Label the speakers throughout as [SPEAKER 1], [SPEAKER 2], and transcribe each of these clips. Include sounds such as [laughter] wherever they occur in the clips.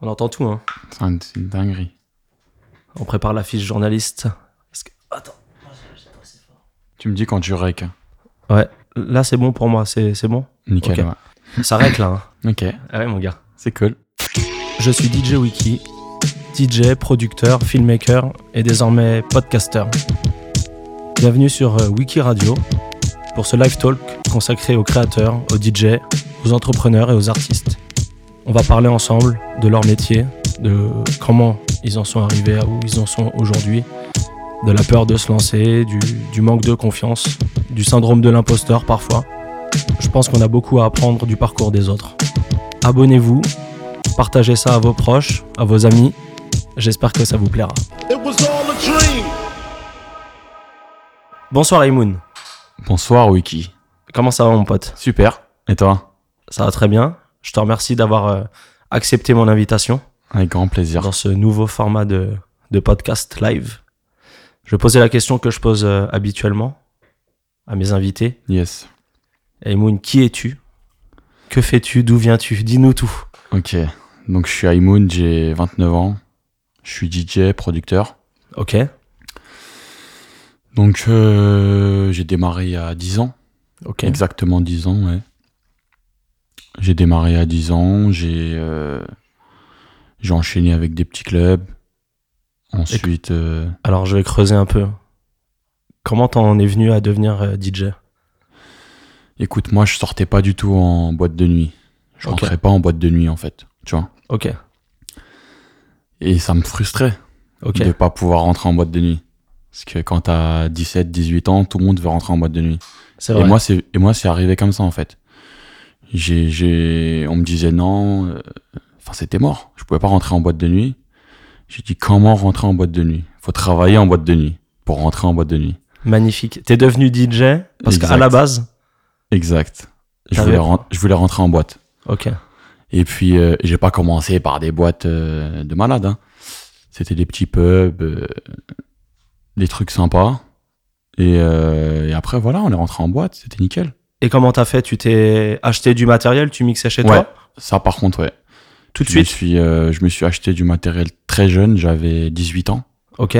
[SPEAKER 1] On entend tout, hein.
[SPEAKER 2] C'est une, Ah, c'est une dinguerie.
[SPEAKER 1] On prépare la fiche journaliste. Parce que- Attends.
[SPEAKER 2] Tu me dis quand tu rec. hein.
[SPEAKER 1] Ouais, là c'est bon pour moi, c'est c'est bon.
[SPEAKER 2] Nickel.
[SPEAKER 1] Ok. Ça règle là. hein.
[SPEAKER 2] ouais. Ok,
[SPEAKER 1] Ah ouais, mon gars.
[SPEAKER 2] c'est cool.
[SPEAKER 1] Je suis DJ Wiki, DJ, producteur, filmmaker et désormais podcasteur. Bienvenue sur euh, Wiki Radio pour ce live talk consacré aux créateurs, aux DJ, aux entrepreneurs et aux artistes. On va parler ensemble de leur métier, de comment ils en sont arrivés à où ils en sont aujourd'hui, de la peur de se lancer, du, du manque de confiance, du syndrome de l'imposteur parfois. Je pense qu'on a beaucoup à apprendre du parcours des autres. Abonnez-vous Partagez ça à vos proches, à vos amis. J'espère que ça vous plaira.
[SPEAKER 3] It was all a dream.
[SPEAKER 1] Bonsoir Aymoun.
[SPEAKER 2] Bonsoir, Wiki.
[SPEAKER 1] Comment ça va mon pote
[SPEAKER 2] Super. Et toi
[SPEAKER 1] Ça va très bien. Je te remercie d'avoir euh, accepté mon invitation
[SPEAKER 2] Avec grand plaisir.
[SPEAKER 1] dans ce nouveau format de, de podcast live. Je vais poser la question que je pose euh, habituellement à mes invités.
[SPEAKER 2] Yes.
[SPEAKER 1] Aymoun, qui es-tu Que fais-tu D'où viens-tu Dis-nous tout.
[SPEAKER 2] Ok. Donc, je suis Aymoun, j'ai 29 ans. Je suis DJ, producteur.
[SPEAKER 1] Ok,
[SPEAKER 2] Donc, euh, j'ai démarré il y a 10 ans.
[SPEAKER 1] ok.
[SPEAKER 2] Exactement 10 ans, ouais. J'ai démarré à 10 ans, j'ai euh, j'ai enchaîné avec des petits clubs. Ensuite, euh,
[SPEAKER 1] Alors je vais creuser un peu. Comment t'en es venu à devenir euh, DJ
[SPEAKER 2] écoute, moi je sortais pas du tout en boîte de nuit. Je
[SPEAKER 1] Ok.
[SPEAKER 2] rentrais pas en boîte de nuit en fait, tu vois.
[SPEAKER 1] Ok,
[SPEAKER 2] Et ça me frustrait
[SPEAKER 1] ok.
[SPEAKER 2] de pas pouvoir rentrer en boîte de nuit. Parce que quand t'as 17, 18 ans, tout le monde veut rentrer en boîte de nuit.
[SPEAKER 1] C'est
[SPEAKER 2] Et
[SPEAKER 1] vrai.
[SPEAKER 2] moi, c'est et moi, c'est arrivé comme ça en fait. J'ai, j'ai, on me disait non. euh, Enfin, c'était mort. Je pouvais pas rentrer en boîte de nuit. J'ai dit comment rentrer en boîte de nuit Faut travailler en boîte de nuit pour rentrer en boîte de nuit.
[SPEAKER 1] Magnifique. T'es devenu DJ parce qu'à
[SPEAKER 2] Exact.
[SPEAKER 1] la base.
[SPEAKER 2] Exact. Je
[SPEAKER 1] T'avais-
[SPEAKER 2] voulais, ren- je voulais rentrer en boîte.
[SPEAKER 1] Ok.
[SPEAKER 2] Et puis, euh, j'ai pas commencé par des boîtes euh, de malades. hein. C'était des petits pubs, euh, des trucs sympas. Et, euh, et après, voilà, on est rentré en boîte. C'était nickel.
[SPEAKER 1] Et comment t'as fait Tu t'es acheté du matériel, tu mixais chez
[SPEAKER 2] ouais,
[SPEAKER 1] toi
[SPEAKER 2] ça par contre, ouais.
[SPEAKER 1] tout de
[SPEAKER 2] je
[SPEAKER 1] suite.
[SPEAKER 2] Me suis, euh, je me suis acheté du matériel très jeune, j'avais 18 ans.
[SPEAKER 1] Ok.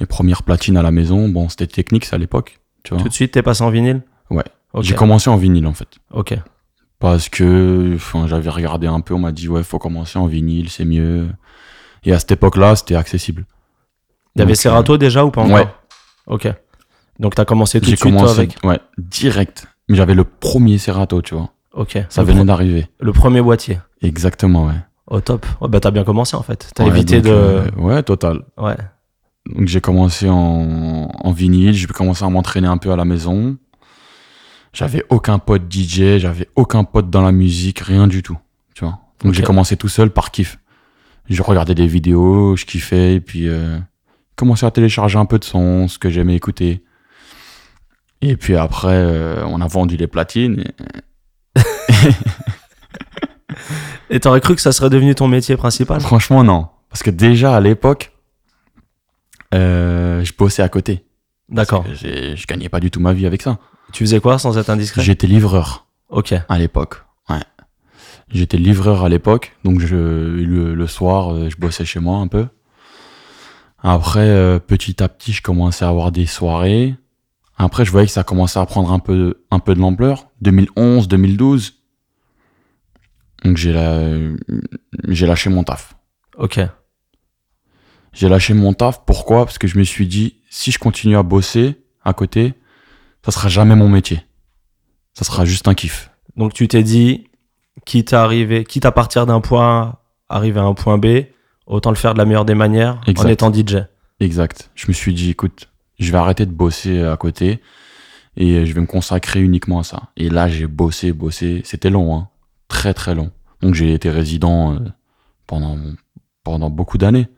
[SPEAKER 2] Mes premières platines à la maison, bon, c'était Technics à l'époque, tu vois.
[SPEAKER 1] Tout de suite, t'es passé en vinyle.
[SPEAKER 2] Ouais.
[SPEAKER 1] Ok.
[SPEAKER 2] J'ai commencé en vinyle en fait.
[SPEAKER 1] Ok.
[SPEAKER 2] Parce que enfin, j'avais regardé un peu, on m'a dit ouais, faut commencer en vinyle, c'est mieux. Et à cette époque-là, c'était accessible.
[SPEAKER 1] T'avais
[SPEAKER 2] Donc,
[SPEAKER 1] Serato déjà ou pas encore
[SPEAKER 2] ouais.
[SPEAKER 1] Ok. Donc t'as commencé tout
[SPEAKER 2] J'ai
[SPEAKER 1] de suite toi,
[SPEAKER 2] commencé
[SPEAKER 1] avec.
[SPEAKER 2] ouais, direct. Mais j'avais le premier Serato, tu vois.
[SPEAKER 1] Ok.
[SPEAKER 2] Ça
[SPEAKER 1] le,
[SPEAKER 2] venait
[SPEAKER 1] pre-
[SPEAKER 2] d'arriver.
[SPEAKER 1] le premier boîtier.
[SPEAKER 2] Exactement, ouais.
[SPEAKER 1] Au top. Ouais, bah t'as bien commencé en fait. T'as
[SPEAKER 2] Ouais,
[SPEAKER 1] évité
[SPEAKER 2] donc,
[SPEAKER 1] de.
[SPEAKER 2] euh, ouais, total.
[SPEAKER 1] Ouais.
[SPEAKER 2] Donc j'ai commencé en, en vinyle, j'ai commencé à m'entraîner un peu à la maison. J'avais aucun pote DJ, j'avais aucun pote dans la musique, rien du tout, tu vois. Donc
[SPEAKER 1] Ok.
[SPEAKER 2] j'ai commencé tout seul par kiff. Je regardais des vidéos, je kiffais, et puis euh, commençais à télécharger un peu de son, ce que j'aimais écouter. Et puis après, euh, on a vendu les platines. et-
[SPEAKER 1] Et t'aurais cru que ça serait devenu ton métier principal
[SPEAKER 2] Ah, Franchement, non. Parce que déjà à l'époque, euh, je bossais à côté.
[SPEAKER 1] D'accord.
[SPEAKER 2] J'ai- Je gagnais pas du tout ma vie avec ça.
[SPEAKER 1] Tu faisais quoi sans être indiscret
[SPEAKER 2] J'étais livreur.
[SPEAKER 1] Ok.
[SPEAKER 2] à l'époque. Ouais. J'étais livreur à l'époque, donc je, le, le soir, euh, je bossais chez moi un peu. Après, euh, petit à petit, je commençais à avoir des soirées. Après, je voyais que ça commençait à prendre un peu, un peu de l'ampleur. 2011, 2012. Donc j'ai la- j'ai lâché mon taf.
[SPEAKER 1] Ok.
[SPEAKER 2] J'ai lâché mon taf. Pourquoi Parce que je me suis dit, si je continue à bosser à côté, ça sera jamais mon métier. Ça sera juste un kiff.
[SPEAKER 1] Donc tu t'es dit, quitte à arriver, quitte à partir d'un point A, arriver à un point B, autant le faire de la meilleure des manières en
[SPEAKER 2] Exact.
[SPEAKER 1] étant DJ.
[SPEAKER 2] Exact. Je me suis dit, écoute, je vais arrêter de bosser à côté et je vais me consacrer uniquement à ça. Et là, j'ai bossé, bossé. C'était long, hein. Très, très long. Donc, j'ai été résident euh, pendant, pendant beaucoup d'années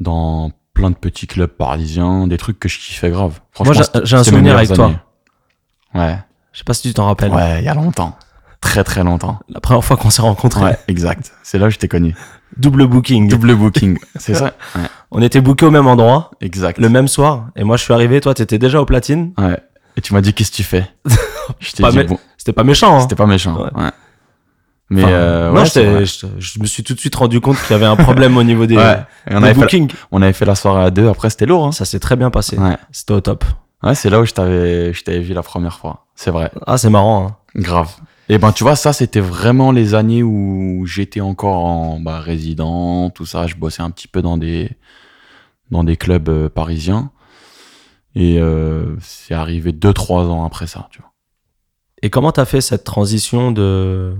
[SPEAKER 2] dans plein de petits clubs parisiens, des trucs que je kiffais grave.
[SPEAKER 1] Moi, j'ai-
[SPEAKER 2] c'était-
[SPEAKER 1] j'ai un
[SPEAKER 2] c'était mes
[SPEAKER 1] souvenir avec
[SPEAKER 2] meilleures années.
[SPEAKER 1] Je sais pas si tu t'en rappelles.
[SPEAKER 2] Ouais. Ouais, il y a longtemps. Très, très longtemps.
[SPEAKER 1] La première fois qu'on s'est rencontrés.
[SPEAKER 2] Ouais, exact. C'est là que je t'ai connu.
[SPEAKER 1] Double booking.
[SPEAKER 2] [laughs] Double booking. C'est ça? Ouais,
[SPEAKER 1] On était bookés au même endroit,
[SPEAKER 2] exact.
[SPEAKER 1] le même soir. Et moi, je suis arrivé, toi, t'étais déjà au platine.
[SPEAKER 2] Ouais. [laughs] Et tu m'as dit, qu'est-ce que tu fais Je t'ai
[SPEAKER 1] Pas
[SPEAKER 2] dit,
[SPEAKER 1] mé-
[SPEAKER 2] bon,
[SPEAKER 1] C'était pas méchant, hein.
[SPEAKER 2] c'était pas méchant.
[SPEAKER 1] Ouais.
[SPEAKER 2] ouais. Mais
[SPEAKER 1] Enfin,
[SPEAKER 2] euh,
[SPEAKER 1] non,
[SPEAKER 2] ouais,
[SPEAKER 1] j'étais-
[SPEAKER 2] c'est vrai.
[SPEAKER 1] je, je me suis tout de suite rendu compte qu'il y avait un problème au niveau des,
[SPEAKER 2] Ouais, et on,
[SPEAKER 1] des
[SPEAKER 2] avait fait,
[SPEAKER 1] bookings.
[SPEAKER 2] on avait fait la soirée à deux, après c'était lourd. Hein.
[SPEAKER 1] Ça s'est très bien passé.
[SPEAKER 2] Ouais,
[SPEAKER 1] C'était au top.
[SPEAKER 2] ouais c'est là où je t'avais je t'avais vu la première fois. C'est vrai,
[SPEAKER 1] Ah, c'est marrant. hein.
[SPEAKER 2] grave. Et ben tu vois, ça c'était vraiment les années où j'étais encore en bah, résident, tout ça. Je bossais un petit peu dans des, dans des clubs euh, parisiens. Et euh, c'est arrivé deux, trois ans après ça, tu vois.
[SPEAKER 1] Et comment t'as fait cette transition de,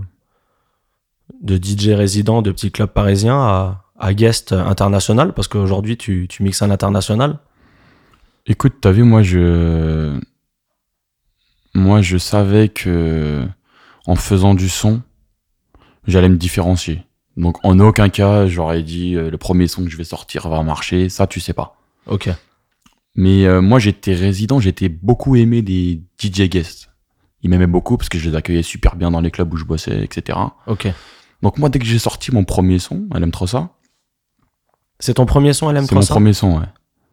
[SPEAKER 1] de DJ résident de petit club parisien à, à guest international Parce qu'aujourd'hui, tu, tu mixes à l'international.
[SPEAKER 2] Écoute, t'as vu, moi je. Moi je savais que en faisant du son, j'allais me différencier. Donc en aucun cas, j'aurais dit euh, le premier son que je vais sortir va marcher, ça tu sais pas.
[SPEAKER 1] Ok.
[SPEAKER 2] Mais euh, moi j'étais résident, j'étais beaucoup aimé des DJ guests. Ils m'aimaient beaucoup parce que je les accueillais super bien dans les clubs où je bossais, etc.
[SPEAKER 1] Ok.
[SPEAKER 2] Donc moi dès que j'ai sorti mon premier son, elle aime trop ça.
[SPEAKER 1] C'est ton premier son
[SPEAKER 2] C'est mon
[SPEAKER 1] LM300
[SPEAKER 2] premier son, ouais.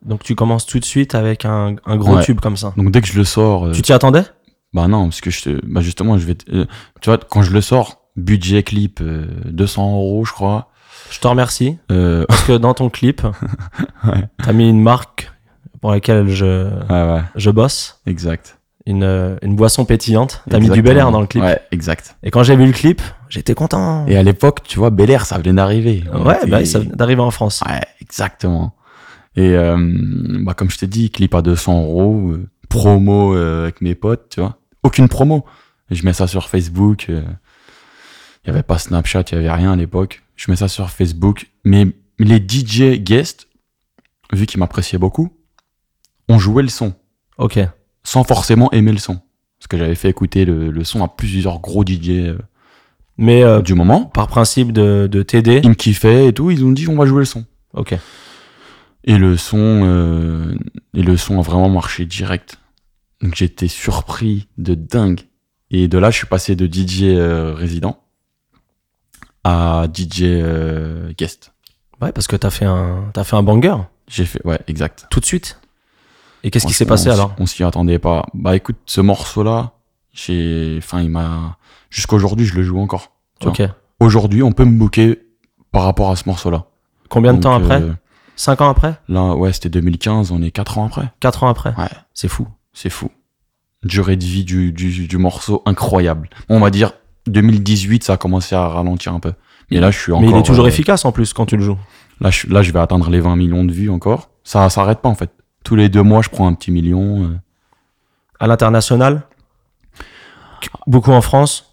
[SPEAKER 1] Donc tu commences tout de suite avec un, un gros
[SPEAKER 2] Ouais.
[SPEAKER 1] tube comme ça.
[SPEAKER 2] Donc dès que je le sors, euh,
[SPEAKER 1] Tu t'y attendais
[SPEAKER 2] Bah non, parce que je, bah justement, je vais. t- euh, tu vois, quand je le sors, budget clip euh, 200 euros, je crois.
[SPEAKER 1] Je te remercie.
[SPEAKER 2] Euh, [laughs]
[SPEAKER 1] Parce que dans ton clip,
[SPEAKER 2] Ouais.
[SPEAKER 1] t'as mis une marque pour laquelle je,
[SPEAKER 2] ouais, ouais,
[SPEAKER 1] je bosse.
[SPEAKER 2] exact.
[SPEAKER 1] Une, euh, une boisson pétillante. T'as mis du Bel Air dans le clip.
[SPEAKER 2] Ouais, exact.
[SPEAKER 1] Et quand j'ai vu le clip, j'étais content.
[SPEAKER 2] Et à l'époque, tu vois, Bel Air, ça venait d'arriver. On
[SPEAKER 1] Ouais,
[SPEAKER 2] était-
[SPEAKER 1] bah, ça venait d'arriver en France.
[SPEAKER 2] Ouais, exactement. Et euh, bah, comme je t'ai dit, clip à 200 euros, euh, promo euh, avec mes potes, tu vois. Aucune promo. Je mets ça sur Facebook. Il n'y avait pas Snapchat, il n'y avait rien à l'époque. Je mets ça sur Facebook. Mais les DJ guests, vu qu'ils m'appréciaient beaucoup, ont joué le son
[SPEAKER 1] Ok.
[SPEAKER 2] sans forcément aimer le son. Parce que j'avais fait écouter le, le son à plusieurs gros DJ euh,
[SPEAKER 1] Mais euh,
[SPEAKER 2] du moment.
[SPEAKER 1] par principe de, de t'aider.
[SPEAKER 2] Ils me kiffaient et tout. Ils ont dit on va jouer le son.
[SPEAKER 1] Ok.
[SPEAKER 2] Et le son, euh, et le son a vraiment marché direct. Donc j'étais surpris de dingue. Et de là, je suis passé de DJ euh, résident à DJ euh, guest.
[SPEAKER 1] Ouais, parce que t'as fait un t'as fait un banger
[SPEAKER 2] J'ai fait, ouais, exact.
[SPEAKER 1] tout de suite. Et qu'est-ce qui s'est
[SPEAKER 2] Franchement,
[SPEAKER 1] passé
[SPEAKER 2] on s'y-
[SPEAKER 1] alors
[SPEAKER 2] On s'y attendait pas. Bah écoute, ce morceau-là, j'ai, enfin, il m'a, jusqu'aujourd'hui, je le joue encore. tu vois.
[SPEAKER 1] Ok.
[SPEAKER 2] Aujourd'hui, on peut me booker par rapport à ce morceau-là.
[SPEAKER 1] Combien de
[SPEAKER 2] Donc,
[SPEAKER 1] temps après
[SPEAKER 2] euh,
[SPEAKER 1] Cinq ans après
[SPEAKER 2] Là, ouais, c'était 2015, on est quatre ans après.
[SPEAKER 1] Quatre ans après
[SPEAKER 2] Ouais.
[SPEAKER 1] C'est fou.
[SPEAKER 2] C'est fou. Durée de vie du, du, du morceau incroyable. On va dire 2018, ça a commencé à ralentir un peu. Mais là, je suis encore.
[SPEAKER 1] Mais il est toujours
[SPEAKER 2] euh,
[SPEAKER 1] efficace en plus quand tu le joues.
[SPEAKER 2] Là je, là, je vais atteindre les 20 millions de vues encore. Ça s'arrête pas en fait. Tous les deux mois, je prends un petit million. euh.
[SPEAKER 1] À l'international Beaucoup en France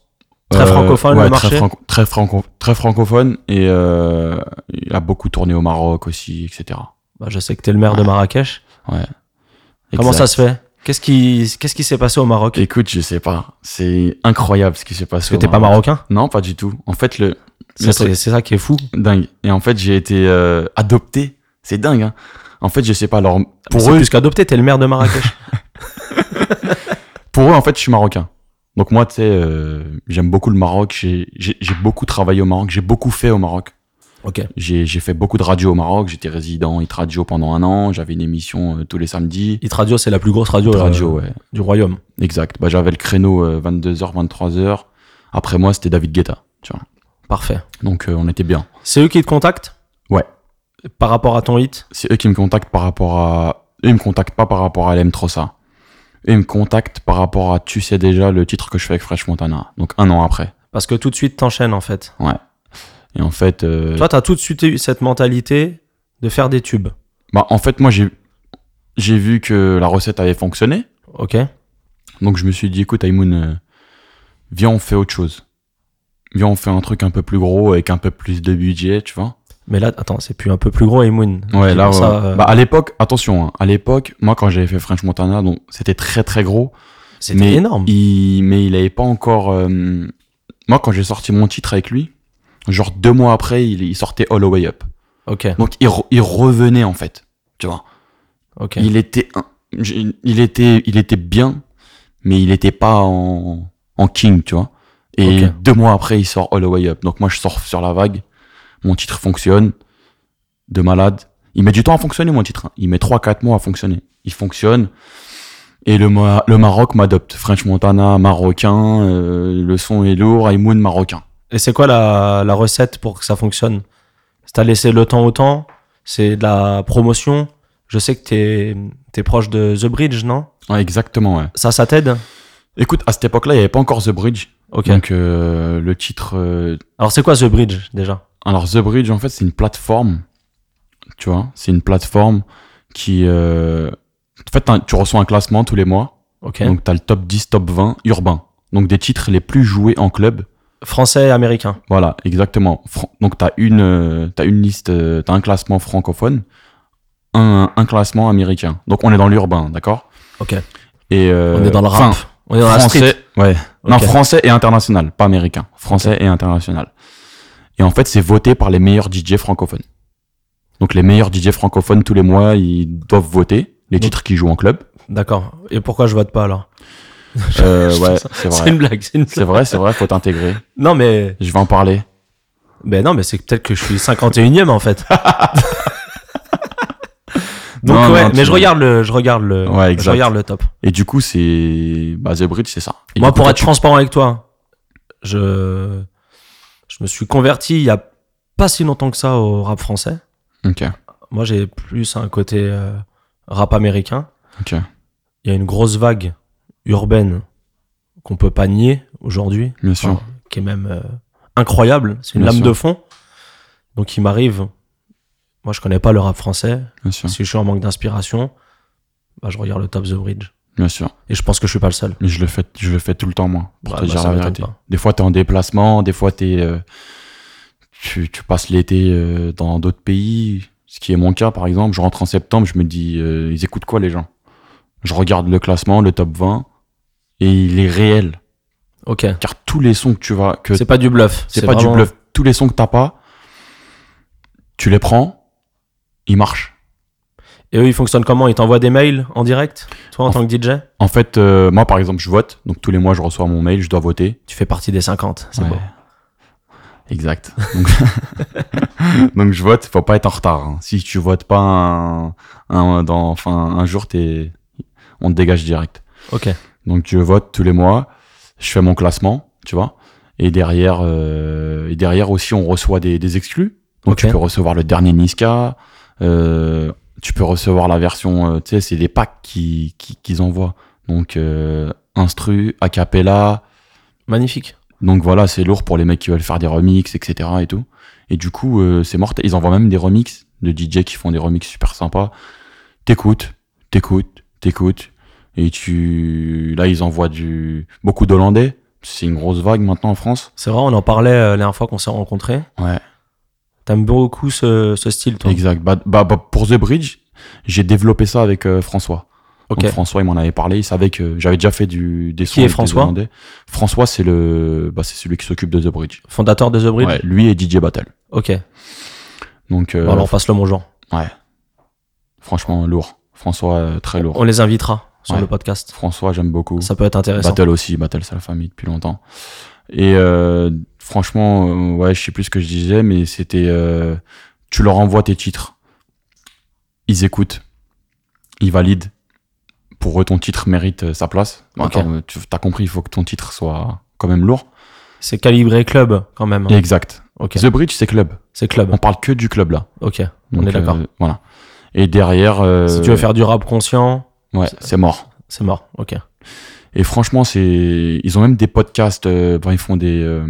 [SPEAKER 1] Très
[SPEAKER 2] Euh,
[SPEAKER 1] francophone,
[SPEAKER 2] ouais,
[SPEAKER 1] le
[SPEAKER 2] Très,
[SPEAKER 1] marché
[SPEAKER 2] franco- très, franco- très francophone. Et euh, il a beaucoup tourné au Maroc aussi, etc.
[SPEAKER 1] Bah, Je sais que t'es le maire de
[SPEAKER 2] Ouais.
[SPEAKER 1] Marrakech. Comment
[SPEAKER 2] Exact.
[SPEAKER 1] ça se fait Qu'est-ce qui qu'est-ce qui s'est passé au Maroc
[SPEAKER 2] Écoute, je sais pas. C'est incroyable ce qui s'est passé.
[SPEAKER 1] Parce que
[SPEAKER 2] au
[SPEAKER 1] t'es pas
[SPEAKER 2] Maroc.
[SPEAKER 1] marocain
[SPEAKER 2] Non, pas du tout. En fait, le,
[SPEAKER 1] Ça,
[SPEAKER 2] le
[SPEAKER 1] C'est c'est ça qui est fou.
[SPEAKER 2] Dingue. Et en fait, j'ai été euh, adopté. C'est dingue. Hein. En fait, je sais pas. Alors, pour
[SPEAKER 1] C'est
[SPEAKER 2] eux,
[SPEAKER 1] plus qu'adopté, t'es le maire de
[SPEAKER 2] [laughs]
[SPEAKER 1] Marrakech.
[SPEAKER 2] pour eux, en fait, je suis marocain. Donc moi, tu sais, euh, j'aime beaucoup le Maroc. J'ai j'ai- j'ai beaucoup travaillé au Maroc. J'ai beaucoup fait au Maroc.
[SPEAKER 1] ok.
[SPEAKER 2] J'ai j'ai fait beaucoup de radio au Maroc. J'étais résident Hit Radio pendant un an. J'avais une émission euh, tous les samedis.
[SPEAKER 1] Hit Radio, c'est la plus grosse radio,
[SPEAKER 2] Hit
[SPEAKER 1] euh,
[SPEAKER 2] Radio, ouais.
[SPEAKER 1] du royaume.
[SPEAKER 2] Exact. Bah, j'avais le créneau 22h, 23h. Après moi, c'était David Guetta. Tu vois.
[SPEAKER 1] Parfait.
[SPEAKER 2] Donc euh, on était bien.
[SPEAKER 1] C'est eux qui te contactent
[SPEAKER 2] Ouais.
[SPEAKER 1] Par rapport à ton hit
[SPEAKER 2] c'est eux qui me contactent par rapport à. Eux, ils me contactent pas par rapport à Elle aime trop ça. Eux, ils me contactent par rapport à Tu sais déjà le titre que je fais avec Fresh Montana. Donc un an après.
[SPEAKER 1] Parce que tout de suite, t'enchaînes en fait.
[SPEAKER 2] Et en fait. euh,
[SPEAKER 1] Toi, t'as tout de suite eu cette mentalité de faire des tubes.
[SPEAKER 2] bah, en fait, moi, j'ai. J'ai vu que la recette avait fonctionné.
[SPEAKER 1] Ok
[SPEAKER 2] Donc je me suis dit, écoute, Aymoun, euh, viens, on fait autre chose. Viens, on fait un truc un peu plus gros avec un peu plus de budget, tu vois.
[SPEAKER 1] Mais là, attends, c'est plus un peu plus gros, Emoon.
[SPEAKER 2] Ouais, là,
[SPEAKER 1] ça,
[SPEAKER 2] ouais.
[SPEAKER 1] euh,
[SPEAKER 2] Bah, à l'époque, attention, hein, à l'époque, moi, quand j'avais fait French Montana, donc c'était très très gros.
[SPEAKER 1] C'était
[SPEAKER 2] mais
[SPEAKER 1] énorme.
[SPEAKER 2] Il, mais il avait pas encore. euh, Moi, quand j'ai sorti mon titre avec lui, genre deux mois après, il, il sortait All the Way Up.
[SPEAKER 1] Ok,
[SPEAKER 2] Donc il, re- il revenait en fait. Tu vois.
[SPEAKER 1] ok.
[SPEAKER 2] Il était, un- j'ai- il était, il était bien, mais il était pas en, en king, tu vois. Et
[SPEAKER 1] Ok.
[SPEAKER 2] deux mois après, il sort All the Way Up. Donc moi, je sors sur la vague. Mon titre fonctionne. De malade. Il met du temps à fonctionner, mon titre. hein. Il met 3-4 mois à fonctionner. Il fonctionne. Et le, Ma- le Maroc m'adopte. French Montana, marocain. euh, le son est lourd. Aymoun, marocain.
[SPEAKER 1] Et c'est quoi la, la recette pour que ça fonctionne C'est t'as laissé le temps au temps C'est de la promotion Je sais que t'es es proche de The Bridge, non
[SPEAKER 2] Ouais, exactement, ouais.
[SPEAKER 1] Ça, ça t'aide
[SPEAKER 2] Écoute, à cette époque-là, il n'y avait pas encore The Bridge.
[SPEAKER 1] Ok.
[SPEAKER 2] Donc, euh, le titre. euh,
[SPEAKER 1] Alors, c'est quoi The Bridge, déjà
[SPEAKER 2] Alors, The Bridge, en fait, c'est une plateforme. Tu vois, c'est une plateforme qui. euh, En fait, t'as- tu reçois un classement tous les mois.
[SPEAKER 1] Ok.
[SPEAKER 2] Donc, tu as le top 10, top 20 urbain. Donc, des titres les plus joués en club.
[SPEAKER 1] Français, américain.
[SPEAKER 2] Voilà, exactement. Fran- Donc, tu as, une euh, t'as une liste, tu as un classement francophone, un, un classement américain. Donc, on est dans l'urbain, d'accord
[SPEAKER 1] Ok.
[SPEAKER 2] Et euh,
[SPEAKER 1] On est dans le rap.
[SPEAKER 2] enfin,
[SPEAKER 1] On est dans la street.
[SPEAKER 2] français, ouais. Non,
[SPEAKER 1] Ok.
[SPEAKER 2] français et international, pas américain. Français et international. Et en fait, c'est voté par les meilleurs DJ francophones. Donc, les meilleurs DJ francophones, tous les mois, ils doivent voter les
[SPEAKER 1] Donc-
[SPEAKER 2] titres qu'ils jouent en club.
[SPEAKER 1] D'accord. Et pourquoi je vote pas, alors [laughs]
[SPEAKER 2] Euh,
[SPEAKER 1] Je trouve
[SPEAKER 2] ouais,
[SPEAKER 1] ça-
[SPEAKER 2] c'est
[SPEAKER 1] C'est
[SPEAKER 2] vrai.
[SPEAKER 1] une blague, c'est une blague.
[SPEAKER 2] C'est vrai, c'est vrai, faut t'intégrer.
[SPEAKER 1] Non, mais...
[SPEAKER 2] Je vais en parler.
[SPEAKER 1] Ben non, mais c'est peut-être que je suis 51ème en
[SPEAKER 2] [laughs]
[SPEAKER 1] fait. Donc
[SPEAKER 2] Non,
[SPEAKER 1] ouais,
[SPEAKER 2] non, tu-
[SPEAKER 1] mais je regarde le, je regarde le,
[SPEAKER 2] Ouais, exact.
[SPEAKER 1] je regarde le top.
[SPEAKER 2] Et du coup, c'est. Bah, The Bridge, c'est ça. Et
[SPEAKER 1] Moi,
[SPEAKER 2] du coup,
[SPEAKER 1] pour
[SPEAKER 2] toi,
[SPEAKER 1] être transparent avec toi, je, je me suis converti il y a pas si longtemps que ça au rap français.
[SPEAKER 2] tu- Ok.
[SPEAKER 1] Moi, j'ai plus un côté euh, rap américain.
[SPEAKER 2] Ok.
[SPEAKER 1] Il y a une grosse vague urbaine qu'on peut pas nier aujourd'hui.
[SPEAKER 2] Bien sûr.
[SPEAKER 1] Enfin, qui est même euh, incroyable. C'est une
[SPEAKER 2] Bien
[SPEAKER 1] lame
[SPEAKER 2] sûr.
[SPEAKER 1] de fond. Donc il m'arrive, moi je connais pas le rap français.
[SPEAKER 2] Bien sûr.
[SPEAKER 1] Si je suis en manque d'inspiration, bah, je regarde le Top The Bridge.
[SPEAKER 2] Bien sûr.
[SPEAKER 1] Et je pense que je suis pas le seul.
[SPEAKER 2] Mais je le fais, je le fais tout le temps, moi. Pour
[SPEAKER 1] Bah,
[SPEAKER 2] te
[SPEAKER 1] bah,
[SPEAKER 2] dire
[SPEAKER 1] ça
[SPEAKER 2] la
[SPEAKER 1] m'étonne
[SPEAKER 2] vérité.
[SPEAKER 1] pas.
[SPEAKER 2] Des fois, t'es en déplacement. Des fois, t'es. euh, tu, tu passes l'été euh, dans d'autres pays. Ce qui est mon cas, par exemple. Je rentre en septembre, je me dis, euh, ils écoutent quoi, les gens Je regarde le classement, le top 20. Et il est réel.
[SPEAKER 1] Ok.
[SPEAKER 2] Car tous les sons que tu vas. Que
[SPEAKER 1] C'est pas du bluff.
[SPEAKER 2] C'est pas
[SPEAKER 1] vraiment-
[SPEAKER 2] du bluff. Tous les sons que t'as pas, tu les prends, ils marchent.
[SPEAKER 1] Et eux, ils fonctionnent comment Ils t'envoient des mails en direct Toi, en
[SPEAKER 2] En-
[SPEAKER 1] tant que DJ
[SPEAKER 2] En fait, euh, moi par exemple, je vote, donc tous les mois je reçois mon mail, je dois voter.
[SPEAKER 1] Tu fais partie des 50. C'est
[SPEAKER 2] Ouais.
[SPEAKER 1] beau. [laughs]
[SPEAKER 2] Exact. Donc, [laughs] donc, je vote, faut pas être en retard. hein. Si tu votes pas un, un- dans, enfin, un jour, t'es- on te dégage direct.
[SPEAKER 1] Ok.
[SPEAKER 2] Donc je vote tous les mois, je fais mon classement, tu vois. Et derrière, euh, et derrière aussi, on reçoit des, des exclus. Donc
[SPEAKER 1] Ok.
[SPEAKER 2] tu peux recevoir le dernier Niska, euh, tu peux recevoir la version, euh, tu sais, c'est des packs qui, qui- qu'ils envoient. Donc euh, instru, a cappella.
[SPEAKER 1] Magnifique.
[SPEAKER 2] Donc voilà, c'est lourd pour les mecs qui veulent faire des remixes, etc. Et tout. Et du coup, euh, c'est mortel. Ils envoient même des remixes de DJ qui font des remixes super sympas. T'écoutes, t'écoutes, t'écoutes. Et tu, là, ils envoient du, beaucoup d'Hollandais. C'est une grosse vague maintenant en France.
[SPEAKER 1] C'est vrai, on en parlait euh, la dernière fois qu'on s'est rencontrés.
[SPEAKER 2] Ouais.
[SPEAKER 1] T'aimes beaucoup ce, ce style, toi
[SPEAKER 2] Exact. Bah, bah, bah, pour The Bridge, j'ai développé ça avec euh, François.
[SPEAKER 1] Ok.
[SPEAKER 2] Donc, François, il m'en avait parlé. Il savait que j'avais déjà fait du, des sons
[SPEAKER 1] est
[SPEAKER 2] avec des
[SPEAKER 1] François
[SPEAKER 2] Hollandais. François, c'est le, bah, c'est celui qui s'occupe de The Bridge.
[SPEAKER 1] Fondateur de The Bridge
[SPEAKER 2] Ouais, Euh, lui et DJ Battle.
[SPEAKER 1] Ok.
[SPEAKER 2] Donc, euh,
[SPEAKER 1] Bon, Bah, alors, passe le bonjour.
[SPEAKER 2] Franchement, lourd. François, euh, très lourd.
[SPEAKER 1] On les invitera sur
[SPEAKER 2] Ouais.
[SPEAKER 1] le podcast.
[SPEAKER 2] François, j'aime beaucoup.
[SPEAKER 1] Ça peut être intéressant.
[SPEAKER 2] Battle aussi, Battle, c'est la famille depuis longtemps. Et euh, franchement, euh, ouais, je sais plus ce que je disais, mais c'était. euh, tu leur envoies tes titres. Ils écoutent. Ils valident. Pour eux, ton titre mérite euh, sa place. Bon,
[SPEAKER 1] Ok.
[SPEAKER 2] attends, tu as compris, il faut que ton titre soit quand même lourd.
[SPEAKER 1] C'est calibré club quand même. hein.
[SPEAKER 2] Exact.
[SPEAKER 1] Ok.
[SPEAKER 2] The Bridge, c'est club.
[SPEAKER 1] C'est club.
[SPEAKER 2] On parle que du club là.
[SPEAKER 1] Ok. On est
[SPEAKER 2] Donc,
[SPEAKER 1] d'accord.
[SPEAKER 2] euh, voilà. Et derrière. euh,
[SPEAKER 1] Si tu veux faire du rap conscient,
[SPEAKER 2] Ouais, c'est mort.
[SPEAKER 1] c'est mort. Ok.
[SPEAKER 2] Et franchement, c'est ils ont même des podcasts. euh, bon, ils font des. euh,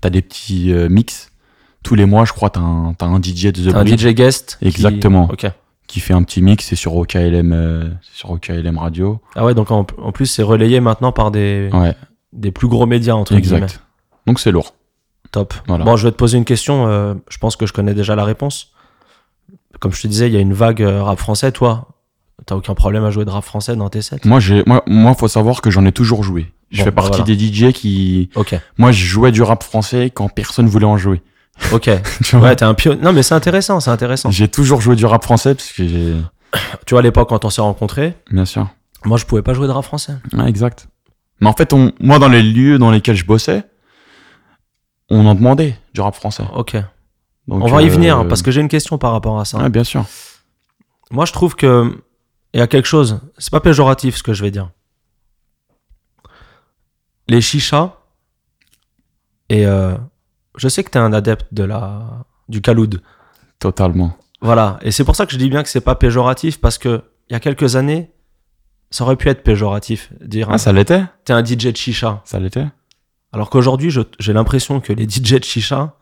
[SPEAKER 2] t'as des petits euh, mix tous les mois, je crois. T'as un, t'as un DJ de The
[SPEAKER 1] T'as un
[SPEAKER 2] Bridge
[SPEAKER 1] DJ guest. qui-
[SPEAKER 2] Exactement.
[SPEAKER 1] Ok.
[SPEAKER 2] qui fait un petit mix. C'est sur OKLM, euh, sur OKLM Radio.
[SPEAKER 1] Ah ouais, donc en, en plus, c'est relayé maintenant par des,
[SPEAKER 2] Ouais,
[SPEAKER 1] des plus gros médias, entre guillemets.
[SPEAKER 2] exact. Donc c'est lourd.
[SPEAKER 1] Top.
[SPEAKER 2] Voilà.
[SPEAKER 1] Bon, je vais te poser une question. euh, je pense que je connais déjà la réponse. Comme je te disais, il y a une vague euh, rap français. Toi, t'as aucun problème à jouer de rap français dans tes sets
[SPEAKER 2] Moi, j'ai, moi, moi, faut savoir que j'en ai toujours joué. Je
[SPEAKER 1] Bon,
[SPEAKER 2] fais
[SPEAKER 1] bah
[SPEAKER 2] partie
[SPEAKER 1] voilà.
[SPEAKER 2] des DJ qui, [laughs]
[SPEAKER 1] Ok.
[SPEAKER 2] moi, je jouais du rap français quand personne voulait en jouer. [laughs]
[SPEAKER 1] Ok.
[SPEAKER 2] Tu vois
[SPEAKER 1] ouais, t'es un pion. Non, mais c'est intéressant. C'est
[SPEAKER 2] [laughs]
[SPEAKER 1] intéressant.
[SPEAKER 2] J'ai toujours joué du rap français parce que j'ai,
[SPEAKER 1] Tu vois, à l'époque, quand on s'est rencontrés,
[SPEAKER 2] bien sûr.
[SPEAKER 1] moi, je pouvais pas jouer de rap français.
[SPEAKER 2] Ouais, exact. Mais en fait, on, moi, dans les lieux dans lesquels je bossais, on en demandait du rap français. euh,
[SPEAKER 1] Ok. On va y venir hein, parce que j'ai une question par rapport à ça.
[SPEAKER 2] Ouais, bien sûr.
[SPEAKER 1] Moi, je trouve que il y a quelque chose. C'est pas péjoratif ce que je vais dire. Les chichas Et euh, je sais que tu es un adepte de la, du Kaloud.
[SPEAKER 2] Totalement.
[SPEAKER 1] Voilà. Et c'est pour ça que je dis bien que c'est pas péjoratif parce que il y a quelques années, ça aurait pu être péjoratif. Dire
[SPEAKER 2] Ah, ça l'était
[SPEAKER 1] t'es un DJ de chicha.
[SPEAKER 2] Ça l'était
[SPEAKER 1] Alors qu'aujourd'hui, je- j'ai l'impression que les DJ de chicha,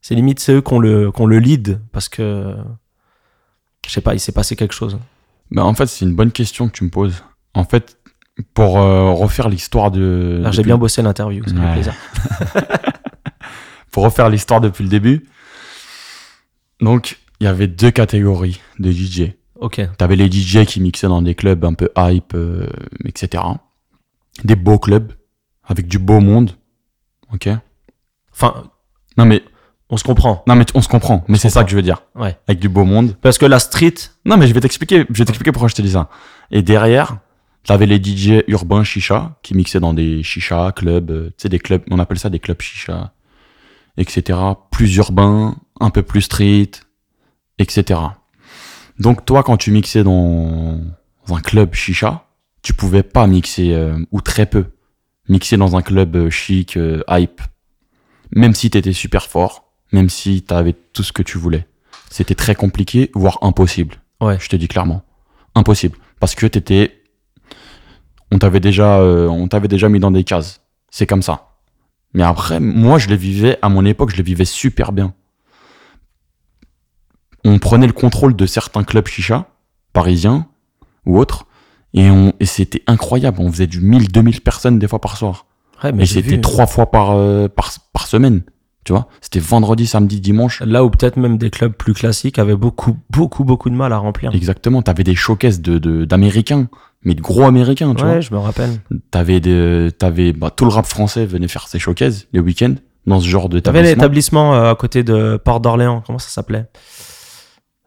[SPEAKER 1] c'est limite c'est eux qu'on le, qu'on le lead parce que je sais pas, il s'est passé quelque chose.
[SPEAKER 2] Bah, En fait, c'est une bonne question que tu me poses. En fait, pour euh, refaire l'histoire de.
[SPEAKER 1] Alors, Ah, J'ai
[SPEAKER 2] depuis-
[SPEAKER 1] bien bossé l'interview, ça fait
[SPEAKER 2] Ouais.
[SPEAKER 1] plaisir.
[SPEAKER 2] Pour refaire l'histoire depuis le début. Donc, il y avait deux catégories de DJ.
[SPEAKER 1] Ok,
[SPEAKER 2] T'avais les DJ qui mixaient dans des clubs un peu hype, euh, etc. Des beaux clubs, avec du beau monde. Ok
[SPEAKER 1] enfin,
[SPEAKER 2] Non, mais,
[SPEAKER 1] on se comprend.
[SPEAKER 2] non, mais on se comprend. Mais c'est ça
[SPEAKER 1] comprend.
[SPEAKER 2] que je veux dire.
[SPEAKER 1] Ouais.
[SPEAKER 2] Avec du beau monde.
[SPEAKER 1] Parce que la street,
[SPEAKER 2] Non, mais je vais t'expliquer, je vais t'expliquer pourquoi je te dis ça. Et derrière, t'avais les DJ urbains chicha qui mixaient dans des chicha clubs, euh, tu sais des clubs, on appelle ça des clubs chicha, etc. Plus urbains, un peu plus street, etc. Donc toi, quand tu mixais dans un club chicha, tu pouvais pas mixer euh, ou très peu mixer dans un club euh, chic, euh, hype, même si t'étais super fort, même si t'avais tout ce que tu voulais. C'était très compliqué, voire impossible.
[SPEAKER 1] Ouais.
[SPEAKER 2] Je te dis clairement. Impossible. Parce que t'étais. On t'avait déjà, euh, on t'avait déjà mis dans des cases. C'est comme ça. Mais après, moi, je le vivais, à mon époque, je le vivais super bien. On prenait le contrôle de certains clubs chicha, parisiens ou autres, et, on- et c'était incroyable. On faisait du 1000, 2000 personnes des fois par soir.
[SPEAKER 1] ouais, mais
[SPEAKER 2] Mais
[SPEAKER 1] j'ai
[SPEAKER 2] c'était
[SPEAKER 1] vu.
[SPEAKER 2] trois fois par, euh, par, par semaine. Tu vois, c'était vendredi, samedi, dimanche.
[SPEAKER 1] Là où peut-être même des clubs plus classiques avaient beaucoup, beaucoup, beaucoup de mal à remplir.
[SPEAKER 2] Exactement, t'avais des showcases de- de- d'américains, mais de gros américains, tu
[SPEAKER 1] Ouais, je me rappelle.
[SPEAKER 2] vois. T'avais des- t'avais, bah, tout le rap français venait faire ses showcases les week-ends dans ce genre de
[SPEAKER 1] T'avais l'établissement euh, à côté de Port d'Orléans, comment ça s'appelait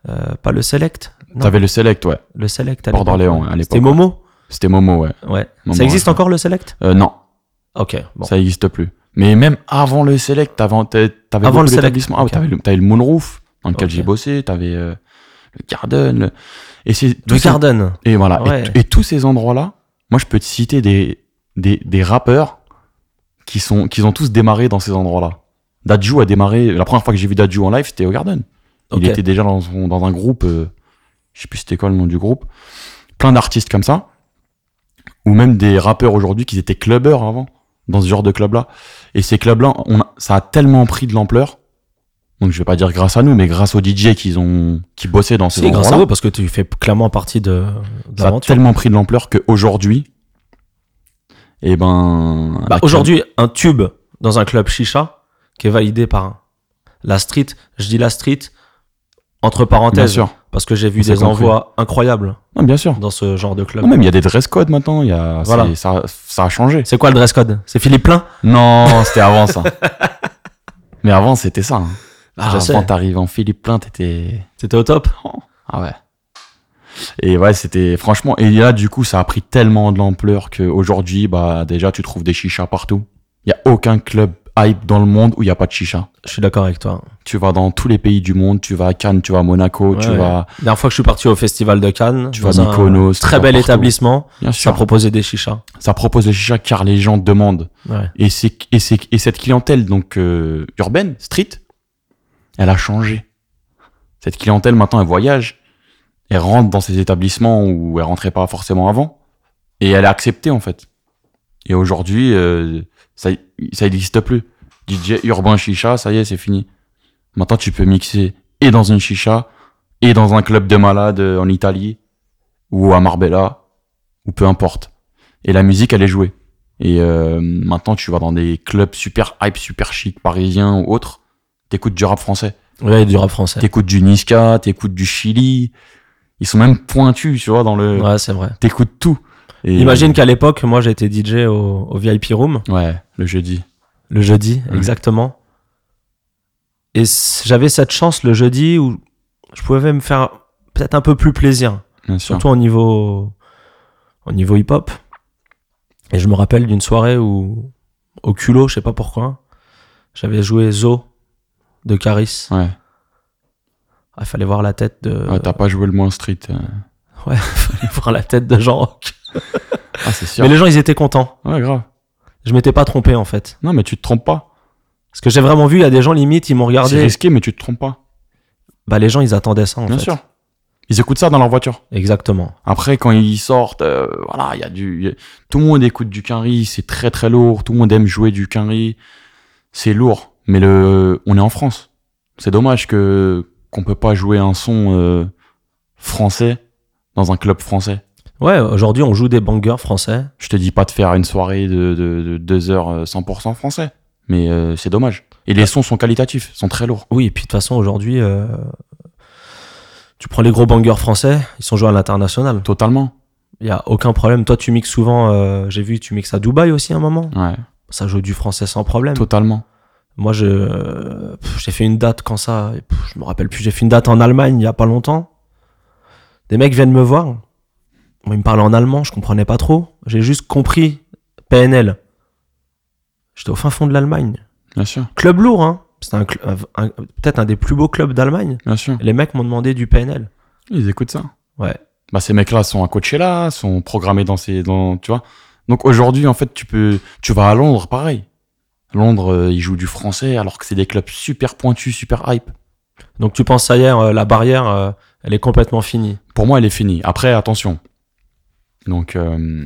[SPEAKER 1] Euh, Pas le Select Non,
[SPEAKER 2] T'avais le Select, ouais.
[SPEAKER 1] le Select à
[SPEAKER 2] Port
[SPEAKER 1] l'époque.
[SPEAKER 2] d'Orléans, ouais, à l'époque.
[SPEAKER 1] C'était Momo
[SPEAKER 2] C'était Momo, ouais.
[SPEAKER 1] Ouais.
[SPEAKER 2] Momo,
[SPEAKER 1] ça existe
[SPEAKER 2] ouais.
[SPEAKER 1] encore le Select
[SPEAKER 2] Euh, non,
[SPEAKER 1] Ok, bon.
[SPEAKER 2] ça existe plus. Mais même avant le Select, t'avais t'avais
[SPEAKER 1] Avant
[SPEAKER 2] beaucoup
[SPEAKER 1] le Select,
[SPEAKER 2] d'établissements. Ah, ouais,
[SPEAKER 1] ok.
[SPEAKER 2] t'avais le, t'avais le Moonroof dans lequel
[SPEAKER 1] Ok.
[SPEAKER 2] j'ai bossé, t'avais euh, le Garden. le- Et c'est
[SPEAKER 1] Le
[SPEAKER 2] tous ces-
[SPEAKER 1] Garden
[SPEAKER 2] Et voilà.
[SPEAKER 1] Ah
[SPEAKER 2] Et-
[SPEAKER 1] Ouais.
[SPEAKER 2] Et, tous ces endroits-là, moi, je peux te citer des, des, des rappeurs qui, sont, qui ont tous démarré dans ces endroits-là. Dadju a démarré. La première fois que j'ai vu Dadju en live, c'était au Garden.
[SPEAKER 1] Ok.
[SPEAKER 2] Il était déjà dans, son- dans un groupe. euh, je sais plus c'était quoi le nom du groupe. Plein d'artistes comme ça. Ou même des rappeurs aujourd'hui qui étaient clubbers avant. Dans ce genre de club-là. Et ces clubs-là, on a- ça a tellement pris de l'ampleur. Donc je vais pas dire grâce à nous, mais grâce aux DJ qu'ils ont, qui bossaient dans ces
[SPEAKER 1] C'est grâce à
[SPEAKER 2] endroits-là
[SPEAKER 1] eux parce que tu fais clairement partie de, de
[SPEAKER 2] ça a
[SPEAKER 1] l'aventure.
[SPEAKER 2] tellement pris de l'ampleur qu'aujourd'hui, eh ben.
[SPEAKER 1] Bah,
[SPEAKER 2] la-
[SPEAKER 1] Aujourd'hui, un tube dans un club chicha qui est validé par la street. Je dis la street entre
[SPEAKER 2] Bien
[SPEAKER 1] parenthèses
[SPEAKER 2] sûr.
[SPEAKER 1] parce que j'ai vu
[SPEAKER 2] On s'est
[SPEAKER 1] des envois incroyables
[SPEAKER 2] Non, bien sûr.
[SPEAKER 1] dans ce genre de club.
[SPEAKER 2] Non, même il y a des dress codes maintenant. Il y a,
[SPEAKER 1] Voilà.
[SPEAKER 2] c'est- ça, ça a changé.
[SPEAKER 1] C'est quoi le dress code C'est Philippe Plein
[SPEAKER 2] Non, c'était avant ça. [laughs] Mais avant, c'était ça. hein.
[SPEAKER 1] Ah, je sais.
[SPEAKER 2] avant, t'arrives en Philippe Plein, t'étais.
[SPEAKER 1] C'était au top
[SPEAKER 2] Ah ouais. Et ouais, c'était franchement. Et là, du coup, ça a pris tellement de l'ampleur qu'aujourd'hui, bah, déjà, tu trouves des chichas partout. Il y a aucun club hype dans le monde où il n'y a pas de chicha.
[SPEAKER 1] Je suis d'accord avec toi.
[SPEAKER 2] Tu vas dans tous les pays du monde, tu vas à Cannes, tu vas à Monaco,
[SPEAKER 1] Ouais,
[SPEAKER 2] tu
[SPEAKER 1] ouais.
[SPEAKER 2] vas,
[SPEAKER 1] La dernière fois que je suis parti au festival de Cannes,
[SPEAKER 2] tu
[SPEAKER 1] dans
[SPEAKER 2] vas à
[SPEAKER 1] un
[SPEAKER 2] Mykonos, tu
[SPEAKER 1] très
[SPEAKER 2] vas
[SPEAKER 1] bel
[SPEAKER 2] partout.
[SPEAKER 1] établissement,
[SPEAKER 2] Bien
[SPEAKER 1] ça
[SPEAKER 2] sûr.
[SPEAKER 1] proposait des chichas.
[SPEAKER 2] Ça propose le chicha car les gens demandent.
[SPEAKER 1] Ouais.
[SPEAKER 2] Et c'est et c'est et cette clientèle donc euh, urbaine, street, elle a changé. Cette clientèle maintenant elle voyage, elle rentre dans ces établissements où elle rentrait pas forcément avant et elle est acceptée en fait. Et aujourd'hui euh, ça ça n'existe plus. DJ urbain chicha, ça y est, c'est fini. Maintenant tu peux mixer et dans une chicha et dans un club de malades euh, en Italie ou à Marbella ou peu importe. Et la musique elle est jouée. Et euh, maintenant, tu vas dans des clubs super hype, super chic, parisiens ou autres. T'écoutes du rap français.
[SPEAKER 1] Ouais, et du rap français.
[SPEAKER 2] T'écoutes du Niska, t'écoutes du Chili. Ils sont même pointus, tu vois, dans le.
[SPEAKER 1] Ouais, c'est vrai.
[SPEAKER 2] T'écoutes tout. Et- euh,
[SPEAKER 1] Imagine qu'à l'époque, moi j'étais DJ au, au VIP Room, Mmh.
[SPEAKER 2] Ouais, le jeudi.
[SPEAKER 1] le jeudi,
[SPEAKER 2] Ouais.
[SPEAKER 1] exactement. Et c- j'avais cette chance le jeudi où je pouvais me faire peut-être un peu plus plaisir,
[SPEAKER 2] Bien sûr.
[SPEAKER 1] surtout au niveau, au niveau hip-hop. Et je me rappelle d'une soirée où, au culot, je sais pas pourquoi, j'avais joué Zo de Caris.
[SPEAKER 2] Ouais.
[SPEAKER 1] Ah, Il fallait voir la tête de.
[SPEAKER 2] Ouais, t'as pas joué le moins street.
[SPEAKER 1] [laughs]
[SPEAKER 2] euh.
[SPEAKER 1] voir la tête de Jean Rock.
[SPEAKER 2] Ah, c'est sûr.
[SPEAKER 1] Mais les gens, ils étaient contents.
[SPEAKER 2] Ouais, grave.
[SPEAKER 1] Je m'étais pas trompé en fait.
[SPEAKER 2] Non, mais tu te trompes pas.
[SPEAKER 1] Parce que j'ai vraiment vu, il y a des gens limite, ils m'ont
[SPEAKER 2] C'est
[SPEAKER 1] regardé.
[SPEAKER 2] risqué, mais tu te trompes pas.
[SPEAKER 1] Bah, les gens, ils attendaient ça, en
[SPEAKER 2] Bien
[SPEAKER 1] fait.
[SPEAKER 2] sûr. Ils écoutent ça dans leur voiture.
[SPEAKER 1] Exactement.
[SPEAKER 2] Après, quand ils sortent, euh, voilà, il y a du, y a- tout le monde écoute du quinri, c'est très très lourd. Tout le monde aime jouer du quinri, c'est lourd. Mais le, on est en France. C'est dommage que qu'on peut pas jouer un son euh, français dans un club français.
[SPEAKER 1] Ouais, aujourd'hui, on joue des bangers français.
[SPEAKER 2] Je te dis pas de faire une soirée de, de, de deux heures euh, 100% français, mais euh, c'est dommage. Et les sons sont qualitatifs, sont très lourds.
[SPEAKER 1] Oui, et puis de toute façon, aujourd'hui, euh, tu prends les gros bangers français, ils sont joués à l'international.
[SPEAKER 2] Totalement.
[SPEAKER 1] Il y a aucun problème. Toi, tu mixes souvent, euh, j'ai vu, tu mixes à Dubaï aussi à un moment.
[SPEAKER 2] Ouais,
[SPEAKER 1] Ça joue du français sans problème.
[SPEAKER 2] totalement.
[SPEAKER 1] Moi, je, euh, pff, j'ai fait une date quand ça, et pff, je me rappelle plus, j'ai fait une date en Allemagne il y a pas longtemps. Des mecs viennent me voir. Moi, ils me parlent en allemand, je comprenais pas trop. J'ai juste compris PNL. J'étais au fin fond de l'Allemagne.
[SPEAKER 2] Bien sûr,
[SPEAKER 1] Club lourd, hein. C'était un cl- un- un- peut-être un des plus beaux clubs d'Allemagne.
[SPEAKER 2] bien sûr.
[SPEAKER 1] Les mecs m'ont demandé du PNL.
[SPEAKER 2] Ils écoutent ça.
[SPEAKER 1] Ouais.
[SPEAKER 2] bah, ces mecs-là sont à Coachella, sont programmés dans ces, dans, tu vois. Donc aujourd'hui, en fait, tu peux, tu vas à Londres, pareil. Londres, euh, ils jouent du français alors que c'est des clubs super pointus, super hype.
[SPEAKER 1] Donc tu penses, ça y est, euh, la barrière, euh, elle est complètement finie.
[SPEAKER 2] Pour moi, elle est finie. Après, attention. Donc, euh,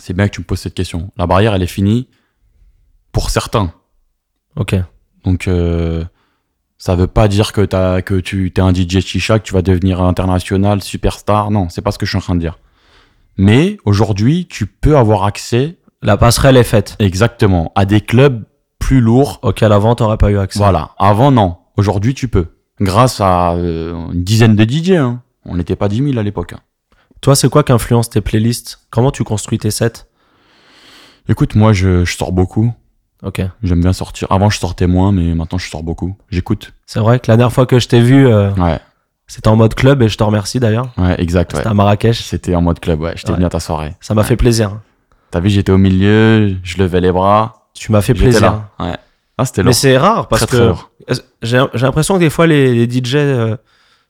[SPEAKER 2] c'est bien que tu me poses cette question. La barrière, elle est finie pour certains.
[SPEAKER 1] Ok.
[SPEAKER 2] Donc, euh, ça veut pas dire que, t'as, que tu es un DJ chicha, que tu vas devenir international, superstar. Non, c'est pas ce que je suis en train de dire. Mais aujourd'hui, tu peux avoir accès
[SPEAKER 1] La passerelle est faite.
[SPEAKER 2] Exactement. À des clubs plus lourds.
[SPEAKER 1] Ok, à l'avant, t'aurais pas eu accès.
[SPEAKER 2] Voilà. Avant, non. Aujourd'hui, tu peux. Grâce à euh, une dizaine de DJ. hein. On n'était pas 10 000 à l'époque. hein.
[SPEAKER 1] Toi, c'est quoi qui influence tes playlists Comment tu construis tes sets
[SPEAKER 2] Écoute, moi, je, je sors beaucoup.
[SPEAKER 1] Ok.
[SPEAKER 2] J'aime bien sortir. Avant, je sortais moins, mais maintenant, je sors beaucoup. J'écoute.
[SPEAKER 1] C'est vrai que la dernière fois que je t'ai vu, euh,
[SPEAKER 2] Ouais,
[SPEAKER 1] c'était en mode club et je te remercie d'ailleurs.
[SPEAKER 2] ouais, exact. Ouais.
[SPEAKER 1] C'était à Marrakech.
[SPEAKER 2] C'était en mode club, ouais. J'étais
[SPEAKER 1] Ouais.
[SPEAKER 2] venu à ta soirée.
[SPEAKER 1] Ça m'a fait plaisir. hein.
[SPEAKER 2] T'as vu, j'étais au milieu, je levais les bras.
[SPEAKER 1] Tu m'as fait
[SPEAKER 2] J'étais
[SPEAKER 1] plaisir.
[SPEAKER 2] là. Ouais. Ah, c'était
[SPEAKER 1] Mais
[SPEAKER 2] lourd.
[SPEAKER 1] c'est rare parce
[SPEAKER 2] Très, très
[SPEAKER 1] que
[SPEAKER 2] lourd.
[SPEAKER 1] j'ai j'ai l'impression que des fois les, les DJ euh,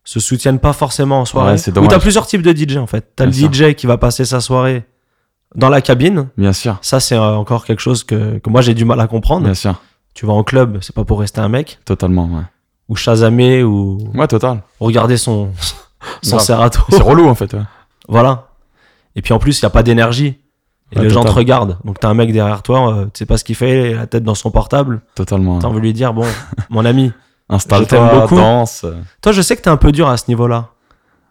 [SPEAKER 1] se soutiennent pas forcément en soirée.
[SPEAKER 2] Ouais, c'est
[SPEAKER 1] Ou
[SPEAKER 2] dommage.
[SPEAKER 1] t'as plusieurs types de DJ en fait. T'as le
[SPEAKER 2] C'est ça.
[SPEAKER 1] DJ qui va passer sa soirée dans la cabine.
[SPEAKER 2] Bien sûr.
[SPEAKER 1] Ça, c'est euh, encore quelque chose que, que moi j'ai du mal à comprendre.
[SPEAKER 2] Bien sûr.
[SPEAKER 1] Tu vas en club, c'est pas pour rester un mec.
[SPEAKER 2] Totalement, ouais.
[SPEAKER 1] Ou chasamer ou
[SPEAKER 2] Ouais, total.
[SPEAKER 1] regarder son, [laughs] son
[SPEAKER 2] Grave.
[SPEAKER 1] serrato.
[SPEAKER 2] C'est relou, en fait. ouais.
[SPEAKER 1] [laughs] Voilà. Et puis en plus, il n'y a pas d'énergie. Et
[SPEAKER 2] Ouais,
[SPEAKER 1] les gens te
[SPEAKER 2] total.
[SPEAKER 1] regardent. Donc t'as un mec derrière toi, euh, tu sais pas ce qu'il fait, il a la tête dans son portable.
[SPEAKER 2] Totalement.
[SPEAKER 1] T'as
[SPEAKER 2] ouais.
[SPEAKER 1] envie de lui dire,
[SPEAKER 2] [laughs]
[SPEAKER 1] bon, mon ami. Je t'aime
[SPEAKER 2] Installe-toi,
[SPEAKER 1] beaucoup.
[SPEAKER 2] danse.
[SPEAKER 1] Toi, je sais que t'es un peu dur à ce niveau-là.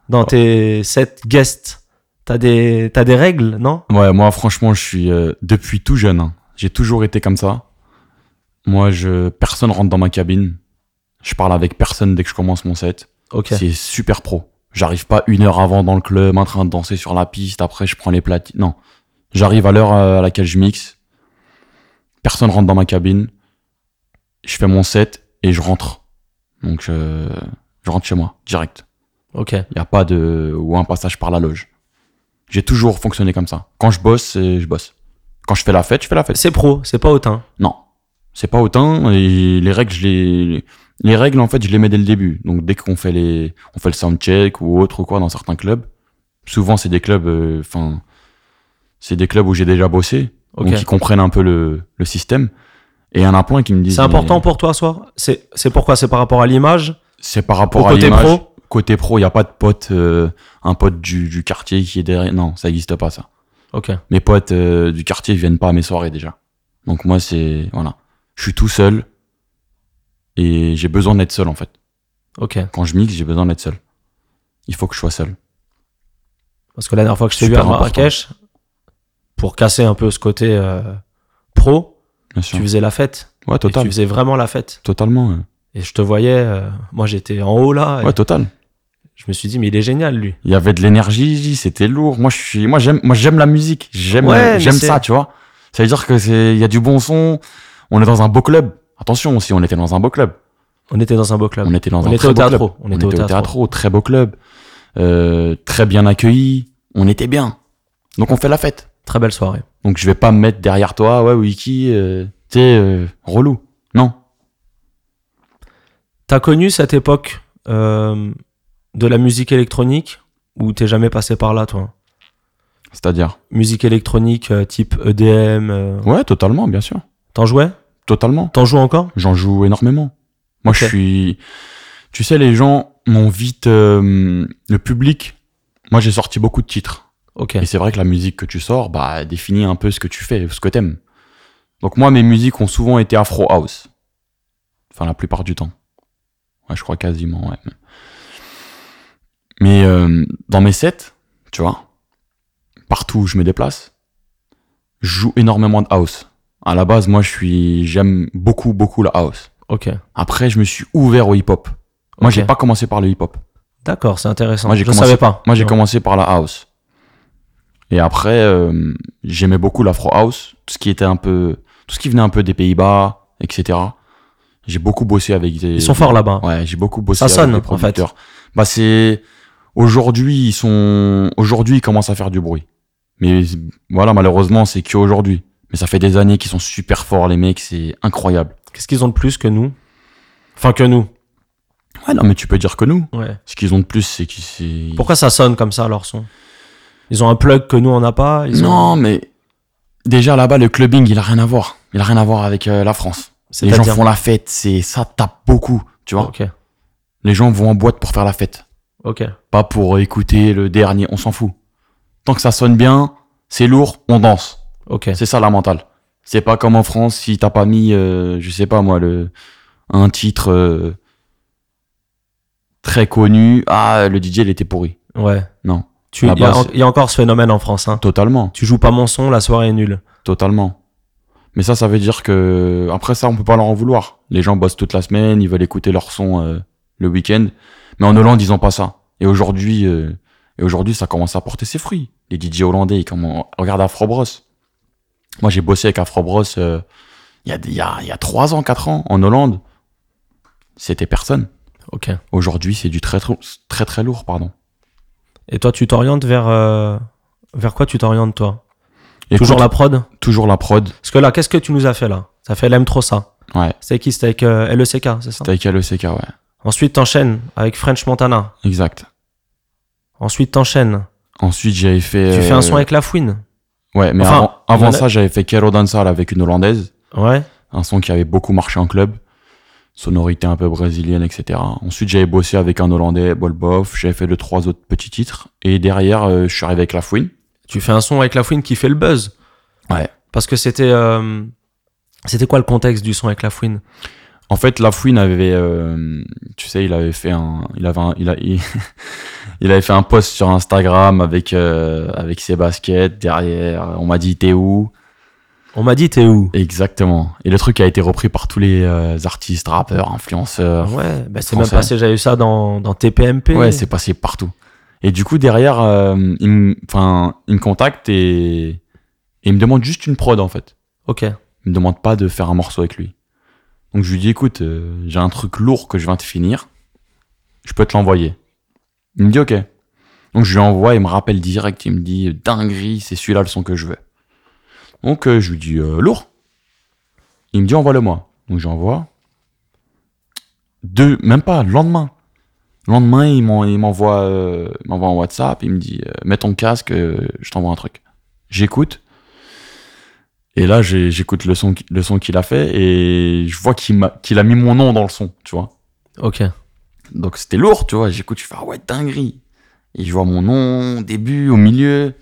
[SPEAKER 1] Dans tes sets guests, t'as des, t'as des règles, non
[SPEAKER 2] Ouais, moi franchement, je suis euh, depuis tout jeune. hein, J'ai toujours été comme ça. Moi, je personne rentre dans ma cabine. Je parle avec personne dès que je commence mon set.
[SPEAKER 1] Ok.
[SPEAKER 2] C'est super pro. J'arrive pas une heure avant dans le club en train de danser sur la piste. Après, je prends les platines. Non, j'arrive à l'heure euh, à laquelle je mixe. Personne rentre dans ma cabine. Je fais mon set et je rentre. Donc, je, je rentre chez moi direct.
[SPEAKER 1] Ok.
[SPEAKER 2] Il n'y a pas de ou un passage par la loge. J'ai toujours fonctionné comme ça. Quand je bosse, euh, je bosse. Quand je fais la fête, je fais la fête.
[SPEAKER 1] C'est pro, c'est pas hautain.
[SPEAKER 2] Non, c'est pas autant. Et les règles, je les les règles en fait, je les mets dès le début. Donc dès qu'on fait les on fait le soundcheck ou autre ou quoi dans certains clubs. Souvent c'est des clubs, euh, enfin c'est des clubs où j'ai déjà bossé,
[SPEAKER 1] Ok.
[SPEAKER 2] donc ils comprennent un peu le, le système. Et il y en a plein qui me disent.
[SPEAKER 1] C'est
[SPEAKER 2] mais
[SPEAKER 1] important pour toi, soir C'est c'est pourquoi C'est par rapport à l'image
[SPEAKER 2] C'est par rapport
[SPEAKER 1] Au
[SPEAKER 2] à
[SPEAKER 1] côté
[SPEAKER 2] l'image.
[SPEAKER 1] pro
[SPEAKER 2] Côté pro, il y a pas de pote, euh, un pote du, du quartier qui est derrière. Non, ça n'existe pas ça.
[SPEAKER 1] Ok.
[SPEAKER 2] mes potes euh, du quartier viennent pas à mes soirées déjà. Donc moi c'est voilà, je suis tout seul et j'ai besoin d'être seul en fait.
[SPEAKER 1] Ok.
[SPEAKER 2] Quand je mixe, j'ai besoin d'être seul. Il faut que je sois seul.
[SPEAKER 1] Parce que la dernière fois que je t'ai vu
[SPEAKER 2] Super
[SPEAKER 1] à Marrakech, pour casser un peu ce côté euh, pro,
[SPEAKER 2] Bien
[SPEAKER 1] tu
[SPEAKER 2] sûr.
[SPEAKER 1] faisais la fête.
[SPEAKER 2] Ouais,
[SPEAKER 1] Et tu
[SPEAKER 2] total.
[SPEAKER 1] faisais vraiment la fête.
[SPEAKER 2] Totalement. ouais.
[SPEAKER 1] Et je te voyais, euh, moi j'étais en haut là, et
[SPEAKER 2] Ouais, total.
[SPEAKER 1] je me suis dit, mais il est génial lui.
[SPEAKER 2] Il y avait de l'énergie, c'était lourd. Moi je suis moi j'aime moi j'aime la musique, j'aime
[SPEAKER 1] Ouais, mais
[SPEAKER 2] j'aime
[SPEAKER 1] c'est-
[SPEAKER 2] ça, tu vois. Ça veut dire que c'est il y a du bon son, on est dans un beau club. Attention, si on était dans un beau club.
[SPEAKER 1] On était dans un beau club.
[SPEAKER 2] On était dans
[SPEAKER 1] On
[SPEAKER 2] un
[SPEAKER 1] était
[SPEAKER 2] très
[SPEAKER 1] au
[SPEAKER 2] beau
[SPEAKER 1] Teatro.
[SPEAKER 2] club.
[SPEAKER 1] On était au Teatro.
[SPEAKER 2] très beau club, Euh, très bien accueilli. On était bien. Donc on fait la fête.
[SPEAKER 1] Très belle soirée.
[SPEAKER 2] Donc je vais pas me mettre derrière toi, ouais Wiki, euh, t'es euh, relou. Non.
[SPEAKER 1] T'as connu cette époque euh, de la musique électronique ou t'es jamais passé par là toi
[SPEAKER 2] C'est-à-dire
[SPEAKER 1] Musique électronique euh, type EDM, euh,
[SPEAKER 2] Ouais, totalement, bien sûr.
[SPEAKER 1] t'en jouais
[SPEAKER 2] totalement.
[SPEAKER 1] T'en joues encore
[SPEAKER 2] J'en joue énormément. Moi, je
[SPEAKER 1] Ok.
[SPEAKER 2] suis. Tu sais, les gens m'ont vite. euh, le public. Moi, j'ai sorti beaucoup de titres.
[SPEAKER 1] Ok.
[SPEAKER 2] Et c'est vrai que la musique que tu sors, bah, définit un peu ce que tu fais, ce que t'aimes. Donc moi, mes musiques ont souvent été Afro House. Enfin, la plupart du temps. Ouais, je crois quasiment, ouais. Mais euh, dans mes sets, tu vois, partout où je me déplace, je joue énormément de house. À la base, moi, je suis, j'aime beaucoup, beaucoup la house.
[SPEAKER 1] Ok.
[SPEAKER 2] Après, je me suis ouvert au hip-hop. Moi,
[SPEAKER 1] Ok.
[SPEAKER 2] j'ai pas commencé par le hip-hop.
[SPEAKER 1] D'accord, c'est intéressant.
[SPEAKER 2] Moi,
[SPEAKER 1] je
[SPEAKER 2] j'ai
[SPEAKER 1] ne
[SPEAKER 2] commencé-
[SPEAKER 1] savais pas.
[SPEAKER 2] Moi, j'ai
[SPEAKER 1] Non.
[SPEAKER 2] commencé par la house. Et après, euh, j'aimais beaucoup l'afro house, tout ce qui était un peu, tout ce qui venait un peu des Pays-Bas, etc. J'ai beaucoup bossé avec des.
[SPEAKER 1] Ils sont forts là-bas. hein.
[SPEAKER 2] Ouais, j'ai beaucoup bossé
[SPEAKER 1] Ça
[SPEAKER 2] avec
[SPEAKER 1] sonne,
[SPEAKER 2] des
[SPEAKER 1] en fait.
[SPEAKER 2] producteurs. Bah, c'est aujourd'hui, ils sont aujourd'hui, ils commencent à faire du bruit. Mais voilà, malheureusement, c'est qu'aujourd'hui. Mais ça fait des années qu'ils sont super forts, les mecs, c'est incroyable.
[SPEAKER 1] Qu'est-ce qu'ils ont de plus que nous Enfin, que nous.
[SPEAKER 2] Ouais, non, mais tu peux dire que nous.
[SPEAKER 1] Ouais.
[SPEAKER 2] Ce qu'ils ont de plus, c'est qu'ils. c'est-
[SPEAKER 1] Pourquoi ça sonne comme ça, leur son Ils ont un plug que nous, on n'a pas ils ont-
[SPEAKER 2] Non, mais déjà là-bas, le clubbing, il a rien à voir. Il a rien à voir avec euh, la France.
[SPEAKER 1] c'est
[SPEAKER 2] Les gens
[SPEAKER 1] à
[SPEAKER 2] font la fête, c'est ça tape beaucoup, tu vois.
[SPEAKER 1] Ok,
[SPEAKER 2] Les gens vont en boîte pour faire la fête,
[SPEAKER 1] ok.
[SPEAKER 2] pas pour écouter le dernier. On s'en fout. Tant que ça sonne bien, c'est lourd, on danse.
[SPEAKER 1] Ok,
[SPEAKER 2] C'est ça la mentale. C'est pas comme en France si t'as pas mis, euh, je sais pas moi, le un titre euh, très connu. Ah, le DJ, il était pourri.
[SPEAKER 1] ouais.
[SPEAKER 2] Non,
[SPEAKER 1] Tu-
[SPEAKER 2] Ah
[SPEAKER 1] Il y, a
[SPEAKER 2] bah,
[SPEAKER 1] en-
[SPEAKER 2] c'est-
[SPEAKER 1] il y a encore ce phénomène en France. Hein.
[SPEAKER 2] totalement.
[SPEAKER 1] Tu joues pas mon son, la soirée est nulle.
[SPEAKER 2] Totalement. Mais ça, ça veut dire que après ça, on peut pas leur en vouloir. Les gens bossent toute la semaine, ils veulent écouter leur son euh, le week-end. Mais en Hollande, ils ont pas ça. Et aujourd'hui, euh, et aujourd'hui, ça commence à porter ses fruits. Les DJ hollandais, ils commencent- regarde Afro Bros. Moi, j'ai bossé avec Afro Bros. euh, Il y a des- il y a il y a trois ans, quatre ans en Hollande. C'était personne.
[SPEAKER 1] Ok.
[SPEAKER 2] Aujourd'hui, c'est du très très très, très lourd, pardon.
[SPEAKER 1] Et toi, tu t'orientes vers. euh, Vers quoi tu t'orientes, toi
[SPEAKER 2] Et
[SPEAKER 1] Toujours la prod
[SPEAKER 2] toujours la prod.
[SPEAKER 1] Parce que là, qu'est-ce que tu nous as fait là Ça fait l'aime trop ça.
[SPEAKER 2] Ouais.
[SPEAKER 1] C'est qui C'était avec euh, LECK, c'est ça
[SPEAKER 2] Taika le CK, ouais.
[SPEAKER 1] Ensuite, t'enchaînes avec French Montana.
[SPEAKER 2] Exact.
[SPEAKER 1] Ensuite, t'enchaînes.
[SPEAKER 2] Ensuite, j'avais fait.
[SPEAKER 1] Tu fais un
[SPEAKER 2] euh,
[SPEAKER 1] son avec La Fouine.
[SPEAKER 2] Ouais, mais
[SPEAKER 1] Enfin,
[SPEAKER 2] avant,
[SPEAKER 1] il y en
[SPEAKER 2] avant
[SPEAKER 1] a-
[SPEAKER 2] ça, j'avais fait Kero Dansa là, avec une Hollandaise,
[SPEAKER 1] Ouais.
[SPEAKER 2] un son qui avait beaucoup marché en club, sonorité un peu brésilienne, etc. Ensuite, j'avais bossé avec un Hollandais, Bolboff, j'avais fait deux, trois autres petits titres, et derrière, euh, je suis arrivé avec La Fouine.
[SPEAKER 1] Tu fais un son avec La Fouine qui fait le buzz.
[SPEAKER 2] Ouais.
[SPEAKER 1] Parce que c'était. euh, C'était quoi le contexte du son avec La Fouine
[SPEAKER 2] En fait, La Fouine avait, euh, tu sais, il avait fait un, il avait, un- il, a- il- [laughs] il avait fait un post sur Instagram avec, euh, avec ses baskets derrière. On m'a dit t'es où
[SPEAKER 1] On m'a dit t'es où
[SPEAKER 2] Exactement. Et le truc a été repris par tous les euh, artistes, rappeurs, influenceurs,
[SPEAKER 1] Ouais, bah c'est même
[SPEAKER 2] français.
[SPEAKER 1] passé, j'avais eu ça dans, dans TPMP.
[SPEAKER 2] Ouais, c'est passé partout. Et du coup, derrière, euh, il, me, enfin, il me contacte et, et il me demande juste une prod, en fait.
[SPEAKER 1] Ok,
[SPEAKER 2] Il me demande pas de faire un morceau avec lui. Donc je lui dis, écoute, euh, j'ai un truc lourd que je viens de finir. Je peux te l'envoyer. Il me dit, ok. Donc je lui envoie, il me rappelle direct, il me dit, dinguerie, c'est celui-là le son que je veux. Donc euh, je lui dis, euh, lourd. Il me dit, envoie-le-moi. Donc j'envoie. Deux, même pas, le lendemain. Le lendemain, il m'en- il m'envoie euh, il m'envoie un WhatsApp, il me dit, euh, mets ton casque, euh, je t'envoie un truc. J'écoute. Et là, j'ai- j'écoute le son, qui- le son qu'il a fait et je vois qu'il m'a- qu'il a mis mon nom dans le son, tu vois.
[SPEAKER 1] ok.
[SPEAKER 2] Donc c'était lourd, tu vois. J'écoute, je fais ah ouais, dinguerie. Et je vois mon nom au début, au milieu.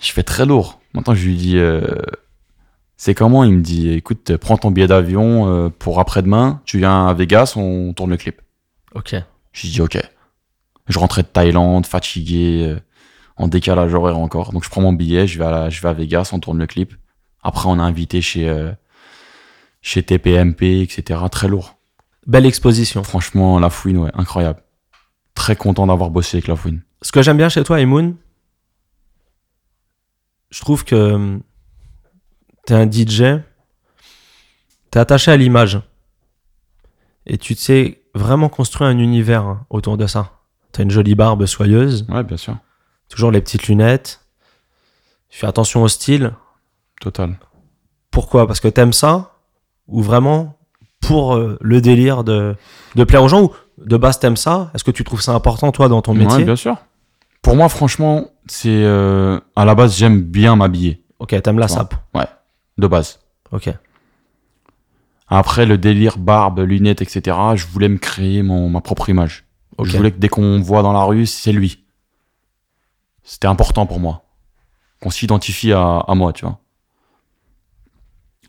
[SPEAKER 2] Je fais très lourd. Maintenant, je lui dis euh, c'est comment Il me dit écoute, prends ton billet d'avion euh, pour après-demain, tu viens à Vegas, on tourne le clip.
[SPEAKER 1] Ok.
[SPEAKER 2] Je dis ok. Je rentrais de Thaïlande, fatigué, euh, en décalage horaire encore. Donc je prends mon billet, je vais à, la- je vais à Vegas, on tourne le clip. Après, on a invité chez, euh, chez TPMP, etc. Très lourd.
[SPEAKER 1] Belle exposition.
[SPEAKER 2] Franchement, La Fouine, ouais, incroyable. Très content d'avoir bossé avec La Fouine.
[SPEAKER 1] Ce que j'aime bien chez toi, Emoun, je trouve que hum, t'es un DJ, t'es attaché à l'image. Et tu sais vraiment construire un univers hein, autour de ça. T'as une jolie barbe soyeuse,
[SPEAKER 2] Ouais, bien sûr.
[SPEAKER 1] toujours les petites lunettes. Tu fais attention au style.
[SPEAKER 2] Total.
[SPEAKER 1] Pourquoi Parce que t'aimes ça Ou vraiment pour euh, le délire de, de plaire aux gens Ou de base t'aimes ça Est-ce que tu trouves ça important toi dans ton métier
[SPEAKER 2] Ouais, bien sûr. Pour moi, franchement, c'est. euh, à la base, j'aime bien m'habiller,
[SPEAKER 1] Ok, t'aimes la
[SPEAKER 2] Ouais.
[SPEAKER 1] sape.
[SPEAKER 2] de base.
[SPEAKER 1] Ok.
[SPEAKER 2] Après, le délire barbe, lunettes, etc., je voulais me créer mon, ma propre image.
[SPEAKER 1] Ok.
[SPEAKER 2] Je voulais que dès qu'on me voit dans la rue, c'est lui. C'était important pour moi. Qu'on s'identifie à, à moi, tu vois.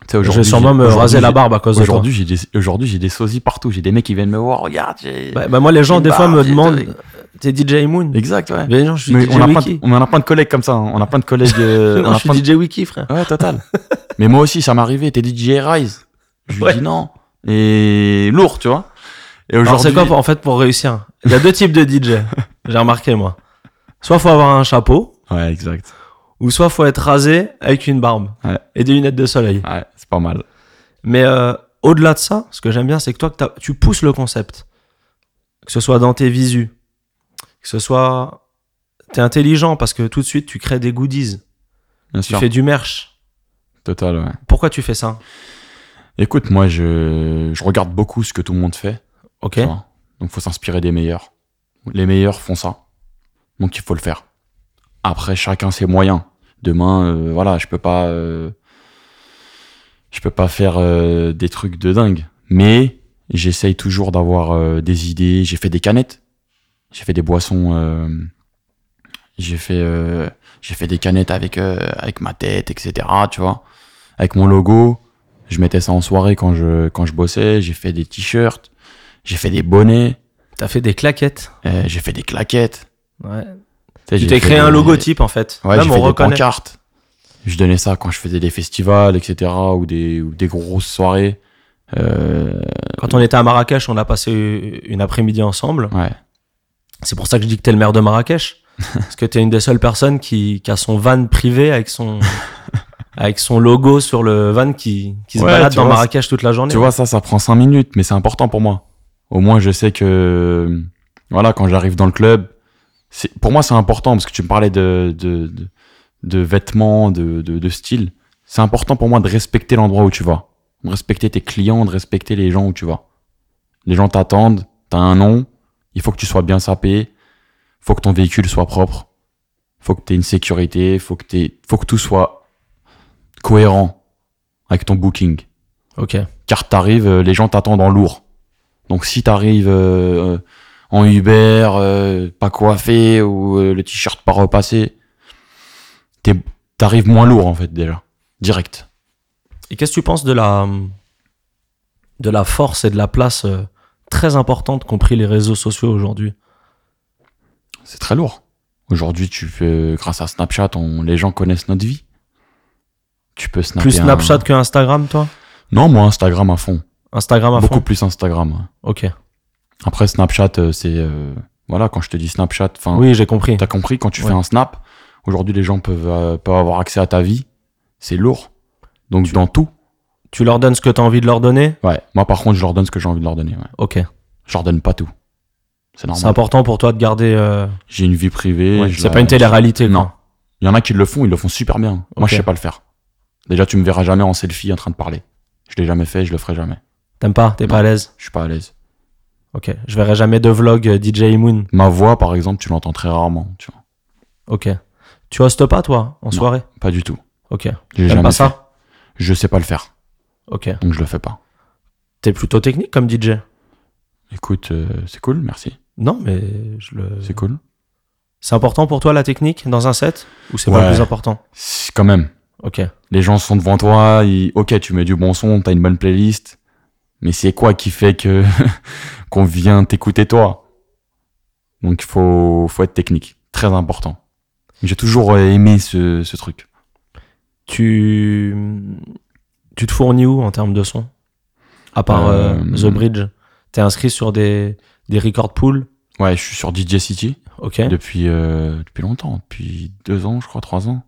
[SPEAKER 2] Tu sais,
[SPEAKER 1] Je
[SPEAKER 2] aujourd'hui,
[SPEAKER 1] vais sûrement me
[SPEAKER 2] aujourd'hui,
[SPEAKER 1] raser la
[SPEAKER 2] j'ai-
[SPEAKER 1] barbe à cause de toi.
[SPEAKER 2] Aujourd'hui, j'ai des, aujourd'hui, j'ai des sosies partout. J'ai des mecs qui viennent me voir. Regarde, j'ai.
[SPEAKER 1] Bah, bah, moi, les gens,
[SPEAKER 2] Une
[SPEAKER 1] des fois, me
[SPEAKER 2] barbe, j'ai
[SPEAKER 1] demandent
[SPEAKER 2] des-
[SPEAKER 1] T'es DJ Moon
[SPEAKER 2] Exact, ouais.
[SPEAKER 1] Mais non, je suis
[SPEAKER 2] Mais
[SPEAKER 1] DJ
[SPEAKER 2] on, a plein de,
[SPEAKER 1] Wiki.
[SPEAKER 2] on en a plein de collègues comme ça. hein. On a plein de collègues.
[SPEAKER 1] [laughs]
[SPEAKER 2] euh,
[SPEAKER 1] Non,
[SPEAKER 2] on a
[SPEAKER 1] je suis
[SPEAKER 2] plein de-
[SPEAKER 1] DJ Wiki, frère.
[SPEAKER 2] Ouais,
[SPEAKER 1] [laughs]
[SPEAKER 2] total. Mais moi aussi, ça m'est arrivé. T'es DJ Rise. Je lui
[SPEAKER 1] Ouais.
[SPEAKER 2] dis non. Et lourd, tu vois. Et
[SPEAKER 1] Alors,
[SPEAKER 2] aujourd'hui.
[SPEAKER 1] c'est quoi, en fait, pour réussir Il y a deux types de
[SPEAKER 2] [laughs]
[SPEAKER 1] DJ. J'ai remarqué, moi. Soit faut avoir un chapeau,
[SPEAKER 2] Ouais, exact.
[SPEAKER 1] ou soit faut être rasé avec une barbe
[SPEAKER 2] Ouais.
[SPEAKER 1] et des lunettes de soleil.
[SPEAKER 2] Ouais, c'est pas mal.
[SPEAKER 1] Mais euh, au-delà de ça, ce que j'aime bien, c'est que toi, que t'as- tu pousses le concept. Que ce soit dans tes visus, que ce soit. T'es intelligent parce que tout de suite, tu crées des goodies,
[SPEAKER 2] Bien
[SPEAKER 1] tu
[SPEAKER 2] sûr.
[SPEAKER 1] fais du merch.
[SPEAKER 2] Total, ouais.
[SPEAKER 1] Pourquoi tu fais ça
[SPEAKER 2] Écoute, moi, je, je regarde beaucoup ce que tout le monde fait.
[SPEAKER 1] Ok.
[SPEAKER 2] tu vois. Donc, faut s'inspirer des meilleurs. Les meilleurs font ça. Donc, il faut le faire. Après, chacun ses moyens. Demain, euh, voilà, je peux pas, euh, je peux pas faire euh, des trucs de dingue. Mais j'essaye toujours d'avoir euh, des idées. J'ai fait des canettes. J'ai fait des boissons. euh, j'ai fait, euh, j'ai fait des canettes avec euh, avec ma tête, etc. Tu vois, avec mon logo. Je mettais ça en soirée quand je quand je bossais. J'ai fait des t-shirts. J'ai fait des bonnets.
[SPEAKER 1] T'as fait des claquettes.
[SPEAKER 2] euh, j'ai fait des claquettes.
[SPEAKER 1] Ouais.
[SPEAKER 2] sais,
[SPEAKER 1] Tu
[SPEAKER 2] j'ai
[SPEAKER 1] t'es
[SPEAKER 2] fait
[SPEAKER 1] créé un
[SPEAKER 2] des-
[SPEAKER 1] logotype en fait.
[SPEAKER 2] Ouais, j'ai
[SPEAKER 1] Même
[SPEAKER 2] fait
[SPEAKER 1] on
[SPEAKER 2] des
[SPEAKER 1] reconnaît.
[SPEAKER 2] pancartes. Je donnais ça quand je faisais des festivals, etc. ou des, ou des grosses soirées. Euh,
[SPEAKER 1] Quand on était à Marrakech, on a passé une après-midi ensemble.
[SPEAKER 2] ouais,
[SPEAKER 1] C'est pour ça que je dis que t'es le maire de
[SPEAKER 2] [laughs]
[SPEAKER 1] Marrakech. parce que t'es une des seules personnes qui, qui a son van privé avec
[SPEAKER 2] [laughs]
[SPEAKER 1] son, avec son logo sur le van qui, qui se
[SPEAKER 2] Ouais,
[SPEAKER 1] balade
[SPEAKER 2] tu
[SPEAKER 1] dans
[SPEAKER 2] vois,
[SPEAKER 1] Marrakech toute la journée.
[SPEAKER 2] Tu vois, ça, ça prend 5 minutes, mais c'est important pour moi. Au moins, je sais que, voilà, quand j'arrive dans le club, c'est, pour moi, c'est important parce que tu me parlais de, de, de, de vêtements, de, de, de style. C'est important pour moi de respecter l'endroit où tu vas. De respecter tes clients, de respecter les gens où tu vas. Les gens t'attendent, t'as un nom, il faut que tu sois bien sapé, faut que ton véhicule soit propre, faut que t'aies une sécurité, faut que t'aies, faut que tout soit cohérent avec ton booking
[SPEAKER 1] Ok.
[SPEAKER 2] car t'arrives, euh, les gens t'attendent en lourd. Donc si t'arrives euh, euh, en Uber, euh, pas coiffé ou euh, le t-shirt pas repassé, t'es- t'arrives moins lourd en fait déjà, direct.
[SPEAKER 1] Et qu'est-ce que tu penses de la, de la force et de la place euh, très importante qu'ont pris les réseaux sociaux aujourd'hui
[SPEAKER 2] C'est très lourd. Aujourd'hui, tu peux, grâce à Snapchat, on, les gens connaissent notre vie. Tu peux snapper.
[SPEAKER 1] Plus
[SPEAKER 2] un-
[SPEAKER 1] Snapchat que Instagram, toi
[SPEAKER 2] Non, moi Instagram à fond.
[SPEAKER 1] Instagram à
[SPEAKER 2] Beaucoup
[SPEAKER 1] fond
[SPEAKER 2] plus Instagram.
[SPEAKER 1] Ok.
[SPEAKER 2] Après Snapchat, euh, c'est euh, voilà quand je te dis Snapchat, enfin
[SPEAKER 1] Oui, j'ai compris.
[SPEAKER 2] T'as compris, quand tu
[SPEAKER 1] Ouais.
[SPEAKER 2] fais un snap, aujourd'hui les gens peuvent, euh, peuvent avoir accès à ta vie. C'est lourd. Donc
[SPEAKER 1] Tu-
[SPEAKER 2] dans tout.
[SPEAKER 1] Tu leur donnes ce que t'as envie de leur donner
[SPEAKER 2] Ouais. Moi par contre, je leur donne ce que j'ai envie de leur donner. ouais.
[SPEAKER 1] Ok.
[SPEAKER 2] Je leur donne pas tout. C'est
[SPEAKER 1] C'est
[SPEAKER 2] normal.
[SPEAKER 1] important pour toi de garder. euh,
[SPEAKER 2] J'ai une vie privée.
[SPEAKER 1] ouais,
[SPEAKER 2] je
[SPEAKER 1] c'est
[SPEAKER 2] la-
[SPEAKER 1] pas une télé-réalité,
[SPEAKER 2] Non.
[SPEAKER 1] quoi.
[SPEAKER 2] Il y en a qui le font, ils le font super bien. Moi
[SPEAKER 1] Ok.
[SPEAKER 2] je sais pas le faire. Déjà tu me verras jamais en selfie en train de parler. Je l'ai jamais fait, je le ferai jamais.
[SPEAKER 1] T'aimes pas T'es pas à l'aise
[SPEAKER 2] Je suis pas à l'aise.
[SPEAKER 1] Ok. Je verrai jamais de vlog euh, DJ Moon.
[SPEAKER 2] Ma voix par exemple, tu l'entends très rarement. Tu vois.
[SPEAKER 1] Ok. Tu hostes pas, toi, en
[SPEAKER 2] Non.
[SPEAKER 1] soirée
[SPEAKER 2] Pas du tout.
[SPEAKER 1] Ok.
[SPEAKER 2] J'ai
[SPEAKER 1] T'aimes
[SPEAKER 2] jamais
[SPEAKER 1] pas
[SPEAKER 2] fait.
[SPEAKER 1] ça
[SPEAKER 2] Je sais pas le faire,
[SPEAKER 1] Ok.
[SPEAKER 2] donc je le fais pas.
[SPEAKER 1] T'es plutôt technique comme DJ
[SPEAKER 2] Écoute, euh, c'est cool, merci.
[SPEAKER 1] Non, mais je le.
[SPEAKER 2] C'est cool.
[SPEAKER 1] C'est important pour toi la technique dans un set Ou c'est pas
[SPEAKER 2] Ouais.
[SPEAKER 1] le plus important
[SPEAKER 2] C'est- Quand même.
[SPEAKER 1] Ok.
[SPEAKER 2] les gens sont devant toi, ils- ok, tu mets du bon son, t'as une bonne playlist, mais c'est quoi qui fait que [laughs] qu'on vient t'écouter toi Donc il faut, faut être technique, très important. J'ai toujours euh, aimé ce, ce truc.
[SPEAKER 1] Tu. Tu te fournis où en termes de son À part euh,
[SPEAKER 2] Euh,
[SPEAKER 1] The Bridge T'es inscrit sur des, des record pools
[SPEAKER 2] Ouais, je suis sur DJ City
[SPEAKER 1] Ok.
[SPEAKER 2] depuis, euh, depuis longtemps, depuis deux ans, je crois, trois ans.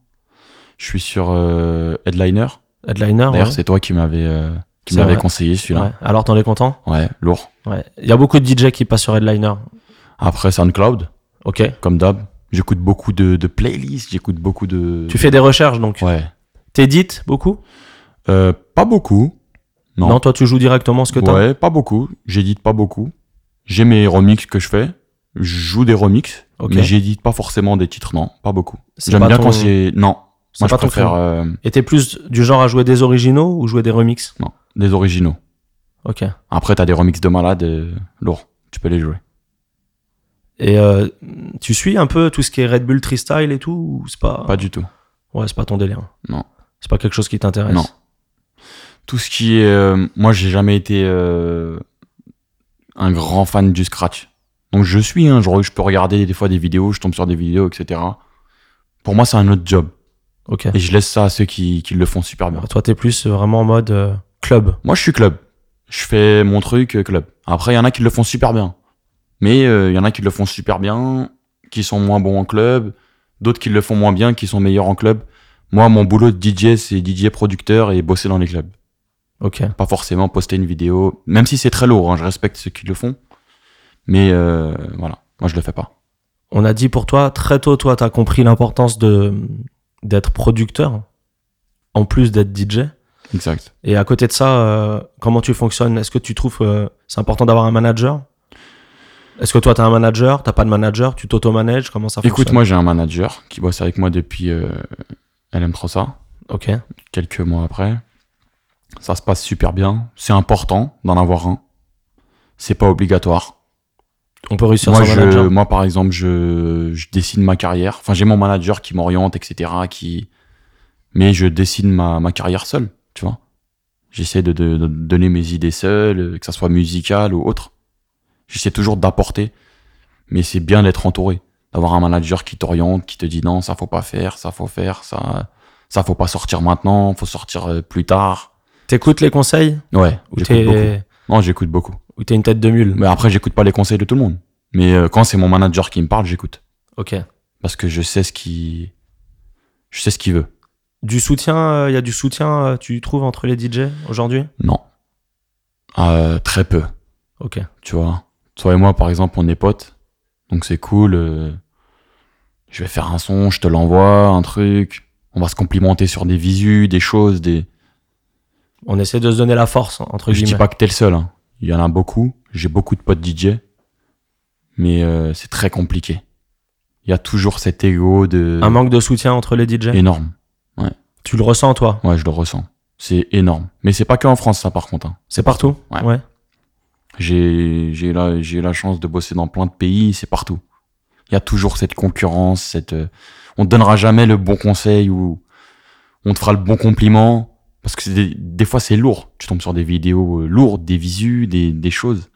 [SPEAKER 2] Je suis sur euh, Headliner.
[SPEAKER 1] Headliner Ah ouais.
[SPEAKER 2] D'ailleurs, c'est toi qui m'avais euh, qui
[SPEAKER 1] C'est
[SPEAKER 2] m'avais
[SPEAKER 1] vrai.
[SPEAKER 2] conseillé celui-là.
[SPEAKER 1] Ouais. Alors t'en es content
[SPEAKER 2] Ouais. lourd.
[SPEAKER 1] Ouais. Il y a beaucoup de DJ qui passent sur Headliner.
[SPEAKER 2] Après SoundCloud,
[SPEAKER 1] Ok.
[SPEAKER 2] comme d'hab, j'écoute beaucoup de, de playlists, j'écoute beaucoup de.
[SPEAKER 1] Tu fais des recherches donc
[SPEAKER 2] Ouais.
[SPEAKER 1] T'édites beaucoup
[SPEAKER 2] Euh, pas beaucoup. Non.
[SPEAKER 1] toi tu joues directement ce que t'as.
[SPEAKER 2] ouais, pas beaucoup. J'édite pas beaucoup. J'ai mes remixes que je fais. Je joue des remixes,
[SPEAKER 1] Ok.
[SPEAKER 2] mais j'édite pas forcément des titres, non, pas beaucoup.
[SPEAKER 1] C'est
[SPEAKER 2] J'aime
[SPEAKER 1] pas
[SPEAKER 2] bien
[SPEAKER 1] ton-
[SPEAKER 2] quand c'est non.
[SPEAKER 1] c'est
[SPEAKER 2] Moi, je
[SPEAKER 1] pas ton créneau.
[SPEAKER 2] préfère euh,
[SPEAKER 1] Et t'es plus du genre à jouer des originaux ou jouer des remixes
[SPEAKER 2] non des originaux.
[SPEAKER 1] Ok.
[SPEAKER 2] Après, t'as des remixes de malades euh, lourds. Tu peux les jouer.
[SPEAKER 1] Et euh, tu suis un peu tout ce qui est Red Bull Freestyle et tout ou c'est pas...
[SPEAKER 2] Pas du tout.
[SPEAKER 1] Ouais, c'est pas ton délire.
[SPEAKER 2] Non.
[SPEAKER 1] C'est pas quelque chose qui t'intéresse.
[SPEAKER 2] Non. Tout ce qui est. euh, moi, j'ai jamais été euh, un grand fan du scratch. Donc, je suis, hein, genre, je peux regarder des fois des vidéos, je tombe sur des vidéos, etc. Pour moi, c'est un autre job.
[SPEAKER 1] Ok.
[SPEAKER 2] Et je laisse ça à ceux qui, qui le font super bien.
[SPEAKER 1] Alors, toi, t'es plus vraiment en mode euh, club.
[SPEAKER 2] Moi, je suis club. Je fais mon truc euh, club. Après, il y en a qui le font super bien. Mais euh, il y en a qui le font super bien, qui sont moins bons en club. D'autres qui le font moins bien, qui sont meilleurs en club. Moi, mon boulot de DJ, c'est DJ producteur et bosser dans les clubs.
[SPEAKER 1] Ok.
[SPEAKER 2] Pas forcément poster une vidéo, même si c'est très lourd, hein, je respecte ceux qui le font. Mais euh, voilà, moi je le fais pas.
[SPEAKER 1] On a dit pour toi, très tôt, toi, t'as compris l'importance de d'être producteur, en plus d'être DJ.
[SPEAKER 2] Exact.
[SPEAKER 1] Et à côté de ça, euh, comment tu fonctionnes Est-ce que tu trouves euh, c'est important d'avoir un manager Est-ce que toi, t'as un manager T'as pas de manager Tu t'auto-manages Comment ça
[SPEAKER 2] Écoute,
[SPEAKER 1] fonctionne
[SPEAKER 2] moi j'ai un manager qui bosse avec moi depuis, euh, elle aime trop ça,
[SPEAKER 1] Écoute-moi. Ok.
[SPEAKER 2] quelques mois après. Ça se passe super bien. C'est important d'en avoir un. C'est pas obligatoire.
[SPEAKER 1] On peut réussir
[SPEAKER 2] moi,
[SPEAKER 1] sans
[SPEAKER 2] je-
[SPEAKER 1] manager.
[SPEAKER 2] moi, par exemple, je, je dessine ma carrière. Enfin, j'ai mon manager qui m'oriente, etc. Qui... Mais je dessine ma, ma carrière seul, tu vois. J'essaie de, de- de donner mes idées seul, euh, que ça soit musical ou autre. J'essaie toujours d'apporter. Mais c'est bien d'être entouré. D'avoir un manager qui t'oriente, qui te dit non, ça faut pas faire, ça faut faire, ça, ça faut pas sortir maintenant, faut sortir euh, plus tard.
[SPEAKER 1] T'écoutes les conseils
[SPEAKER 2] Ouais,
[SPEAKER 1] ou
[SPEAKER 2] j'écoute beaucoup.
[SPEAKER 1] t'es
[SPEAKER 2] Non, j'écoute beaucoup.
[SPEAKER 1] ou t'es une tête de mule
[SPEAKER 2] Mais après, j'écoute pas les conseils de tout le monde. Mais euh, quand c'est mon manager qui me parle, j'écoute.
[SPEAKER 1] Ok.
[SPEAKER 2] parce que je sais ce qu'il je sais ce qu'il veut.
[SPEAKER 1] Du soutien, il y a du soutien, euh, tu trouves entre les DJ aujourd'hui
[SPEAKER 2] Non. Euh, très peu,
[SPEAKER 1] Ok.
[SPEAKER 2] tu vois. Toi et moi par exemple, on est potes. Donc c'est cool euh, je vais faire un son, je te l'envoie, un truc, on va se complimenter sur des visus, des choses, des
[SPEAKER 1] On essaie de se donner la force, entre
[SPEAKER 2] Je
[SPEAKER 1] guillemets.
[SPEAKER 2] dis pas que t'es le seul, hein. il y en a beaucoup, j'ai beaucoup de potes DJ. Mais euh, c'est très compliqué. Il y a toujours cet ego de
[SPEAKER 1] Un manque de soutien entre les DJ.
[SPEAKER 2] énorme.
[SPEAKER 1] Tu le ressens, toi
[SPEAKER 2] Ouais, je le ressens. C'est énorme. Mais c'est pas que en France ça par contre. hein.
[SPEAKER 1] C'est partout
[SPEAKER 2] Ouais. J'ai j'ai la, j'ai la chance de bosser dans plein de pays, c'est partout. Il y a toujours cette concurrence, cette, euh, on te donnera jamais le bon conseil ou on te fera le bon compliment. Parce que c'est des, des fois, c'est lourd. Tu tombes sur des vidéos euh, lourdes, des visus, des, des choses.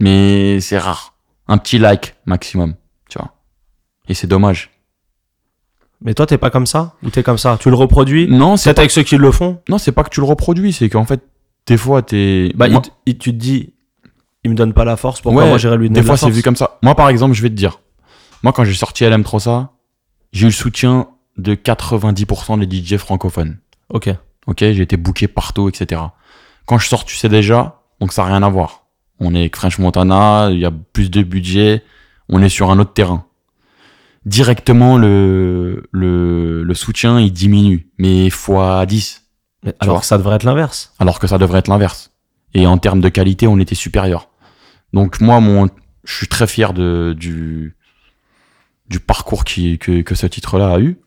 [SPEAKER 2] Mais c'est rare. Un petit like maximum, tu vois. Et c'est dommage.
[SPEAKER 1] Mais toi, t'es pas comme ça Ou t'es comme ça Tu le reproduis
[SPEAKER 2] Non, c'est
[SPEAKER 1] Peut-être
[SPEAKER 2] pas,
[SPEAKER 1] avec ceux qui le font
[SPEAKER 2] non, c'est pas que tu le reproduis, c'est qu'en fait, des fois, t'es...
[SPEAKER 1] Bah,
[SPEAKER 2] Moi-
[SPEAKER 1] il, il- tu te dis, il me donne pas la force, pourquoi
[SPEAKER 2] Ouais,
[SPEAKER 1] moi j'irais lui donner
[SPEAKER 2] Des fois,
[SPEAKER 1] la
[SPEAKER 2] c'est
[SPEAKER 1] force
[SPEAKER 2] vu comme ça. Moi, par exemple, je vais te dire. Moi, quand j'ai sorti LM trop ça, j'ai eu le soutien de 90% des DJ francophones.
[SPEAKER 1] Ok.
[SPEAKER 2] Ok, j'ai été booké partout, etc. Quand je sors, tu sais déjà, donc ça n'a rien à voir. On est avec French Montana, il y a plus de budget, on est sur un autre terrain. Directement, le, le, le soutien, il diminue, mais fois 10,
[SPEAKER 1] Mais alors
[SPEAKER 2] vois.
[SPEAKER 1] que ça devrait être l'inverse.
[SPEAKER 2] alors que ça devrait être l'inverse. Et en termes de qualité, on était supérieur. Donc moi, mon, je suis très fier de, du, du parcours qui, que, que ce titre-là a eu.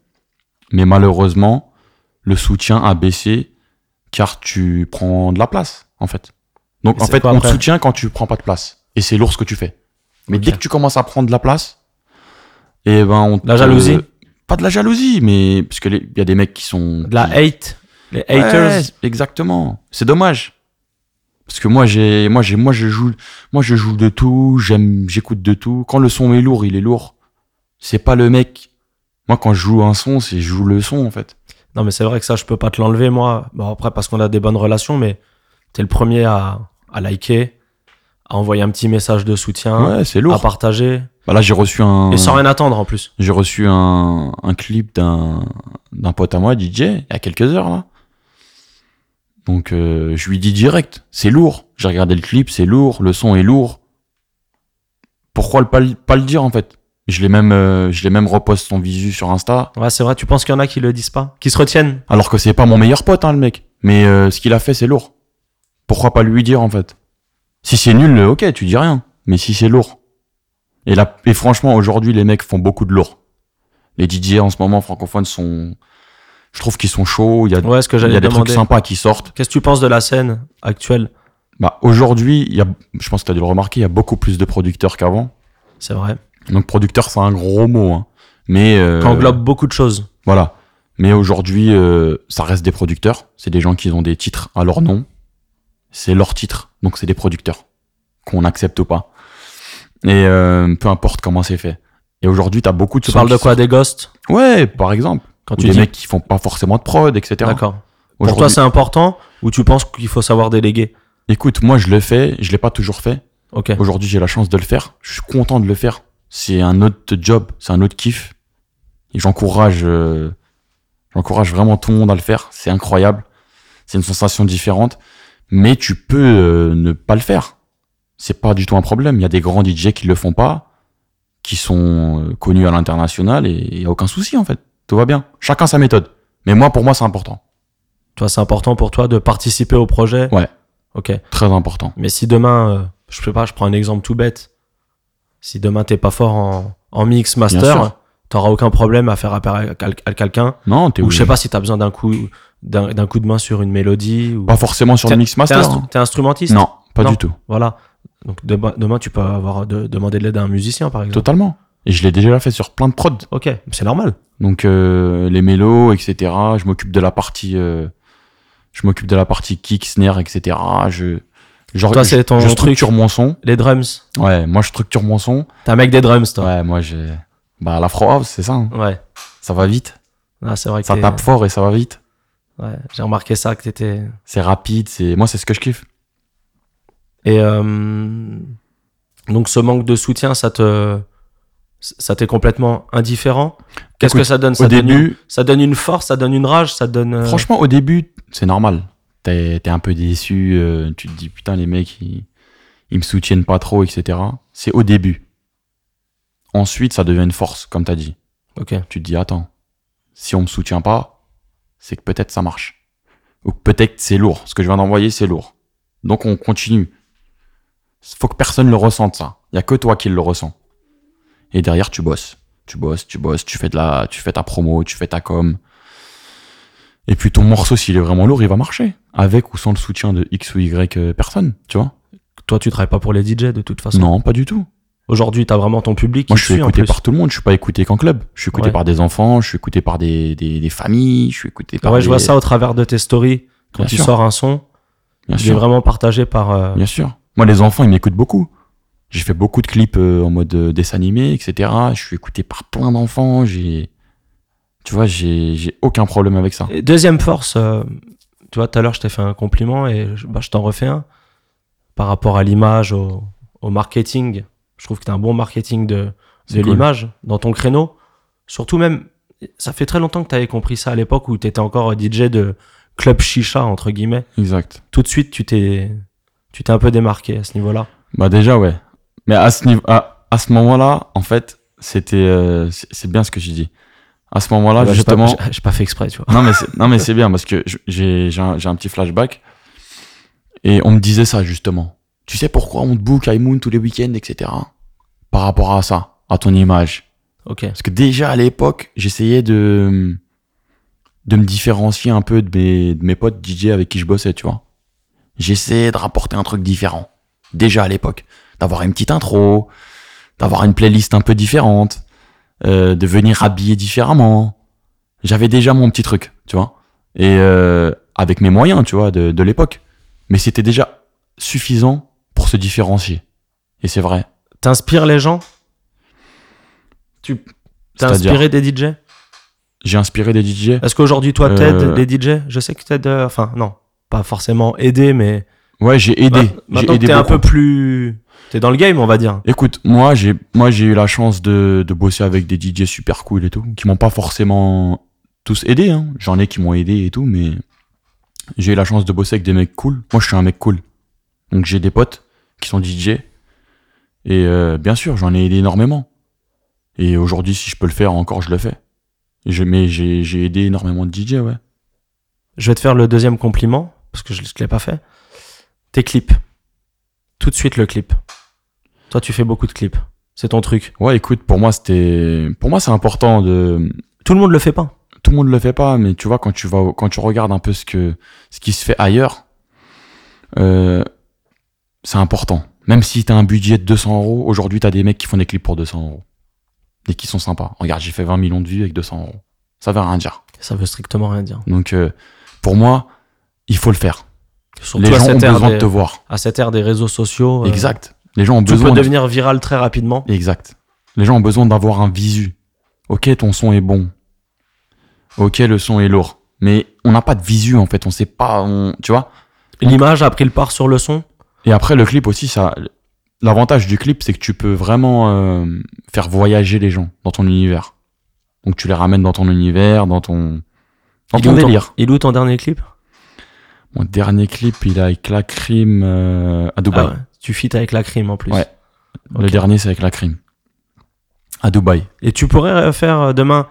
[SPEAKER 2] Mais malheureusement, le soutien a baissé car tu prends de la place, en fait. Donc
[SPEAKER 1] Et
[SPEAKER 2] en
[SPEAKER 1] c'est
[SPEAKER 2] fait,
[SPEAKER 1] quoi
[SPEAKER 2] on te
[SPEAKER 1] après
[SPEAKER 2] soutient quand tu prends pas de place. Et c'est lourd ce que tu fais. Mais
[SPEAKER 1] Ok.
[SPEAKER 2] dès que tu commences à prendre de la place, et ben on
[SPEAKER 1] La
[SPEAKER 2] te-
[SPEAKER 1] jalousie
[SPEAKER 2] Pas de la jalousie, mais parce que les- il y a des mecs qui sont
[SPEAKER 1] De la
[SPEAKER 2] qui-
[SPEAKER 1] hate. Les haters.
[SPEAKER 2] Ouais, exactement. C'est dommage. Parce que moi j'ai moi j'ai moi je joue moi je joue de tout, j'aime j'écoute de tout. Quand le son est lourd, il est lourd. C'est pas le mec. Moi quand je joue un son, c'est je joue le son en fait.
[SPEAKER 1] Non, mais c'est vrai que ça, je peux pas te l'enlever, moi. Bon, après, parce qu'on a des bonnes relations, mais t'es le premier à, à liker, à envoyer un petit message de soutien,
[SPEAKER 2] ouais, c'est
[SPEAKER 1] Hein. à
[SPEAKER 2] lourd.
[SPEAKER 1] partager,
[SPEAKER 2] Bah là j'ai reçu un
[SPEAKER 1] et sans rien attendre en plus.
[SPEAKER 2] j'ai reçu un, un clip d'un d'un pote à moi DJ il y a quelques heures là. Donc euh, je lui dis direct, c'est lourd. J'ai regardé le clip, c'est lourd, le son est lourd. Pourquoi le pas, le- pas le dire en fait Je l'ai même euh, je l'ai même reposte son visu sur Insta
[SPEAKER 1] Ouais, c'est vrai, tu penses qu'il y en a qui le disent pas Qui se retiennent
[SPEAKER 2] alors que c'est pas mon meilleur pote hein, le mec. Mais euh, ce qu'il a fait c'est lourd. Pourquoi pas lui dire en fait Si c'est nul, euh, OK, tu dis rien, mais si c'est lourd. Et là et franchement aujourd'hui les mecs font beaucoup de lourd. Les DJ en ce moment francophones sont je trouve qu'ils sont chauds, il y a
[SPEAKER 1] Ouais, ce que
[SPEAKER 2] il y
[SPEAKER 1] j'allais
[SPEAKER 2] a
[SPEAKER 1] te
[SPEAKER 2] des trucs
[SPEAKER 1] demander.
[SPEAKER 2] sympas qui sortent.
[SPEAKER 1] Qu'est-ce que tu penses de la scène actuelle
[SPEAKER 2] Bah, aujourd'hui, il y a, je pense que tu as dû le remarquer, il y a beaucoup plus de producteurs qu'avant.
[SPEAKER 1] C'est vrai.
[SPEAKER 2] Donc producteur, c'est un gros mot. Hein. Mais euh,
[SPEAKER 1] Qui englobe beaucoup de choses.
[SPEAKER 2] Voilà. Mais aujourd'hui, euh, ça reste des producteurs. C'est des gens qui ont des titres à leur nom. C'est leur titre. Donc, c'est des producteurs. Qu'on accepte ou pas. Et euh, peu importe comment c'est fait. Et aujourd'hui, t'as beaucoup de
[SPEAKER 1] Tu
[SPEAKER 2] sons
[SPEAKER 1] parles
[SPEAKER 2] qui
[SPEAKER 1] de quoi Des ghosts
[SPEAKER 2] sont- Ouais, par exemple.
[SPEAKER 1] Quand
[SPEAKER 2] Ou
[SPEAKER 1] tu
[SPEAKER 2] des
[SPEAKER 1] dis.
[SPEAKER 2] mecs qui font pas forcément de prod, etc.
[SPEAKER 1] D'accord. Pour
[SPEAKER 2] Aujourd'hui-
[SPEAKER 1] toi, c'est important ou tu penses qu'il faut savoir déléguer
[SPEAKER 2] Écoute, moi, je le fais. Je l'ai pas toujours fait.
[SPEAKER 1] Ok.
[SPEAKER 2] Aujourd'hui, j'ai la chance de le faire. Je suis content de le faire. C'est un autre job, c'est un autre kiff. Et j'encourage, euh, j'encourage vraiment tout le monde à le faire. C'est incroyable. C'est une sensation différente. Mais tu peux euh, ne pas le faire. C'est pas du tout un problème. Il y a des grands DJ qui le font pas, qui sont euh, connus à l'international et il y a aucun souci en fait. Tout va bien. Chacun sa méthode. Mais moi, pour moi, c'est important.
[SPEAKER 1] Toi, c'est important pour toi de participer au projet
[SPEAKER 2] Ouais.
[SPEAKER 1] Ok.
[SPEAKER 2] Très important.
[SPEAKER 1] Mais si demain, euh, je sais pas, je prends un exemple tout bête. Si demain t'es pas fort en, en mix
[SPEAKER 2] Bien
[SPEAKER 1] master,
[SPEAKER 2] sûr.
[SPEAKER 1] t'auras aucun problème à faire appel à, quel- à quelqu'un.
[SPEAKER 2] Non, t'es
[SPEAKER 1] Ou je sais
[SPEAKER 2] obligé.
[SPEAKER 1] pas si t'as besoin d'un coup d'un d'un coup de main sur une mélodie. Ou...
[SPEAKER 2] Pas forcément sur le mix
[SPEAKER 1] T'es
[SPEAKER 2] master.
[SPEAKER 1] instru- t'es instrumentiste.
[SPEAKER 2] Non, pas
[SPEAKER 1] Non.
[SPEAKER 2] du tout.
[SPEAKER 1] Voilà. Donc demain, demain, tu peux avoir de, demander de l'aide à un musicien, par exemple.
[SPEAKER 2] Totalement. Et je l'ai déjà fait sur plein de prods.
[SPEAKER 1] Ok, c'est normal.
[SPEAKER 2] Donc euh, les mélos, etc. Je m'occupe de la partie, euh, je m'occupe de la partie kick, snare, etc. Je, genre,
[SPEAKER 1] Toi, c'est
[SPEAKER 2] je-
[SPEAKER 1] ton
[SPEAKER 2] je structure
[SPEAKER 1] truc.
[SPEAKER 2] mon son.
[SPEAKER 1] Les drums.
[SPEAKER 2] Ouais, moi je structure mon son.
[SPEAKER 1] T'es un mec des drums, toi.
[SPEAKER 2] Ouais, moi j'ai, bah l'afro house, c'est ça. hein.
[SPEAKER 1] Ouais.
[SPEAKER 2] Ça va vite,
[SPEAKER 1] Ah, c'est vrai que
[SPEAKER 2] ça
[SPEAKER 1] t'es-
[SPEAKER 2] tape fort et ça va vite.
[SPEAKER 1] Ouais, j'ai remarqué ça que t'étais.
[SPEAKER 2] C'est rapide, c'est, moi c'est ce que je kiffe.
[SPEAKER 1] Et euh, donc ce manque de soutien, ça te, ça t'est complètement indifférent. Qu'est-ce
[SPEAKER 2] Écoute,
[SPEAKER 1] que ça donne
[SPEAKER 2] Au
[SPEAKER 1] ça donne, une,
[SPEAKER 2] début,
[SPEAKER 1] ça donne une force, ça donne une rage, ça donne. euh,
[SPEAKER 2] Franchement, au début, c'est normal. T'es t'es un peu déçu, euh, tu te dis putain, les mecs, ils, ils me soutiennent pas trop, etc. C'est au début. Ensuite, ça devient une force, comme t'as dit.
[SPEAKER 1] Ok.
[SPEAKER 2] Tu te dis, attends, si on me soutient pas, c'est que peut-être ça marche. Ou que peut-être c'est lourd. Ce que je viens d'envoyer, c'est lourd. Donc on continue. Faut que personne le ressente, ça. Il y a que toi qui le ressens. Et derrière, tu bosses. Tu bosses, tu bosses, tu fais de la, tu fais ta promo, tu fais ta com. Et puis ton morceau, s'il est vraiment lourd, il va marcher. Avec ou sans le soutien de X ou Y euh, personne, tu vois.
[SPEAKER 1] Toi, tu travailles pas pour les DJ de toute façon.
[SPEAKER 2] Non, pas du tout.
[SPEAKER 1] Aujourd'hui, t'as vraiment ton public qui
[SPEAKER 2] Moi,
[SPEAKER 1] te
[SPEAKER 2] je suis
[SPEAKER 1] suit en
[SPEAKER 2] écouté
[SPEAKER 1] plus.
[SPEAKER 2] par tout le monde. Je suis pas écouté qu'en club. Je suis écouté
[SPEAKER 1] Ouais.
[SPEAKER 2] par des enfants. Je suis écouté par des, des, des familles. Je suis écouté par.
[SPEAKER 1] ouais, je vois
[SPEAKER 2] des-
[SPEAKER 1] ça au travers de tes stories quand
[SPEAKER 2] Bien
[SPEAKER 1] tu
[SPEAKER 2] sûr.
[SPEAKER 1] sors un son.
[SPEAKER 2] Bien
[SPEAKER 1] Il est
[SPEAKER 2] sûr.
[SPEAKER 1] vraiment partagé par. euh,
[SPEAKER 2] Bien sûr. Moi, les enfants, ils m'écoutent beaucoup. J'ai fait beaucoup de clips euh, en mode euh, dessin animé, etc. Je suis écouté par plein d'enfants. J'ai, tu vois, j'ai, j'ai aucun problème avec ça.
[SPEAKER 1] Et deuxième force, euh, tu vois, tout à l'heure, je t'ai fait un compliment et je, bah, je t'en refais un. Par rapport à l'image, au, au marketing, je trouve que tu as un bon marketing de,
[SPEAKER 2] C'est
[SPEAKER 1] de
[SPEAKER 2] cool.
[SPEAKER 1] l'image dans ton créneau. Surtout même, ça fait très longtemps que tu avais compris ça à l'époque où tu étais encore DJ de club chicha, entre guillemets.
[SPEAKER 2] Exact.
[SPEAKER 1] Tout de suite, tu t'es tu t'es un peu démarqué à ce niveau-là.
[SPEAKER 2] Bah déjà, ouais. Mais à ce niveau, à, à ce moment-là, en fait, c'était, euh, c'est, c'est bien ce que j'ai dit. À ce moment-là,
[SPEAKER 1] Bah, j'ai pas-
[SPEAKER 2] justement.
[SPEAKER 1] J'ai j'ai pas fait exprès, tu vois.
[SPEAKER 2] Non mais c'est, non mais c'est bien parce que je- j'ai j'ai un, j'ai un petit flashback et on me disait ça justement. Tu sais pourquoi on te book Moon tous les week-ends etc. Par rapport à ça, à ton image.
[SPEAKER 1] Ok.
[SPEAKER 2] Parce que déjà à l'époque j'essayais de de me différencier un peu de mes de mes potes DJ avec qui je bossais tu vois. J'essayais de rapporter un truc différent. Déjà à l'époque, d'avoir une petite intro, d'avoir une playlist un peu différente, euh, de venir habiller différemment j'avais déjà mon petit truc, tu vois. Et euh, avec mes moyens, tu vois, de, de l'époque. Mais c'était déjà suffisant pour se différencier. Et c'est vrai.
[SPEAKER 1] T'inspires les gens Tu t'es
[SPEAKER 2] C'est-à-dire-
[SPEAKER 1] inspiré des DJ
[SPEAKER 2] J'ai inspiré des DJ.
[SPEAKER 1] Est-ce qu'aujourd'hui, toi,
[SPEAKER 2] Euh,
[SPEAKER 1] t'aides des DJ Je sais que t'aides. euh, Enfin, non, pas forcément aider, mais.
[SPEAKER 2] Ouais, j'ai aidé.
[SPEAKER 1] Ma-
[SPEAKER 2] j'ai
[SPEAKER 1] Bah, Maintenant que
[SPEAKER 2] aidé
[SPEAKER 1] t'es un
[SPEAKER 2] beaucoup.
[SPEAKER 1] peu plus. T'es dans le game, on va dire.
[SPEAKER 2] Écoute, moi j'ai moi j'ai eu la chance de, de bosser avec des DJ super cool et tout, qui m'ont pas forcément tous aidé. Hein. J'en ai qui m'ont aidé et tout, mais j'ai eu la chance de bosser avec des mecs cool. Moi je suis un mec cool, donc j'ai des potes qui sont DJ et euh, bien sûr j'en ai aidé énormément. Et aujourd'hui si je peux le faire encore je le fais. Et je, mais j'ai j'ai aidé énormément de DJ ouais.
[SPEAKER 1] Je vais te faire le deuxième compliment, parce que je ne l'ai pas fait. Tes clips. Tout de suite, le clip. Toi, tu fais beaucoup de clips. C'est ton truc.
[SPEAKER 2] Ouais écoute pour moi c'était pour moi c'est important de
[SPEAKER 1] Tout le monde le fait pas.
[SPEAKER 2] tout le monde le fait pas, mais tu vois quand tu vas au- quand tu regardes un peu ce que ce qui se fait ailleurs, euh, c'est important. Même si t'as un budget de 200 euros, aujourd'hui t'as des mecs qui font des clips pour 200 euros. Et qui sont sympas. Regarde, j'ai fait 20 millions de vues avec 200 euros. Ça veut rien dire.
[SPEAKER 1] Ça veut strictement rien dire.
[SPEAKER 2] Donc, euh, pour moi, il faut le faire.
[SPEAKER 1] Surtout
[SPEAKER 2] Les
[SPEAKER 1] à,
[SPEAKER 2] gens ont
[SPEAKER 1] cette ère
[SPEAKER 2] besoin de
[SPEAKER 1] des-
[SPEAKER 2] te voir.
[SPEAKER 1] à cette ère des réseaux sociaux. euh,
[SPEAKER 2] Exact. Les gens ont
[SPEAKER 1] Tu
[SPEAKER 2] besoin
[SPEAKER 1] peux
[SPEAKER 2] de-
[SPEAKER 1] devenir viral très rapidement.
[SPEAKER 2] Exact. Les gens ont besoin d'avoir un visu. Ok, ton son est bon. Ok, le son est lourd. Mais on n'a pas de visu en fait. On sait pas. on- Tu vois.
[SPEAKER 1] L'image a pris le part sur le son.
[SPEAKER 2] Et après le clip aussi, ça. L'avantage du clip, c'est que tu peux vraiment euh, faire voyager les gens dans ton univers. Donc tu les ramènes dans ton univers, dans ton dans
[SPEAKER 1] Il
[SPEAKER 2] ton
[SPEAKER 1] est où ton-
[SPEAKER 2] délire.
[SPEAKER 1] Il est où ton dernier clip
[SPEAKER 2] Mon dernier clip, il est avec la crime euh, à Dubaï.
[SPEAKER 1] Ah ouais. Tu fites avec la crime en plus.
[SPEAKER 2] Ouais.
[SPEAKER 1] Ok.
[SPEAKER 2] Le dernier, c'est avec la crime à Dubaï.
[SPEAKER 1] Et tu pourrais euh, faire euh, demain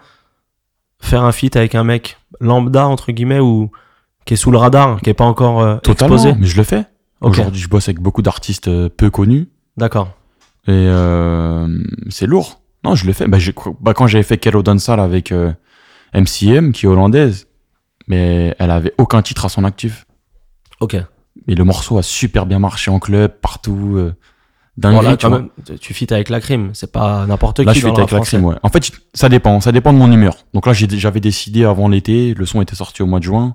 [SPEAKER 1] faire un feat avec un mec lambda entre guillemets ou qui est sous le radar, qui est pas encore euh,
[SPEAKER 2] Totalement.
[SPEAKER 1] exposé.
[SPEAKER 2] Mais je le fais.
[SPEAKER 1] Ok.
[SPEAKER 2] Aujourd'hui, je bosse avec beaucoup d'artistes euh, peu connus.
[SPEAKER 1] D'accord.
[SPEAKER 2] Et euh, c'est lourd. Non, je l'ai fait. Bah, j'ai- bah, quand j'avais fait Kello Dansal avec euh, MCM, qui est hollandaise, mais elle avait aucun titre à son actif.
[SPEAKER 1] Ok.
[SPEAKER 2] Et le morceau a super bien marché en club, partout. Euh, dinguerie,
[SPEAKER 1] Voilà,
[SPEAKER 2] tu
[SPEAKER 1] quand
[SPEAKER 2] vois.
[SPEAKER 1] même, tu- tu fites avec la crime, c'est pas n'importe qui.
[SPEAKER 2] Là, je suis
[SPEAKER 1] dans hein. le
[SPEAKER 2] avec
[SPEAKER 1] rap
[SPEAKER 2] la
[SPEAKER 1] français.
[SPEAKER 2] crime, ouais. En fait, j- ça dépend. Ça dépend de mon humeur. Donc là, j'ai- j'avais décidé avant l'été, le son était sorti au mois de juin.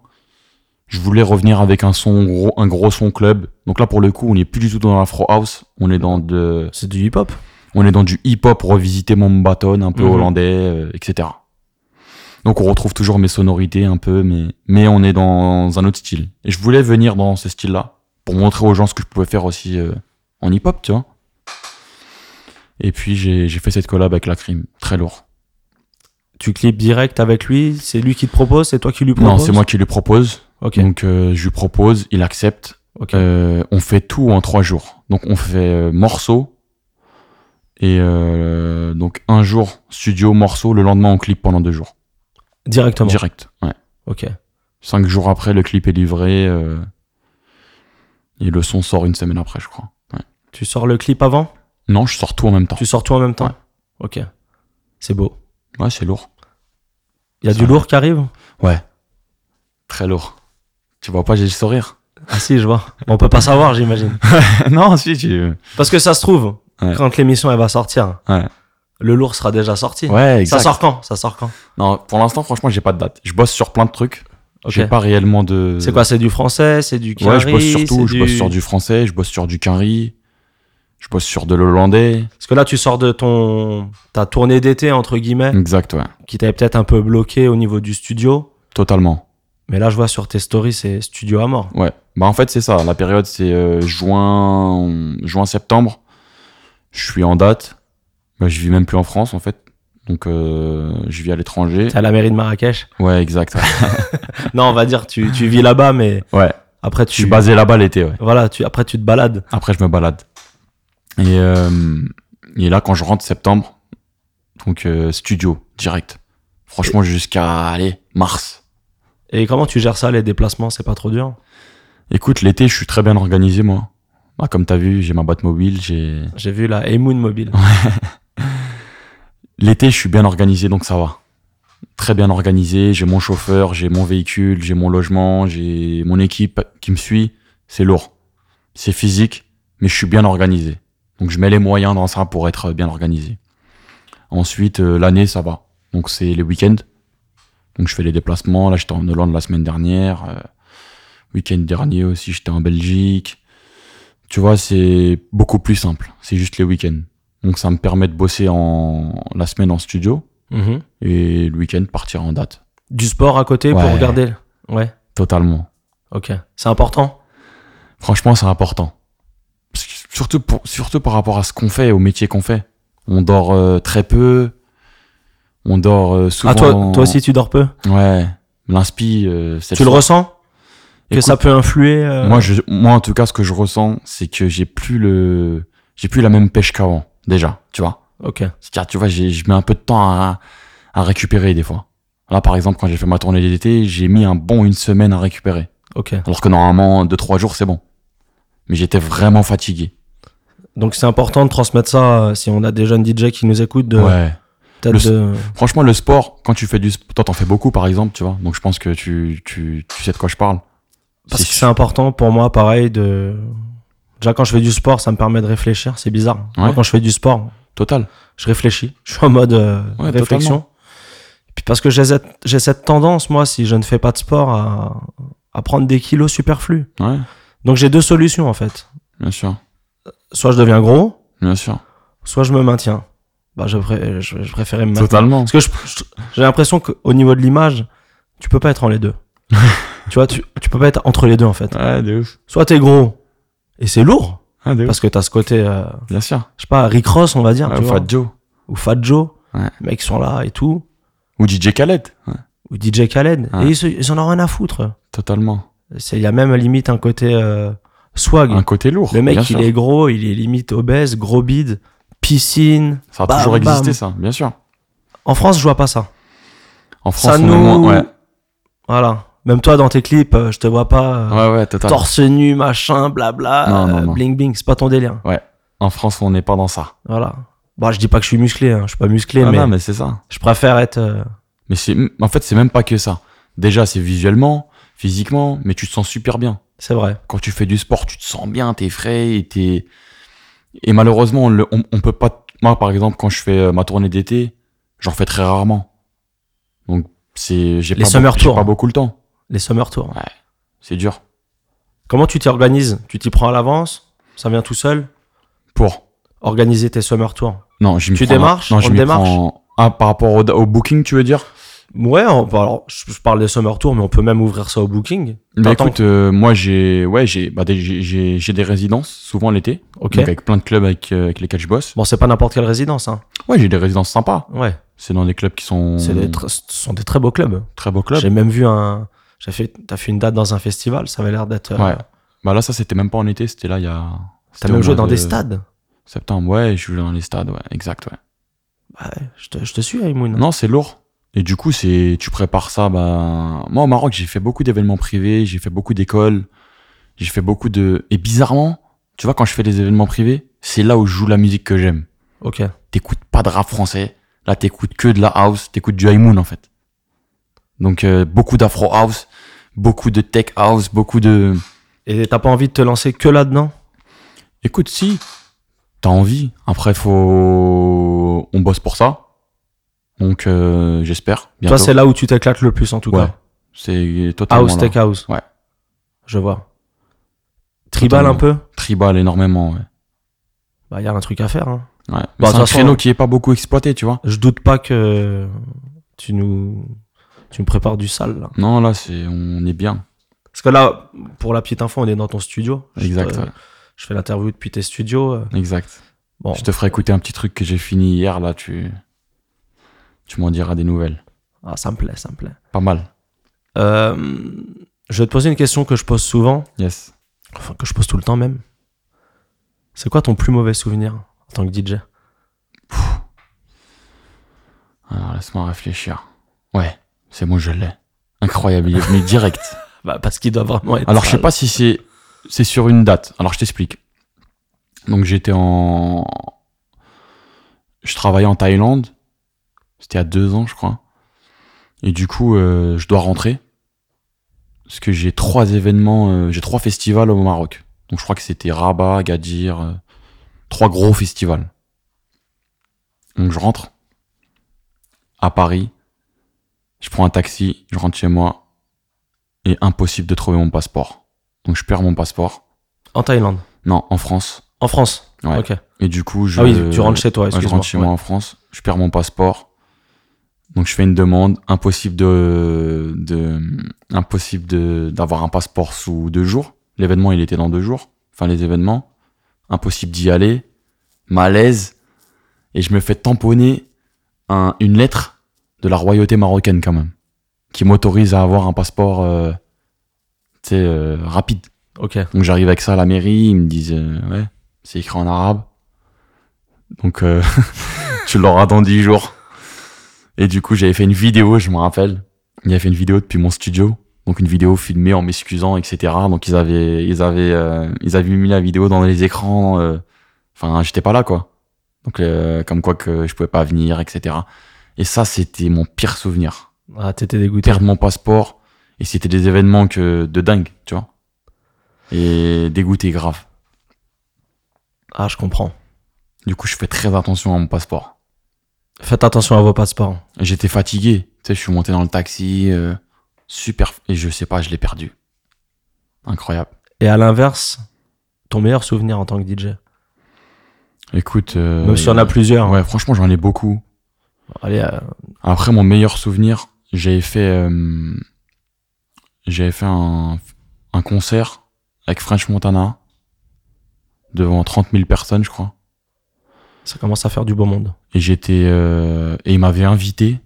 [SPEAKER 2] Je voulais revenir avec un son gros, un gros son club. Donc là, pour le coup, on n'est plus du tout dans l'afro house. On est dans de,
[SPEAKER 1] C'est du hip-hop.
[SPEAKER 2] On est dans du hip-hop, revisiter mon baton un peu
[SPEAKER 1] Mhm.
[SPEAKER 2] hollandais, euh, etc. Donc on retrouve toujours mes sonorités un peu, mais, mais on est dans un autre style. Et je voulais venir dans ce style-là, pour montrer aux gens ce que je pouvais faire aussi euh, en hip-hop, tu vois. Et puis j'ai j'ai fait cette collab avec la crime, très lourd.
[SPEAKER 1] Tu clips direct avec lui, c'est lui qui te propose, c'est toi qui lui propose.
[SPEAKER 2] Non, c'est moi qui lui propose.
[SPEAKER 1] Ok.
[SPEAKER 2] Donc euh, je lui propose, il accepte.
[SPEAKER 1] Ok.
[SPEAKER 2] Euh, on fait tout en trois jours. Donc on fait euh, morceau. Et euh, donc un jour studio, morceau, le lendemain on clip pendant deux jours.
[SPEAKER 1] Directement.
[SPEAKER 2] Direct. Ouais.
[SPEAKER 1] Ok.
[SPEAKER 2] Cinq jours après, le clip est livré. euh, et le son sort une semaine après, je crois. Ouais.
[SPEAKER 1] Tu sors le clip avant
[SPEAKER 2] Non, je sors tout en même temps.
[SPEAKER 1] Tu sors tout en même temps
[SPEAKER 2] Ouais.
[SPEAKER 1] Ok. C'est beau.
[SPEAKER 2] Ouais, c'est lourd.
[SPEAKER 1] Il y a
[SPEAKER 2] Ça
[SPEAKER 1] du
[SPEAKER 2] va.
[SPEAKER 1] lourd qui arrive
[SPEAKER 2] Très lourd. Tu vois pas, j'ai
[SPEAKER 1] [laughs]
[SPEAKER 2] le sourire.
[SPEAKER 1] Ah si, je vois. On peut pas savoir, j'imagine.
[SPEAKER 2] non, si, tu.
[SPEAKER 1] Parce que ça se trouve,
[SPEAKER 2] Ouais.
[SPEAKER 1] quand l'émission elle va sortir,
[SPEAKER 2] Ouais.
[SPEAKER 1] le lourd sera déjà sorti.
[SPEAKER 2] Ouais, exact.
[SPEAKER 1] ça sort quand Ça sort quand
[SPEAKER 2] Non, pour l'instant, franchement, j'ai pas de date. Je bosse sur plein de trucs.
[SPEAKER 1] Ok.
[SPEAKER 2] J'ai pas réellement de.
[SPEAKER 1] C'est quoi C'est du français C'est du
[SPEAKER 2] Ouais, je
[SPEAKER 1] Kari,
[SPEAKER 2] bosse sur tout.
[SPEAKER 1] c'est
[SPEAKER 2] Je bosse sur du français, je bosse sur du quinri, je bosse sur de l'hollandais.
[SPEAKER 1] Parce que là, tu sors de ton ta tournée d'été entre guillemets,
[SPEAKER 2] Exact, ouais.
[SPEAKER 1] qui t'avait peut-être un peu bloqué au niveau du studio.
[SPEAKER 2] Totalement.
[SPEAKER 1] Mais là, je vois sur tes stories, c'est studio à mort.
[SPEAKER 2] Ouais. Bah, en fait, c'est ça. La période, c'est euh, juin, juin, septembre. Je suis en date. Bah, je vis même plus en France, en fait. Donc, euh, je vis à l'étranger.
[SPEAKER 1] T'es à la mairie de
[SPEAKER 2] [laughs]
[SPEAKER 1] Marrakech.
[SPEAKER 2] Ouais, exact. Ouais.
[SPEAKER 1] non, on va dire tu, tu vis là-bas, mais
[SPEAKER 2] Ouais,
[SPEAKER 1] après
[SPEAKER 2] Je
[SPEAKER 1] tu
[SPEAKER 2] suis basé là-bas l'été, ouais.
[SPEAKER 1] voilà, tu après tu te balades.
[SPEAKER 2] Après, je me balade. Et, euh, et là, quand je rentre septembre, donc, euh, studio, direct. Franchement, jusqu'à, allez, mars.
[SPEAKER 1] Et comment tu gères ça les déplacements C'est pas trop dur
[SPEAKER 2] Écoute, l'été, je suis très bien organisé, moi. Bah, comme t'as vu, j'ai ma boîte mobile, j'ai...
[SPEAKER 1] J'ai vu la Emoon mobile.
[SPEAKER 2] L'été, je suis bien organisé, donc ça va. Très bien organisé, j'ai mon chauffeur, j'ai mon véhicule, j'ai mon logement, j'ai mon équipe qui me suit. C'est lourd. C'est physique, mais je suis bien organisé. Donc je mets les moyens dans ça pour être bien organisé. Ensuite, euh, l'année, ça va. Donc c'est les week-ends. Donc je fais les déplacements. Là, j'étais en Hollande la semaine dernière. euh, week-end dernier aussi, j'étais en Belgique. Tu vois, c'est beaucoup plus simple. C'est juste les week-ends. Donc ça me permet de bosser en la semaine en studio
[SPEAKER 1] Mhm.
[SPEAKER 2] et le week-end partir en date.
[SPEAKER 1] Du sport à côté pour
[SPEAKER 2] Ouais.
[SPEAKER 1] regarder. Ouais.
[SPEAKER 2] Totalement.
[SPEAKER 1] Ok. C'est important.
[SPEAKER 2] Franchement, c'est important. Parce que Surtout, pour, surtout par rapport à ce qu'on fait, au métier qu'on fait. On dort euh, très peu. On dort euh, souvent.
[SPEAKER 1] Ah toi, toi aussi tu dors peu.
[SPEAKER 2] Ouais. L'inspi, euh, c'est
[SPEAKER 1] Tu le
[SPEAKER 2] soir.
[SPEAKER 1] ressens Que
[SPEAKER 2] Écoute,
[SPEAKER 1] ça peut influer. euh,
[SPEAKER 2] Moi, je, moi, en tout cas, ce que je ressens, c'est que j'ai plus le, j'ai plus la même pêche qu'avant. Déjà, tu vois.
[SPEAKER 1] Ok.
[SPEAKER 2] C'est-à-dire, tu vois, j'ai- je mets un peu de temps à, à récupérer des fois. Là, par exemple, quand j'ai fait ma tournée d'été, j'ai mis un bon une semaine à récupérer.
[SPEAKER 1] Ok.
[SPEAKER 2] Alors que normalement, deux, trois jours, c'est bon. Mais j'étais vraiment fatigué.
[SPEAKER 1] Donc c'est important de transmettre ça euh, si on a des jeunes DJ qui nous écoutent de
[SPEAKER 2] Ouais.
[SPEAKER 1] peut-être
[SPEAKER 2] Le-
[SPEAKER 1] de-
[SPEAKER 2] Franchement, le sport, quand tu fais du sport, toi, t'en fais beaucoup, par exemple, tu vois. Donc, je pense que tu, tu, tu sais de quoi je parle.
[SPEAKER 1] parce
[SPEAKER 2] C'est
[SPEAKER 1] que c'est important pour moi pareil de Déjà, quand je fais du sport, ça me permet de réfléchir. C'est bizarre. Moi,
[SPEAKER 2] Ouais.
[SPEAKER 1] quand je fais du sport,
[SPEAKER 2] Total.
[SPEAKER 1] je réfléchis. Je suis en mode euh,
[SPEAKER 2] Ouais,
[SPEAKER 1] réflexion.
[SPEAKER 2] totalement.
[SPEAKER 1] Et puis parce que j'ai cette, j'ai cette tendance, moi, si je ne fais pas de sport, à, à prendre des kilos superflus.
[SPEAKER 2] Ouais,
[SPEAKER 1] Donc j'ai deux solutions en fait.
[SPEAKER 2] bien sûr.
[SPEAKER 1] Soit je deviens gros,
[SPEAKER 2] Bien sûr.
[SPEAKER 1] soit je me maintiens. Bah, je, pré- je, je préférais me maintenir.
[SPEAKER 2] Totalement.
[SPEAKER 1] Parce que je- je- j'ai l'impression qu'au niveau de l'image, tu peux pas être en les
[SPEAKER 2] [laughs]
[SPEAKER 1] deux. tu vois, tu, tu peux pas être entre les deux en fait.
[SPEAKER 2] Ouais, de ouf.
[SPEAKER 1] Soit t'es gros et c'est lourd
[SPEAKER 2] Ah, de ouf.
[SPEAKER 1] parce que t'as ce côté, euh,
[SPEAKER 2] Bien sûr.
[SPEAKER 1] je sais pas, Rick Ross on va dire,
[SPEAKER 2] Ouais,
[SPEAKER 1] tu
[SPEAKER 2] Fat
[SPEAKER 1] vois,
[SPEAKER 2] Joe.
[SPEAKER 1] ou Fat Joe,
[SPEAKER 2] Ouais.
[SPEAKER 1] les mecs sont là et tout,
[SPEAKER 2] Ou DJ Khaled. Ouais,
[SPEAKER 1] ou DJ Khaled,
[SPEAKER 2] Ouais.
[SPEAKER 1] et ils, se- ils en ont rien à foutre.
[SPEAKER 2] totalement.
[SPEAKER 1] C'est- Il y a même limite un côté euh, swag.
[SPEAKER 2] Un côté lourd.
[SPEAKER 1] Le mec,
[SPEAKER 2] bien
[SPEAKER 1] il
[SPEAKER 2] sûr.
[SPEAKER 1] est gros, il est limite obèse, gros bide, piscine.
[SPEAKER 2] Ça a
[SPEAKER 1] Bam,
[SPEAKER 2] toujours existé,
[SPEAKER 1] bam.
[SPEAKER 2] ça, bien sûr.
[SPEAKER 1] En France, je vois pas ça.
[SPEAKER 2] En France,
[SPEAKER 1] ça
[SPEAKER 2] on est
[SPEAKER 1] nous.
[SPEAKER 2] moins. Ouais,
[SPEAKER 1] Voilà. Même toi, dans tes clips, euh, je te vois pas. euh,
[SPEAKER 2] ouais, ouais total.
[SPEAKER 1] torse nu, machin, blabla,
[SPEAKER 2] Non, non,
[SPEAKER 1] euh,
[SPEAKER 2] non.
[SPEAKER 1] bling bling, c'est pas ton délire.
[SPEAKER 2] En France, on n'est pas dans ça.
[SPEAKER 1] Voilà. Bah, je dis pas que je suis musclé, hein, je suis pas musclé,
[SPEAKER 2] Ah
[SPEAKER 1] mais
[SPEAKER 2] non, mais c'est ça.
[SPEAKER 1] je préfère être. euh,
[SPEAKER 2] Mais c'est, en fait, c'est même pas que ça. Déjà, c'est visuellement, physiquement, mais tu te sens super bien.
[SPEAKER 1] C'est vrai.
[SPEAKER 2] Quand tu fais du sport, tu te sens bien, t'es frais et t'es. Et malheureusement, on, le- on, on peut pas. Moi, par exemple, quand je fais euh, ma tournée d'été, j'en fais très rarement. Donc, c'est. J'ai
[SPEAKER 1] Les
[SPEAKER 2] pas,
[SPEAKER 1] summer
[SPEAKER 2] beaucoup- j'ai
[SPEAKER 1] tours.
[SPEAKER 2] pas beaucoup le temps.
[SPEAKER 1] Les summer tours.
[SPEAKER 2] Ouais. C'est dur.
[SPEAKER 1] Comment tu t'y organises Tu t'y prends à l'avance Ça vient tout seul
[SPEAKER 2] Pour.
[SPEAKER 1] Organiser tes summer tours.
[SPEAKER 2] Non, je m'y
[SPEAKER 1] Tu
[SPEAKER 2] prends-
[SPEAKER 1] démarches
[SPEAKER 2] Non, je
[SPEAKER 1] On
[SPEAKER 2] m'y
[SPEAKER 1] démarche
[SPEAKER 2] prends- Ah, par rapport au, au booking, tu veux dire
[SPEAKER 1] Ouais, on- bah, alors, je, je parle des summer tours, mais on peut même ouvrir ça au booking.
[SPEAKER 2] Bah
[SPEAKER 1] T'attends-
[SPEAKER 2] écoute, euh, moi j'ai ouais j'ai bah, des- j'ai- j'ai j'ai des résidences souvent l'été,
[SPEAKER 1] Ok.
[SPEAKER 2] donc avec plein de clubs avec, euh, avec lesquels je bosse.
[SPEAKER 1] Bon, c'est pas n'importe quelle résidence, hein.
[SPEAKER 2] Ouais, j'ai des résidences sympas.
[SPEAKER 1] Ouais.
[SPEAKER 2] C'est dans des clubs qui sont
[SPEAKER 1] C'est des tr- ce sont des très beaux clubs.
[SPEAKER 2] très beaux clubs.
[SPEAKER 1] J'ai même vu un. J'ai fait, t'as fait une date dans un festival, ça avait l'air d'être. euh,
[SPEAKER 2] Ouais. Bah là ça c'était même pas en été, c'était là il y a.
[SPEAKER 1] T'as
[SPEAKER 2] c'était au
[SPEAKER 1] même joué
[SPEAKER 2] mois
[SPEAKER 1] dans
[SPEAKER 2] de
[SPEAKER 1] des stades.
[SPEAKER 2] Septembre, ouais, je joué dans les stades, ouais, exact, ouais.
[SPEAKER 1] Ouais, je te, je te suis, Aymoun.
[SPEAKER 2] Non, c'est lourd. Et du coup, c'est tu prépares ça. Bah moi au Maroc j'ai fait beaucoup d'événements privés, j'ai fait beaucoup d'écoles, j'ai fait beaucoup de et bizarrement, tu vois quand je fais des événements privés, c'est là où je joue la musique que j'aime.
[SPEAKER 1] Ok.
[SPEAKER 2] t'écoutes pas de rap français. Là, t'écoutes que de la house, t'écoutes du high moon en fait. Donc euh, beaucoup d'afro house, beaucoup de tech house, beaucoup de.
[SPEAKER 1] Et t'as pas envie de te lancer que là-dedans
[SPEAKER 2] Écoute, si t'as envie, après faut, on bosse pour ça. Donc euh, j'espère.
[SPEAKER 1] Toi,
[SPEAKER 2] Bientôt.
[SPEAKER 1] c'est là où tu t'éclates le plus en tout
[SPEAKER 2] Ouais,
[SPEAKER 1] cas.
[SPEAKER 2] c'est totalement
[SPEAKER 1] House,
[SPEAKER 2] là.
[SPEAKER 1] tech house.
[SPEAKER 2] Ouais.
[SPEAKER 1] Je vois. Tribal
[SPEAKER 2] Totalement.
[SPEAKER 1] un peu
[SPEAKER 2] tribal énormément. Ouais.
[SPEAKER 1] Bah, il y a un truc à faire. hein.
[SPEAKER 2] Ouais. Mais
[SPEAKER 1] Bah, de
[SPEAKER 2] c'est un
[SPEAKER 1] toute façon-
[SPEAKER 2] créneau qui est pas beaucoup exploité, tu vois.
[SPEAKER 1] Je doute pas que tu nous. Tu me prépares du sale, là.
[SPEAKER 2] Non, là c'est, on est bien.
[SPEAKER 1] Parce que là, pour la petite info, on est dans ton studio. Je
[SPEAKER 2] Exact,
[SPEAKER 1] te-
[SPEAKER 2] ouais.
[SPEAKER 1] Je fais l'interview depuis tes studios. euh,
[SPEAKER 2] exact.
[SPEAKER 1] Bon,
[SPEAKER 2] Je te ferai écouter un petit truc que j'ai fini hier là. Tu, tu m'en diras des nouvelles.
[SPEAKER 1] ah, ça me plaît, ça me plaît.
[SPEAKER 2] Pas mal.
[SPEAKER 1] Euh, je vais te poser une question que je pose souvent,
[SPEAKER 2] Yes.
[SPEAKER 1] enfin que je pose tout le temps même. C'est quoi ton plus mauvais souvenir en tant que DJ
[SPEAKER 2] Alors, laisse-moi réfléchir. Ouais, c'est bon, je l'ai. Incroyable, il est venu direct.
[SPEAKER 1] Bah, parce qu'il doit vraiment être.
[SPEAKER 2] Alors, je sais
[SPEAKER 1] sale.
[SPEAKER 2] pas si c'est c'est sur une date. Alors, je t'explique. Donc, j'étais en... Je travaillais en Thaïlande. C'était à deux ans, je crois. Et du coup, euh, je dois rentrer. Parce que j'ai trois événements, euh, j'ai trois festivals au Maroc. Donc, je crois que c'était Rabat, Gadir, euh, trois gros festivals. Donc, je rentre à Paris. Je prends un taxi, je rentre chez moi, et impossible de trouver mon passeport. Donc je perds mon passeport.
[SPEAKER 1] En Thaïlande.
[SPEAKER 2] Non, en France.
[SPEAKER 1] En France
[SPEAKER 2] Ouais.
[SPEAKER 1] Ok.
[SPEAKER 2] Et du coup, je.
[SPEAKER 1] Ah oui, tu rentres chez toi,
[SPEAKER 2] Ouais, je
[SPEAKER 1] excuse-moi.
[SPEAKER 2] rentre chez moi en France. Je perds mon passeport. Donc je fais une demande. Impossible de, de impossible de d'avoir un passeport sous deux jours. L'événement, il était dans deux jours. Enfin, les événements. Impossible d'y aller. Malaise. Et je me fais tamponner un- une lettre de la royauté marocaine quand même, qui m'autorise à avoir un passeport, euh, tu sais, euh, rapide.
[SPEAKER 1] Ok.
[SPEAKER 2] Donc j'arrive avec ça à la mairie, ils me disent euh, ouais, c'est écrit en arabe. Donc euh, [laughs] tu l'auras dans 10 jours. Et du coup, j'avais fait une vidéo, je me rappelle. J'avais fait une vidéo depuis mon studio. Donc une vidéo filmée en m'excusant, etc. Donc ils avaient, ils avaient, euh, ils avaient mis la vidéo dans les écrans. euh, Enfin, j'étais pas là, quoi. Donc euh, comme quoi que je pouvais pas venir, etc. Et ça, c'était mon pire souvenir.
[SPEAKER 1] Ah, t'étais dégoûté.
[SPEAKER 2] Perdre mon passeport. Et c'était des événements que de dingue, tu vois. Et dégoûté grave.
[SPEAKER 1] Ah, je comprends.
[SPEAKER 2] Du coup, je fais très attention à mon passeport.
[SPEAKER 1] Faites attention à vos passeports.
[SPEAKER 2] Et J'étais fatigué. Tu sais, je suis monté dans le taxi, euh, super. Et je sais pas, je l'ai perdu. Incroyable.
[SPEAKER 1] Et à l'inverse, ton meilleur souvenir en tant que DJ
[SPEAKER 2] Écoute. euh,
[SPEAKER 1] Même s'il y en a plusieurs.
[SPEAKER 2] Ouais, franchement, j'en ai beaucoup.
[SPEAKER 1] Allez, euh,
[SPEAKER 2] Après, mon meilleur souvenir, j'avais fait, euh, j'avais fait un, un concert avec French Montana devant 30 000 personnes, je crois.
[SPEAKER 1] ça commence à faire du beau monde.
[SPEAKER 2] Et j'étais, euh, et il m'avait invité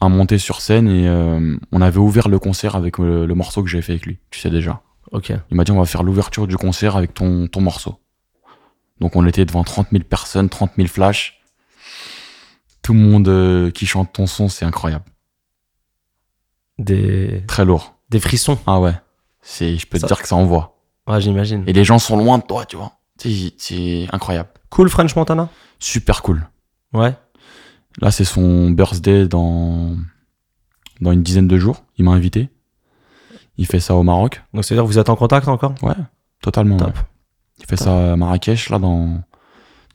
[SPEAKER 2] à monter sur scène et euh, on avait ouvert le concert avec euh, le, le morceau que j'avais fait avec lui. Tu sais déjà.
[SPEAKER 1] Ok.
[SPEAKER 2] Il m'a dit on va faire l'ouverture du concert avec ton, ton morceau. Donc on était devant 30 000 personnes, 30 000 flashs. Tout le monde euh, qui chante ton son, c'est incroyable.
[SPEAKER 1] Des,
[SPEAKER 2] Très lourd.
[SPEAKER 1] des frissons.
[SPEAKER 2] Ah ouais. C'est, je peux
[SPEAKER 1] Ça-
[SPEAKER 2] te dire que ça envoie.
[SPEAKER 1] Ouais, j'imagine.
[SPEAKER 2] Et les gens sont loin de toi, tu vois. C'est- C'est incroyable.
[SPEAKER 1] Cool French Montana
[SPEAKER 2] Super cool.
[SPEAKER 1] Ouais.
[SPEAKER 2] Là, c'est son birthday dans, dans une dizaine de jours. Il m'a invité. Il fait ça au Maroc.
[SPEAKER 1] Donc c'est-à-dire que vous êtes en contact encore
[SPEAKER 2] Ouais, totalement.
[SPEAKER 1] Top.
[SPEAKER 2] ouais. Il fait ça à Marrakech, là, dans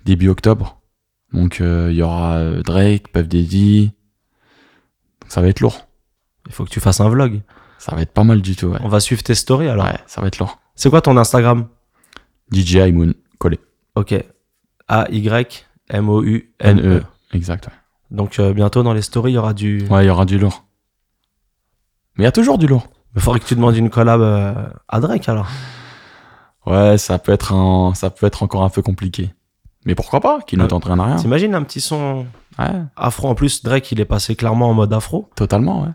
[SPEAKER 2] début octobre. Donc, euh, il y aura euh, Drake, Puff Daddy. Donc, ça va être lourd.
[SPEAKER 1] Il faut que tu fasses un vlog.
[SPEAKER 2] Ça va être pas mal du tout, ouais.
[SPEAKER 1] On va suivre tes stories alors.
[SPEAKER 2] Ouais, ça va être lourd.
[SPEAKER 1] C'est quoi ton Instagram
[SPEAKER 2] DJ Moon, collé.
[SPEAKER 1] Ok. A-Y-M-O-U-N-E.
[SPEAKER 2] N-E. E. Exact, ouais.
[SPEAKER 1] E. Donc euh, bientôt dans les stories, il y aura du.
[SPEAKER 2] Ouais, il y aura du lourd. Mais il y a toujours du lourd.
[SPEAKER 1] Il faudrait que tu demandes une collab euh, à Drake alors.
[SPEAKER 2] Ouais, ça peut être un, ça peut être encore un peu compliqué. Mais pourquoi pas Qu'il ne
[SPEAKER 1] Ah.
[SPEAKER 2] t'entraîne à rien.
[SPEAKER 1] T'imagines un petit son
[SPEAKER 2] Ouais,
[SPEAKER 1] afro en plus Drake, il est passé clairement en mode afro.
[SPEAKER 2] totalement, ouais.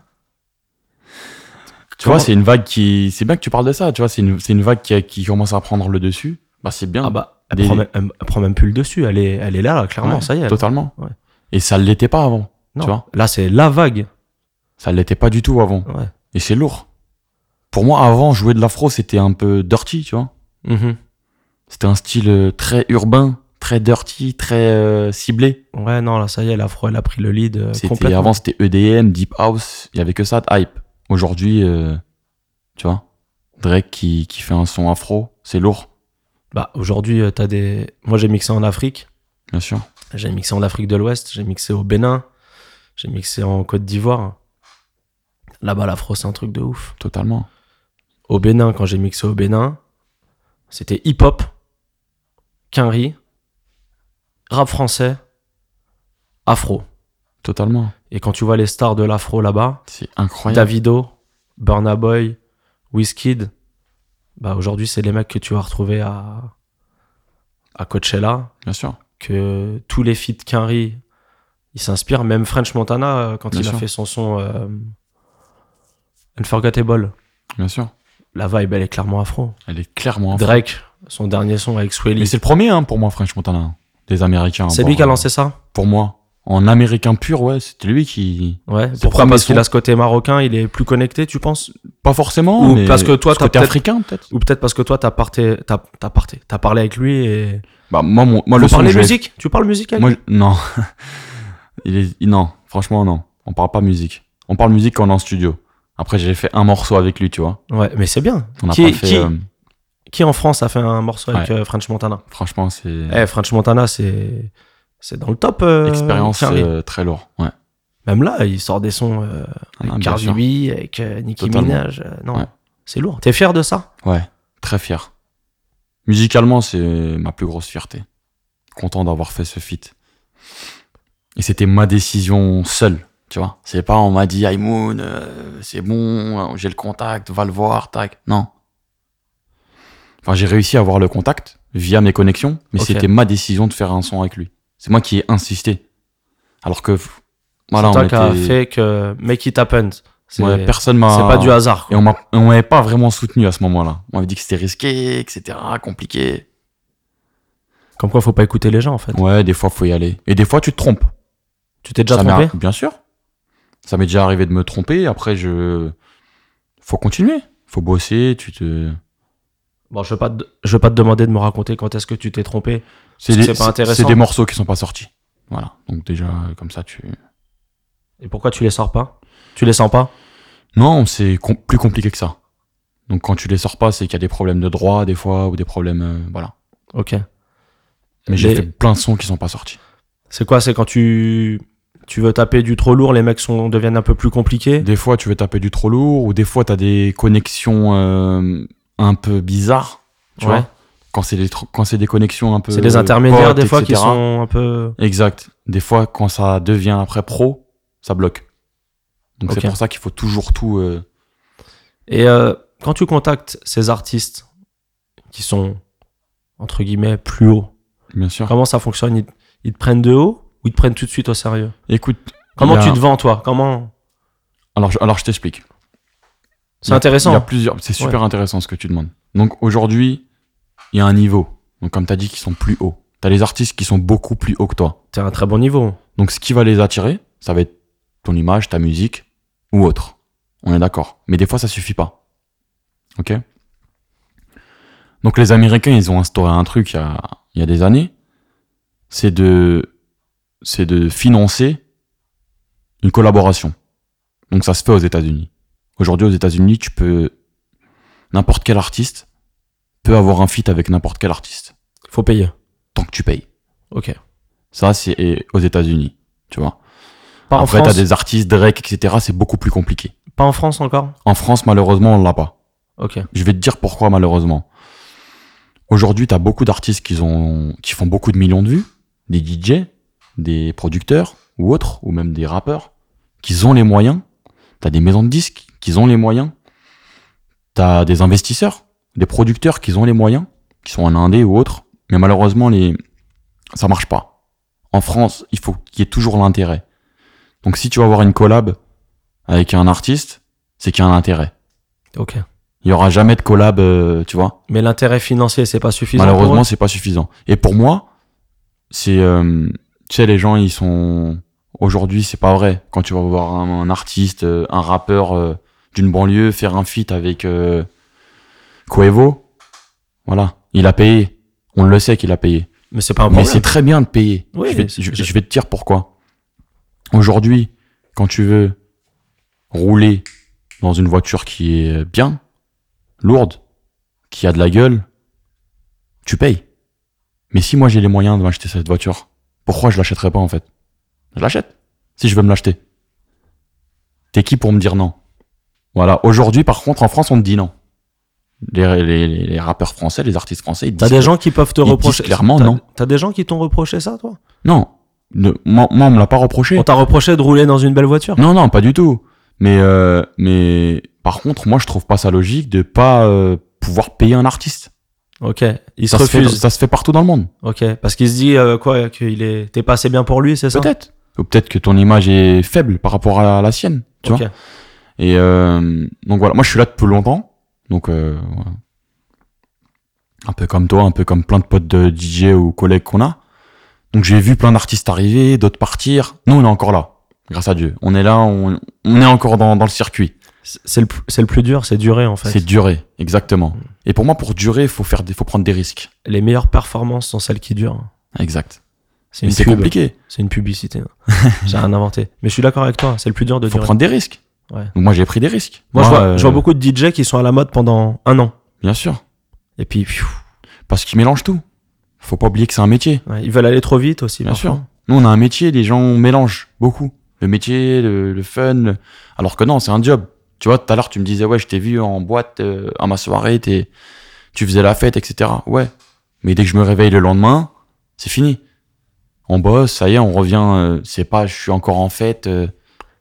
[SPEAKER 2] Tu
[SPEAKER 1] Comment-
[SPEAKER 2] vois, c'est une vague qui, c'est bien que tu parles de ça. Tu vois, c'est une, c'est une vague qui, qui commence à prendre le dessus. Bah, c'est bien.
[SPEAKER 1] Ah bah, elle,
[SPEAKER 2] Des-
[SPEAKER 1] prend même, elle- elle prend même plus le dessus. Elle est, elle est là, là, clairement,
[SPEAKER 2] Ouais,
[SPEAKER 1] ça y est. elle-
[SPEAKER 2] Totalement.
[SPEAKER 1] Ouais.
[SPEAKER 2] Et ça l'était pas avant.
[SPEAKER 1] Non.
[SPEAKER 2] Tu vois,
[SPEAKER 1] Là, c'est la vague.
[SPEAKER 2] ça l'était pas du tout avant.
[SPEAKER 1] Ouais.
[SPEAKER 2] Et c'est lourd. Pour moi, avant, jouer de l'afro, c'était un peu dirty, tu vois. Mm-hmm.
[SPEAKER 1] Mhm.
[SPEAKER 2] C'était un style euh, très urbain, très dirty, très euh, ciblé.
[SPEAKER 1] Ouais, non, là, ça y est, l'afro, elle a pris le lead euh,
[SPEAKER 2] C'était
[SPEAKER 1] complètement.
[SPEAKER 2] avant c'était EDM, deep house, il y avait que ça de hype. Aujourd'hui euh, tu vois, Drake qui, qui fait un son afro, c'est lourd,
[SPEAKER 1] Bah, aujourd'hui, euh, t'as des. Moi, j'ai mixé en Afrique.
[SPEAKER 2] bien sûr.
[SPEAKER 1] J'ai mixé en Afrique de l'Ouest. J'ai mixé au Bénin. J'ai mixé en Côte d'Ivoire. Là-bas, l'afro, c'est un truc de ouf.
[SPEAKER 2] Totalement.
[SPEAKER 1] Au Bénin, quand j'ai mixé au Bénin, c'était hip-hop, quinri, rap français, afro.
[SPEAKER 2] Totalement.
[SPEAKER 1] Et quand tu vois les stars de l'afro là-bas,
[SPEAKER 2] C'est incroyable.
[SPEAKER 1] Davido, Burna Boy, Wizkid. Bah aujourd'hui, c'est les mecs que tu vas retrouver à, à Coachella,
[SPEAKER 2] Bien sûr.
[SPEAKER 1] que tous les feats Quinry, ils s'inspirent. Même French Montana, euh, quand
[SPEAKER 2] Bien
[SPEAKER 1] il a
[SPEAKER 2] sûr.
[SPEAKER 1] fait son son euh, Unforgettable,
[SPEAKER 2] Bien sûr.
[SPEAKER 1] la vibe, elle est clairement afro.
[SPEAKER 2] Elle est clairement afro.
[SPEAKER 1] Drake, son dernier son avec Swelly.
[SPEAKER 2] Mais c'est le premier hein, pour moi French Montana hein, des américains.
[SPEAKER 1] C'est
[SPEAKER 2] Bon,
[SPEAKER 1] lui qui a lancé ça
[SPEAKER 2] pour moi en américain pur, ouais, c'était lui qui
[SPEAKER 1] Ouais.
[SPEAKER 2] C'est
[SPEAKER 1] Pourquoi
[SPEAKER 2] le premier
[SPEAKER 1] Parce qu'il
[SPEAKER 2] son.
[SPEAKER 1] a ce côté marocain, il est plus connecté, tu penses
[SPEAKER 2] pas forcément
[SPEAKER 1] Ou
[SPEAKER 2] mais
[SPEAKER 1] parce que toi,
[SPEAKER 2] ce
[SPEAKER 1] t'as
[SPEAKER 2] côté
[SPEAKER 1] peut-être-
[SPEAKER 2] africain peut-être.
[SPEAKER 1] Ou peut-être parce que toi, t'as parté, t'as, t'as parté, t'as parlé avec lui et.
[SPEAKER 2] Bah moi mon-
[SPEAKER 1] Vous
[SPEAKER 2] moi le son que
[SPEAKER 1] parlez
[SPEAKER 2] je vais-
[SPEAKER 1] musique Tu parles musique avec
[SPEAKER 2] Moi, je- [laughs] non. Il est- il- non, franchement, non. On parle pas musique. On parle musique quand on est en studio. Après, j'ai fait un morceau avec lui, tu vois.
[SPEAKER 1] Ouais, mais c'est bien.
[SPEAKER 2] On n'a
[SPEAKER 1] Qui-
[SPEAKER 2] pas fait.
[SPEAKER 1] qui-
[SPEAKER 2] euh,
[SPEAKER 1] Qui en France a fait un morceau avec euh, French Montana
[SPEAKER 2] franchement, c'est.
[SPEAKER 1] Eh, French Montana, c'est c'est dans le top. euh,
[SPEAKER 2] expérience
[SPEAKER 1] Carly.
[SPEAKER 2] euh, très lourd. Ouais.
[SPEAKER 1] Même là, il sort des sons euh,
[SPEAKER 2] Ah,
[SPEAKER 1] avec
[SPEAKER 2] bien
[SPEAKER 1] Cardi
[SPEAKER 2] sûr.
[SPEAKER 1] B, avec euh, Nicki
[SPEAKER 2] Totalement.
[SPEAKER 1] Minaj. euh, non,
[SPEAKER 2] Ouais.
[SPEAKER 1] c'est lourd. T'es fier de ça
[SPEAKER 2] Ouais, très fier. Musicalement, c'est ma plus grosse fierté. Content d'avoir fait ce feat. Et c'était ma décision seule, tu vois. C'est pas on m'a dit, Aymoun, c'est bon, euh, j'ai le contact, va le voir, tac. Non. Enfin, j'ai réussi à avoir le contact via mes connexions, mais
[SPEAKER 1] Ok.
[SPEAKER 2] c'était ma décision de faire un son avec lui. C'est moi qui ai insisté. Alors que, voilà,
[SPEAKER 1] C'est
[SPEAKER 2] on
[SPEAKER 1] toi qui a
[SPEAKER 2] était-
[SPEAKER 1] fait que Make It Happen. C'est
[SPEAKER 2] Ouais, personne m'a.
[SPEAKER 1] c'est pas du hasard.
[SPEAKER 2] Et
[SPEAKER 1] quoi.
[SPEAKER 2] on m'a- on m'avait pas vraiment soutenu à ce moment-là. On m'avait dit que c'était risqué, etc., compliqué.
[SPEAKER 1] Comme quoi, faut pas écouter les gens en fait.
[SPEAKER 2] Ouais, des fois, faut y aller. Et des fois, tu te trompes.
[SPEAKER 1] Tu t'es déjà
[SPEAKER 2] Ça m'est
[SPEAKER 1] trompé
[SPEAKER 2] arri- Bien sûr. Ça m'est déjà arrivé de me tromper. Après, je. Faut continuer. Faut bosser. Tu te.
[SPEAKER 1] Bon, je vais pas te, je vais pas te demander de me raconter quand est-ce que tu t'es trompé.
[SPEAKER 2] C'est
[SPEAKER 1] que
[SPEAKER 2] des,
[SPEAKER 1] c'est pas
[SPEAKER 2] c'est-
[SPEAKER 1] intéressant.
[SPEAKER 2] c'est des morceaux qui sont pas sortis. Voilà. Donc, déjà, euh, comme ça, tu.
[SPEAKER 1] Et pourquoi tu les sors pas Tu les sens pas
[SPEAKER 2] Non, c'est com- plus compliqué que ça. Donc, quand tu les sors pas, c'est qu'il y a des problèmes de droit, des fois, ou des problèmes. euh, voilà.
[SPEAKER 1] Ok.
[SPEAKER 2] Mais j'ai
[SPEAKER 1] Les-
[SPEAKER 2] fait plein de sons qui sont pas sortis.
[SPEAKER 1] C'est quoi C'est quand tu tu veux taper du trop lourd, les mecs sont deviennent un peu plus compliqués.
[SPEAKER 2] Des fois, tu veux taper du trop lourd, ou des fois, t'as des connexions euh, un peu bizarres, tu
[SPEAKER 1] Ouais.
[SPEAKER 2] vois. Quand c'est des, tro- quand c'est des connexions un peu.
[SPEAKER 1] C'est des intermédiaires
[SPEAKER 2] potes,
[SPEAKER 1] des fois qui
[SPEAKER 2] etc..
[SPEAKER 1] sont un peu.
[SPEAKER 2] Exact. Des fois, quand ça devient après pro, ça bloque. Donc
[SPEAKER 1] Ok.
[SPEAKER 2] c'est pour ça qu'il faut toujours tout. euh,
[SPEAKER 1] Et euh, quand tu contactes ces artistes qui sont entre guillemets plus hauts,
[SPEAKER 2] bien sûr.
[SPEAKER 1] comment ça fonctionne ils, ils te prennent de haut ou ils te prennent tout de suite au sérieux
[SPEAKER 2] Écoute.
[SPEAKER 1] Comment
[SPEAKER 2] il y a-
[SPEAKER 1] tu te vends toi Comment
[SPEAKER 2] Alors, je- alors je t'explique. Il
[SPEAKER 1] C'est
[SPEAKER 2] y a- Il y a
[SPEAKER 1] intéressant.
[SPEAKER 2] plusieurs. C'est super intéressant ce que tu demandes. Donc aujourd'hui, il y a un niveau. Donc comme t'as dit, qui sont plus hauts. T'as les artistes qui sont beaucoup plus hauts que toi.
[SPEAKER 1] T'es à un très bon niveau.
[SPEAKER 2] Donc ce qui va les attirer, ça va être ton image, ta musique ou autre. On est d'accord. Mais des fois, ça suffit pas. Ok Donc les Américains, ils ont instauré un truc il y a, il y a des années. C'est de, c'est de financer une collaboration. Donc ça se fait aux États-Unis. Aujourd'hui, aux États-Unis, tu peux. N'importe quel artiste peut avoir un feat avec n'importe quel artiste.
[SPEAKER 1] Faut payer.
[SPEAKER 2] Tant que tu payes.
[SPEAKER 1] Ok.
[SPEAKER 2] Ça, c'est et aux États-Unis. Tu vois.
[SPEAKER 1] Pas en
[SPEAKER 2] Après, t'as
[SPEAKER 1] France.
[SPEAKER 2] des artistes, Drake, etc. C'est beaucoup plus compliqué.
[SPEAKER 1] Pas en France encore.
[SPEAKER 2] En France, malheureusement, on l'a pas.
[SPEAKER 1] Ok.
[SPEAKER 2] Je vais te dire pourquoi, malheureusement. Aujourd'hui, t'as beaucoup d'artistes qui, ont, qui font beaucoup de millions de vues, des DJ, des producteurs ou autres, ou même des rappeurs, qui ont les moyens. T'as des maisons de disques qui ont les moyens. T'as des investisseurs, des producteurs qui ont les moyens, qui sont en indé ou autres. Mais malheureusement, les... ça marche pas. En France, il faut qu'il y ait toujours l'intérêt. Donc si tu vas avoir une collab avec un artiste, c'est qu'il y a un intérêt.
[SPEAKER 1] Ok.
[SPEAKER 2] Il y aura jamais de collab, euh, tu vois.
[SPEAKER 1] Mais l'intérêt financier, c'est pas suffisant. pour
[SPEAKER 2] Malheureusement,
[SPEAKER 1] eux
[SPEAKER 2] c'est pas suffisant. Et pour moi, c'est, euh, tu sais, les gens, ils sont aujourd'hui, c'est pas vrai. Quand tu vas voir un, un artiste, euh, un rappeur euh, d'une banlieue faire un feat avec euh, Coevo, voilà, il a payé. On le sait qu'il a payé.
[SPEAKER 1] mais c'est pas un
[SPEAKER 2] Mais
[SPEAKER 1] problème.
[SPEAKER 2] c'est très bien de payer.
[SPEAKER 1] Oui,
[SPEAKER 2] je, vais,
[SPEAKER 1] c'est-
[SPEAKER 2] je- je vais te dire pourquoi. Aujourd'hui, quand tu veux rouler dans une voiture qui est bien, lourde, qui a de la gueule, tu payes. Mais si moi j'ai les moyens de m'acheter cette voiture, pourquoi je l'achèterais pas en fait Je l'achète. Si je veux me l'acheter. T'es qui pour me dire non Voilà. Aujourd'hui, par contre, en France, on te dit non. Les, les- les- les rappeurs français, les artistes français, ils
[SPEAKER 1] T'as
[SPEAKER 2] disent
[SPEAKER 1] des gens qui peuvent te
[SPEAKER 2] ils disent
[SPEAKER 1] reprocher.
[SPEAKER 2] clairement
[SPEAKER 1] t'as-
[SPEAKER 2] non.
[SPEAKER 1] T'as des gens qui t'ont reproché ça, toi
[SPEAKER 2] Non. Ne- moi, moi, on me l'a pas reproché.
[SPEAKER 1] On t'a reproché de rouler dans une belle voiture.
[SPEAKER 2] Non, non, pas du tout. Mais, euh, mais par contre, moi, je trouve pas ça logique de pas euh, pouvoir payer un artiste.
[SPEAKER 1] Ok. Il se
[SPEAKER 2] ça, se fait,
[SPEAKER 1] refuse.
[SPEAKER 2] ça se fait partout dans le monde.
[SPEAKER 1] Ok. Parce qu'il se dit euh, quoi Qu'il est. T'es pas assez bien pour lui, c'est ça
[SPEAKER 2] Peut-être. Ou peut-être que ton image est faible par rapport à la, la sienne. Tu
[SPEAKER 1] Ok.
[SPEAKER 2] vois Et euh, donc voilà, moi, je suis là depuis longtemps. Donc, euh, voilà. un peu comme toi, un peu comme plein de potes de DJ ou collègues qu'on a. Donc, j'ai vu plein d'artistes arriver, d'autres partir. Nous, on est encore là. Grâce à Dieu. On est là, on, on est encore dans, dans le circuit.
[SPEAKER 1] C'est c'est le, p- c'est le plus dur, c'est durer en fait.
[SPEAKER 2] C'est durer, exactement.
[SPEAKER 1] Mm.
[SPEAKER 2] Et pour moi, pour durer, il faut, faire des- faut prendre des risques.
[SPEAKER 1] Les meilleures performances sont celles qui durent.
[SPEAKER 2] Exact.
[SPEAKER 1] C'est
[SPEAKER 2] Mais
[SPEAKER 1] une
[SPEAKER 2] c'est
[SPEAKER 1] pub.
[SPEAKER 2] compliqué.
[SPEAKER 1] C'est une publicité. hein.
[SPEAKER 2] [laughs]
[SPEAKER 1] J'ai rien inventé. Mais je suis d'accord avec toi. C'est le plus dur de
[SPEAKER 2] Il faut
[SPEAKER 1] durer.
[SPEAKER 2] prendre des risques.
[SPEAKER 1] Ouais.
[SPEAKER 2] Donc moi, j'ai pris des risques.
[SPEAKER 1] Moi, je, vois,
[SPEAKER 2] euh,
[SPEAKER 1] je vois beaucoup de DJ qui sont à la mode pendant un an.
[SPEAKER 2] Bien sûr.
[SPEAKER 1] Et puis, pfiou,
[SPEAKER 2] Parce qu'ils mélangent tout. faut pas oublier que c'est un métier.
[SPEAKER 1] ouais, ils veulent aller trop vite aussi.
[SPEAKER 2] Bien
[SPEAKER 1] parfois.
[SPEAKER 2] sûr. Nous, on a un métier, les gens mélangent beaucoup. Le métier, le, le fun. le- Alors que non, c'est un job. Tu vois, tout à l'heure, tu me disais, ouais, je t'ai vu en boîte, euh, à ma soirée, t'es- tu faisais la fête, etc. Ouais. Mais dès que je me réveille le lendemain, c'est fini. On bosse, ça y est, on revient. euh, c'est pas, je suis encore en fête euh,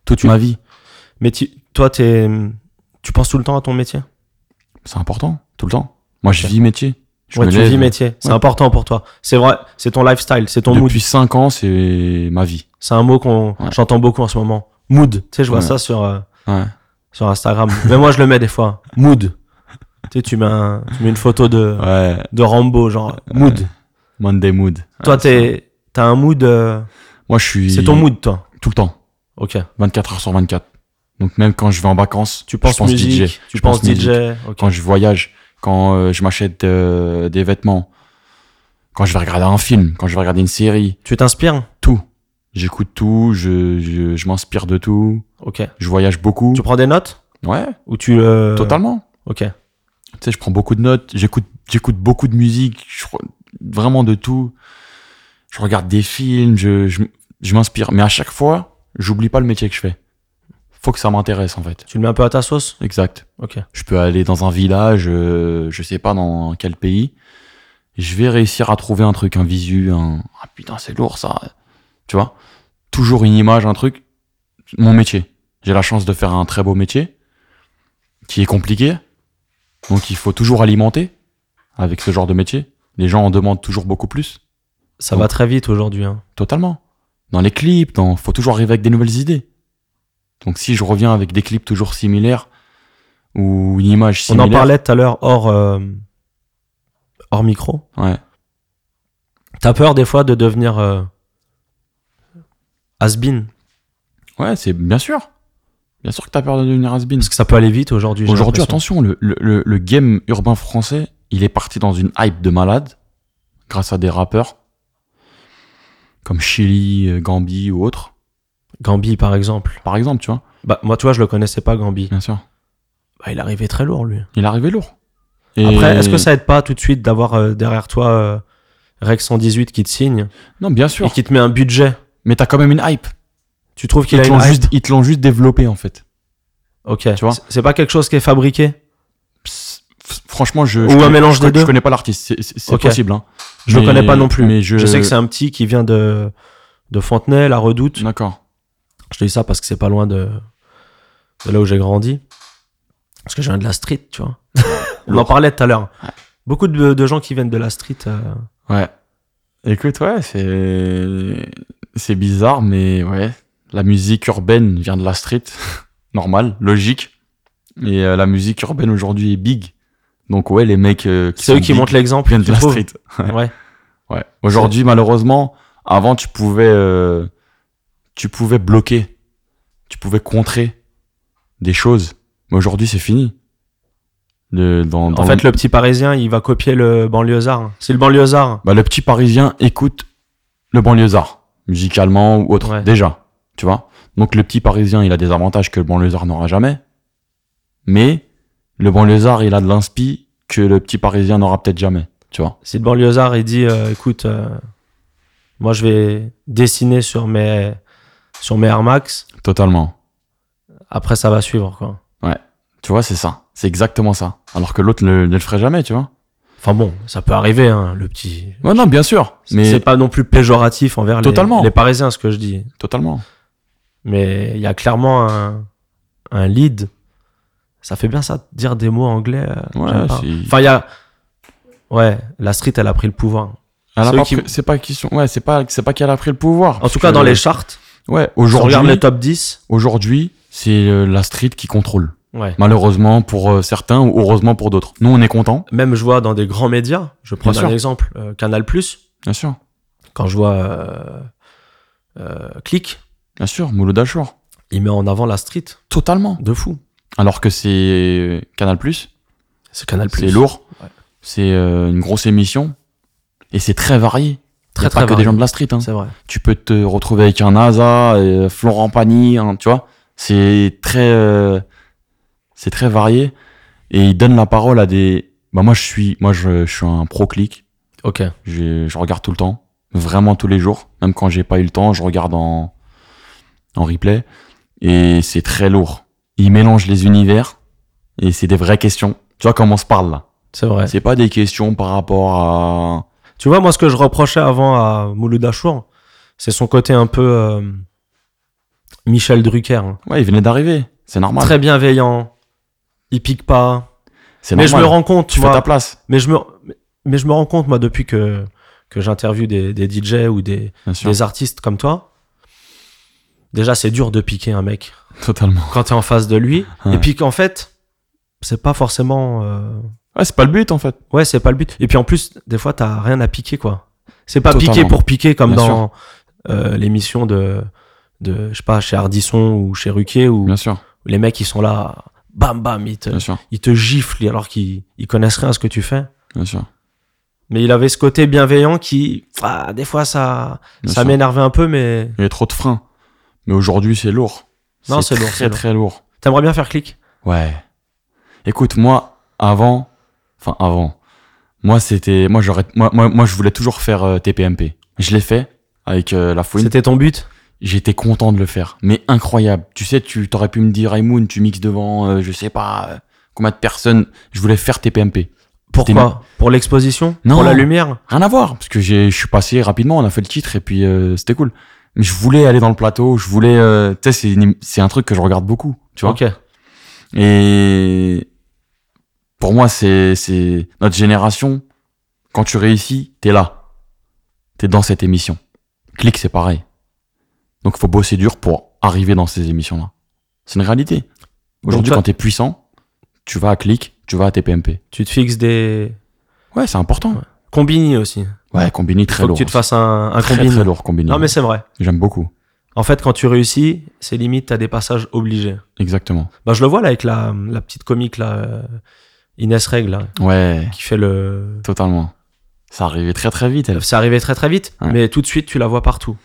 [SPEAKER 2] toute
[SPEAKER 1] Tu-
[SPEAKER 2] ma vie.
[SPEAKER 1] Mais tu- toi, t'es- tu penses tout le temps à ton métier
[SPEAKER 2] C'est important, tout le temps. Moi, je
[SPEAKER 1] Ok.
[SPEAKER 2] vis métier. Je
[SPEAKER 1] Ouais,
[SPEAKER 2] me
[SPEAKER 1] tu
[SPEAKER 2] lève.
[SPEAKER 1] vis métier. C'est
[SPEAKER 2] Ouais.
[SPEAKER 1] important pour toi. C'est vrai, c'est ton lifestyle, c'est ton mood.
[SPEAKER 2] Depuis 5 ans, c'est ma vie.
[SPEAKER 1] C'est un mot qu'on
[SPEAKER 2] Ouais.
[SPEAKER 1] j'entends beaucoup en ce moment. Mood. Tu sais, je vois
[SPEAKER 2] Ouais.
[SPEAKER 1] ça sur, euh,
[SPEAKER 2] Ouais.
[SPEAKER 1] sur Instagram. Mais moi, je le mets des fois. Mood. Tu sais, tu mets, un- tu mets une photo de,
[SPEAKER 2] Ouais.
[SPEAKER 1] de Rambo, genre
[SPEAKER 2] Euh,
[SPEAKER 1] mood.
[SPEAKER 2] Monday mood.
[SPEAKER 1] toi,
[SPEAKER 2] Ouais,
[SPEAKER 1] t'es- t'as un mood. euh,
[SPEAKER 2] ça. Moi, je suis.
[SPEAKER 1] C'est ton mood, toi.
[SPEAKER 2] Tout le temps.
[SPEAKER 1] Ok.
[SPEAKER 2] 24 heures sur 24. Donc, même quand je vais en vacances,
[SPEAKER 1] Tu penses,
[SPEAKER 2] je pense
[SPEAKER 1] musique,
[SPEAKER 2] DJ.
[SPEAKER 1] tu
[SPEAKER 2] Je
[SPEAKER 1] penses
[SPEAKER 2] pense
[SPEAKER 1] DJ.
[SPEAKER 2] musique.
[SPEAKER 1] ok.
[SPEAKER 2] Quand je voyage, quand euh, je m'achète euh, des vêtements, quand je vais regarder un film, quand je vais regarder une série,
[SPEAKER 1] Tu t'inspires
[SPEAKER 2] tout. J'écoute tout, je, je, je m'inspire de tout,
[SPEAKER 1] Ok.
[SPEAKER 2] je voyage beaucoup.
[SPEAKER 1] Tu prends des notes
[SPEAKER 2] Ouais,
[SPEAKER 1] Ou tu. euh,
[SPEAKER 2] totalement.
[SPEAKER 1] Ok.
[SPEAKER 2] Tu sais, je prends beaucoup de notes, j'écoute, j'écoute beaucoup de musique, je- vraiment de tout. je regarde des films, je, je, je m'inspire. Mais à chaque fois, j'oublie pas le métier que je fais. Faut que ça m'intéresse en fait.
[SPEAKER 1] Tu le mets un peu à ta sauce
[SPEAKER 2] Exact.
[SPEAKER 1] Ok.
[SPEAKER 2] Je peux aller dans un village, euh, je sais pas dans quel pays. Je vais réussir à trouver un truc, un visu, un ah putain c'est lourd ça. Tu vois Toujours une image, un truc. Mon métier. J'ai la chance de faire un très beau métier qui est compliqué. Donc il faut toujours alimenter avec ce genre de métier. Les gens en demandent toujours beaucoup plus.
[SPEAKER 1] Ça va très vite aujourd'hui. hein.
[SPEAKER 2] Totalement. Dans les clips, dans... faut toujours arriver avec des nouvelles idées. Donc si je reviens avec des clips toujours similaires ou une image
[SPEAKER 1] On
[SPEAKER 2] similaire,
[SPEAKER 1] en parlait tout à l'heure hors, euh, hors micro.
[SPEAKER 2] ouais,
[SPEAKER 1] T'as peur des fois de devenir euh, has-been
[SPEAKER 2] ouais, c'est bien sûr, bien sûr que t'as peur de devenir has
[SPEAKER 1] Parce que ça peut aller vite aujourd'hui. j'ai
[SPEAKER 2] Aujourd'hui,
[SPEAKER 1] l'impression.
[SPEAKER 2] attention, le, le, le- le game urbain français, il est parti dans une hype de malade grâce à des rappeurs comme Chili, euh, Gambi ou autres,
[SPEAKER 1] Gambi, par exemple.
[SPEAKER 2] par exemple, tu vois.
[SPEAKER 1] Bah, moi, tu vois, je le connaissais pas, Gambi.
[SPEAKER 2] Bien sûr,
[SPEAKER 1] Bah, il arrivait très lourd, lui.
[SPEAKER 2] il est arrivé lourd. Et-
[SPEAKER 1] Après, est-ce que ça aide pas tout de suite d'avoir euh, derrière toi euh, Rex 118 qui te signe
[SPEAKER 2] Non, bien
[SPEAKER 1] et
[SPEAKER 2] sûr.
[SPEAKER 1] qui te met un budget
[SPEAKER 2] Mais t'as quand même une hype.
[SPEAKER 1] Tu trouves qu'il
[SPEAKER 2] Ils
[SPEAKER 1] a
[SPEAKER 2] te
[SPEAKER 1] une
[SPEAKER 2] l'ont
[SPEAKER 1] hype
[SPEAKER 2] juste, ils te l'ont juste développé en fait.
[SPEAKER 1] Ok.
[SPEAKER 2] tu vois.
[SPEAKER 1] C'est- C'est pas quelque chose qui est fabriqué
[SPEAKER 2] Pss, f- franchement, je,
[SPEAKER 1] Ou
[SPEAKER 2] je
[SPEAKER 1] un
[SPEAKER 2] connais-
[SPEAKER 1] mélange
[SPEAKER 2] je
[SPEAKER 1] des
[SPEAKER 2] connais-
[SPEAKER 1] deux.
[SPEAKER 2] Je connais pas l'artiste, c'est- c'est c'est
[SPEAKER 1] Ok.
[SPEAKER 2] possible. Hein.
[SPEAKER 1] Je le
[SPEAKER 2] Mais-
[SPEAKER 1] connais pas non plus.
[SPEAKER 2] Mais je...
[SPEAKER 1] Je sais que c'est un petit qui vient de, de Fontenay, La Redoute.
[SPEAKER 2] D'accord.
[SPEAKER 1] Je te dis ça parce que c'est pas loin de, de là où j'ai grandi. Parce que je viens de la street, tu [laughs] vois. On en parlait tout à l'heure. Beaucoup de, de gens qui viennent de la street. euh,
[SPEAKER 2] Ouais. Écoute, ouais, c'est c'est bizarre, mais ouais, la musique urbaine vient de la street, [laughs] normal, logique. Et euh, la musique urbaine aujourd'hui est big. Donc ouais, les mecs euh,
[SPEAKER 1] c'est
[SPEAKER 2] sont
[SPEAKER 1] eux qui
[SPEAKER 2] big
[SPEAKER 1] montrent l'exemple.
[SPEAKER 2] viennent
[SPEAKER 1] tu
[SPEAKER 2] de la
[SPEAKER 1] trouves
[SPEAKER 2] street.
[SPEAKER 1] Ouais.
[SPEAKER 2] Ouais. Aujourd'hui, malheureusement, avant, tu pouvais, euh, tu pouvais bloquer, tu pouvais contrer des choses. Mais aujourd'hui, c'est fini. Le, dans, dans
[SPEAKER 1] En fait, le petit parisien, il va copier le banlieusard. C'est le banlieusard.
[SPEAKER 2] bah, le petit Parisien écoute le banlieusard, musicalement ou autre,
[SPEAKER 1] Ouais.
[SPEAKER 2] déjà. Tu vois Donc, le petit Parisien, il a des avantages que le banlieusard n'aura jamais. Mais le banlieusard, il a de l'inspi que le petit Parisien n'aura peut-être jamais. Tu vois
[SPEAKER 1] Si le banlieusard, il dit euh, écoute, euh, moi je vais dessiner sur mes, sur mes Air Max,
[SPEAKER 2] Totalement.
[SPEAKER 1] après ça va suivre, quoi.
[SPEAKER 2] Tu vois, c'est ça. C'est exactement ça. Alors que l'autre ne, ne le ferait jamais, tu vois.
[SPEAKER 1] Enfin bon, ça peut arriver, hein, le petit.
[SPEAKER 2] Ouais, non, bien sûr.
[SPEAKER 1] C'est
[SPEAKER 2] Mais
[SPEAKER 1] pas non plus péjoratif envers les-
[SPEAKER 2] Totalement.
[SPEAKER 1] les parisiens, ce que je dis.
[SPEAKER 2] totalement.
[SPEAKER 1] Mais il y a clairement un, un lead. Ça fait bien ça, de dire des mots anglais. euh,
[SPEAKER 2] Ouais,
[SPEAKER 1] j'aime pas.
[SPEAKER 2] c'est-
[SPEAKER 1] Enfin, il y a. Ouais, la street, elle a pris le pouvoir.
[SPEAKER 2] Elle a
[SPEAKER 1] Ceux
[SPEAKER 2] pas
[SPEAKER 1] qui-
[SPEAKER 2] pris- C'est pas question. Ouais, c'est pas c'est pas qu'elle a pris le pouvoir.
[SPEAKER 1] En
[SPEAKER 2] Parce
[SPEAKER 1] tout cas,
[SPEAKER 2] que-
[SPEAKER 1] dans les charts,
[SPEAKER 2] Ouais,
[SPEAKER 1] je regarde
[SPEAKER 2] aujourd'hui,
[SPEAKER 1] le top 10.
[SPEAKER 2] aujourd'hui, c'est euh, la street qui contrôle.
[SPEAKER 1] Ouais.
[SPEAKER 2] Malheureusement pour euh, certains ou heureusement pour d'autres. Nous, on est contents.
[SPEAKER 1] Même je vois dans des grands médias, je prends
[SPEAKER 2] Bien
[SPEAKER 1] un
[SPEAKER 2] sûr.
[SPEAKER 1] exemple, euh, Canal,
[SPEAKER 2] Bien sûr.
[SPEAKER 1] quand je vois euh, euh, Click,
[SPEAKER 2] Bien sûr, Mouloud Achour.
[SPEAKER 1] il met en avant la street.
[SPEAKER 2] Totalement.
[SPEAKER 1] De fou.
[SPEAKER 2] Alors que c'est Canal+,
[SPEAKER 1] C'est Canal,
[SPEAKER 2] c'est lourd.
[SPEAKER 1] Ouais.
[SPEAKER 2] C'est euh, une grosse émission. Et c'est très varié.
[SPEAKER 1] Très,
[SPEAKER 2] Y a
[SPEAKER 1] très
[SPEAKER 2] pas que
[SPEAKER 1] varié.
[SPEAKER 2] des gens de la street. Hein.
[SPEAKER 1] C'est vrai.
[SPEAKER 2] tu peux te retrouver avec un NASA, et Florent Pagny, hein, tu vois. C'est très, euh, c'est très varié. Et il donne la parole à des. Bah moi je suis, moi je, je suis un pro clic.
[SPEAKER 1] Ok.
[SPEAKER 2] Je, je regarde tout le temps, vraiment tous les jours, même quand j'ai pas eu le temps, je regarde en en replay. Et c'est très lourd. Il mélange les univers et c'est des vraies questions. Tu vois comment on se parle là.
[SPEAKER 1] C'est vrai.
[SPEAKER 2] C'est pas des questions par rapport à.
[SPEAKER 1] Tu vois, moi, ce que je reprochais avant à Mouloud Achour, c'est son côté un peu euh, Michel Drucker. hein.
[SPEAKER 2] Ouais, il venait d'arriver. C'est normal.
[SPEAKER 1] Très bienveillant. Il pique pas.
[SPEAKER 2] C'est
[SPEAKER 1] Mais
[SPEAKER 2] normal.
[SPEAKER 1] je me rends compte, tu
[SPEAKER 2] Tu fais ta
[SPEAKER 1] vois.
[SPEAKER 2] place.
[SPEAKER 1] Mais je me, mais je me rends compte, moi, depuis que, que j'interviewe des, des DJ ou des,
[SPEAKER 2] Bien sûr.
[SPEAKER 1] des artistes comme toi. Déjà, c'est dur de piquer un mec
[SPEAKER 2] Totalement.
[SPEAKER 1] quand t'es en face de lui.
[SPEAKER 2] Ouais.
[SPEAKER 1] Et puis qu'en fait, c'est pas forcément. euh,
[SPEAKER 2] Ouais, c'est pas le but en fait.
[SPEAKER 1] Ouais, c'est pas le but. Et puis en plus, des fois, t'as rien à piquer, quoi. C'est pas
[SPEAKER 2] Totalement.
[SPEAKER 1] piquer pour piquer comme
[SPEAKER 2] Bien
[SPEAKER 1] dans euh, l'émission de, de, je sais pas, chez Ardisson ou chez Ruquier, où
[SPEAKER 2] Bien sûr,
[SPEAKER 1] les mecs, ils sont là, bam, bam, ils te,
[SPEAKER 2] bien sûr,
[SPEAKER 1] ils te giflent alors qu'ils ils connaissent rien à ce que tu fais.
[SPEAKER 2] bien sûr.
[SPEAKER 1] Mais il avait ce côté bienveillant qui, ah, des fois, ça,
[SPEAKER 2] bien
[SPEAKER 1] ça
[SPEAKER 2] sûr.
[SPEAKER 1] m'énervait un peu, mais
[SPEAKER 2] Il y a trop de freins. Mais aujourd'hui, c'est lourd.
[SPEAKER 1] Non, c'est lourd,
[SPEAKER 2] Très,
[SPEAKER 1] c'est lourd.
[SPEAKER 2] très lourd.
[SPEAKER 1] t'aimerais bien faire clic.
[SPEAKER 2] Ouais. Écoute, moi, avant, enfin, avant, moi, c'était, moi, j'aurais, moi, moi, moi, je voulais toujours faire euh, TPMP. Je l'ai fait avec euh, la fouine.
[SPEAKER 1] C'était ton but
[SPEAKER 2] J'étais content de le faire, mais incroyable. Tu sais, tu t'aurais pu me dire, Raymond, tu mixes devant, euh, je sais pas, euh, combien de personnes. Je voulais faire TPMP.
[SPEAKER 1] Pourquoi Pour l'exposition
[SPEAKER 2] Non.
[SPEAKER 1] Pour la lumière
[SPEAKER 2] Rien à voir, parce que j'ai- je suis passé rapidement, on a fait le titre et puis euh, c'était cool. Mais je voulais aller dans le plateau, je voulais. euh, tu sais, c'est une- c'est un truc que je regarde beaucoup, tu vois.
[SPEAKER 1] Ok.
[SPEAKER 2] Et pour moi, c'est c'est notre génération. Quand tu réussis, t'es là, t'es dans cette émission. Click, c'est pareil. Donc, faut bosser dur pour arriver dans ces émissions-là. C'est une réalité. Aujourd'hui,
[SPEAKER 1] toi-
[SPEAKER 2] quand t'es puissant, tu vas à Click, tu vas à TPMP.
[SPEAKER 1] Tu te fixes des
[SPEAKER 2] Ouais, c'est important.
[SPEAKER 1] combini aussi.
[SPEAKER 2] Ouais, combiné très
[SPEAKER 1] Faut
[SPEAKER 2] lourd.
[SPEAKER 1] que tu te fasses un, un
[SPEAKER 2] très,
[SPEAKER 1] combini.
[SPEAKER 2] très lourd combiné.
[SPEAKER 1] non mais c'est vrai.
[SPEAKER 2] J'aime beaucoup.
[SPEAKER 1] En fait, quand tu réussis, c'est limite t'as des passages obligés.
[SPEAKER 2] Exactement.
[SPEAKER 1] Bah je le vois là avec la, la petite comique là, euh, Inès Règle, là,
[SPEAKER 2] Ouais,
[SPEAKER 1] qui fait le.
[SPEAKER 2] totalement. Ça arrivait très très vite. elle.
[SPEAKER 1] C'est arrivé très très vite,
[SPEAKER 2] Ouais.
[SPEAKER 1] mais tout de suite tu la vois partout.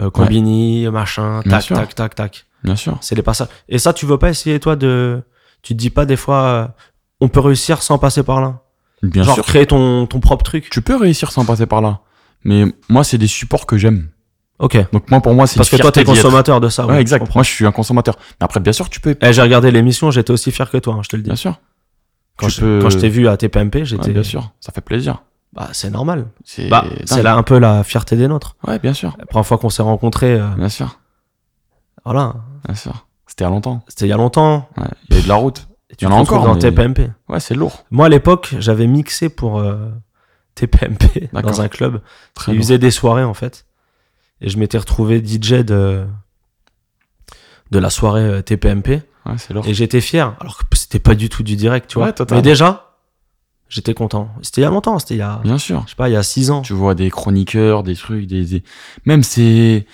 [SPEAKER 1] Euh, combini, machin,
[SPEAKER 2] Bien
[SPEAKER 1] tac,
[SPEAKER 2] sûr.
[SPEAKER 1] tac, tac, tac.
[SPEAKER 2] Bien sûr.
[SPEAKER 1] C'est les passages. Et ça, tu veux pas essayer, toi, de. Tu te dis pas des fois, euh, on peut réussir sans passer par là.
[SPEAKER 2] Bien
[SPEAKER 1] Genre
[SPEAKER 2] sûr.
[SPEAKER 1] créer ton, ton propre truc.
[SPEAKER 2] Tu peux réussir sans passer par là. Mais moi, c'est des supports que j'aime.
[SPEAKER 1] Ok.
[SPEAKER 2] Donc moi, pour moi, c'est
[SPEAKER 1] Parce
[SPEAKER 2] une
[SPEAKER 1] que toi,
[SPEAKER 2] fierté
[SPEAKER 1] t'es
[SPEAKER 2] d'y être.
[SPEAKER 1] consommateur de ça.
[SPEAKER 2] Ouais,
[SPEAKER 1] ouais,
[SPEAKER 2] exact.
[SPEAKER 1] je comprends.
[SPEAKER 2] Moi, je suis un consommateur. Mais après, bien sûr, tu peux.
[SPEAKER 1] Eh, j'ai regardé l'émission, j'étais aussi fier que toi, hein, je te le dis.
[SPEAKER 2] Bien sûr.
[SPEAKER 1] Quand
[SPEAKER 2] Bah,
[SPEAKER 1] je,
[SPEAKER 2] tu peux-
[SPEAKER 1] quand je t'ai vu à TPMP,
[SPEAKER 2] Ouais,
[SPEAKER 1] j'étais.
[SPEAKER 2] bien sûr. Ça fait plaisir.
[SPEAKER 1] Bah, c'est normal.
[SPEAKER 2] C'est
[SPEAKER 1] Bah,
[SPEAKER 2] dingue.
[SPEAKER 1] c'est là un peu la fierté des nôtres.
[SPEAKER 2] Ouais, bien sûr.
[SPEAKER 1] La première fois qu'on s'est rencontrés, euh,
[SPEAKER 2] Bien sûr.
[SPEAKER 1] voilà,
[SPEAKER 2] Bien sûr. C'était il y a longtemps.
[SPEAKER 1] c'était il y a longtemps. hein.
[SPEAKER 2] Ouais. Il y avait de la route.
[SPEAKER 1] Et tu
[SPEAKER 2] Il y
[SPEAKER 1] te
[SPEAKER 2] en a
[SPEAKER 1] retrouves
[SPEAKER 2] encore,
[SPEAKER 1] dans
[SPEAKER 2] mais-
[SPEAKER 1] TPMP.
[SPEAKER 2] Ouais, c'est lourd.
[SPEAKER 1] Moi, à l'époque, j'avais mixé pour euh, TPMP [laughs]
[SPEAKER 2] D'accord.
[SPEAKER 1] dans un club.
[SPEAKER 2] Très
[SPEAKER 1] il
[SPEAKER 2] lourd.
[SPEAKER 1] faisait des soirées en fait. Et je m'étais retrouvé DJ de, de la soirée euh, TPMP.
[SPEAKER 2] Ouais, c'est lourd.
[SPEAKER 1] Et j'étais fier. Alors que c'était pas du tout du direct, tu vois.
[SPEAKER 2] Ouais, totalement.
[SPEAKER 1] Mais déjà, j'étais content. C'était il y a longtemps, c'était il y a,
[SPEAKER 2] Bien sûr.
[SPEAKER 1] je sais pas, il y a 6 ans.
[SPEAKER 2] Tu vois des chroniqueurs, des trucs, des... des- Même c'est...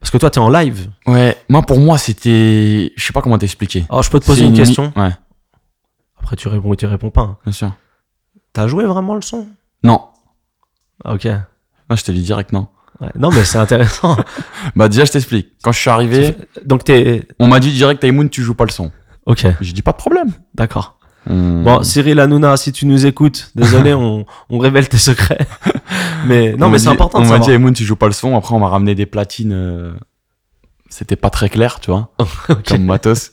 [SPEAKER 1] Parce que toi, t'es en live.
[SPEAKER 2] Ouais, moi, pour moi, c'était... Oh, Je sais pas comment t'expliquer.
[SPEAKER 1] Alors, je peux te
[SPEAKER 2] C'est
[SPEAKER 1] poser une
[SPEAKER 2] émi-
[SPEAKER 1] question.
[SPEAKER 2] Ouais,
[SPEAKER 1] Après, tu réponds ou tu réponds pas. hein.
[SPEAKER 2] bien sûr.
[SPEAKER 1] T'as joué vraiment le son
[SPEAKER 2] Non.
[SPEAKER 1] Ah, Ok. Ouais.
[SPEAKER 2] Moi, je te le dis direct, non.
[SPEAKER 1] Non, mais c'est
[SPEAKER 2] [laughs]
[SPEAKER 1] intéressant.
[SPEAKER 2] Bah, déjà, je t'explique. Quand je suis arrivé,
[SPEAKER 1] Donc, t'es.
[SPEAKER 2] on m'a dit direct, Taïmoun, tu joues pas le son.
[SPEAKER 1] Ok,
[SPEAKER 2] J'ai dit pas de problème.
[SPEAKER 1] d'accord.
[SPEAKER 2] On-
[SPEAKER 1] Bon, Cyril Hanouna, si tu nous écoutes,
[SPEAKER 2] [laughs]
[SPEAKER 1] désolé, on, on révèle tes secrets. Mais non,
[SPEAKER 2] On
[SPEAKER 1] mais
[SPEAKER 2] m'a
[SPEAKER 1] c'est
[SPEAKER 2] dit-
[SPEAKER 1] important de
[SPEAKER 2] On m'a
[SPEAKER 1] savoir.
[SPEAKER 2] dit, Emoun, tu joues pas le son. Après, on m'a ramené des platines. euh, C'était pas très clair, tu vois,
[SPEAKER 1] Ok.
[SPEAKER 2] comme matos.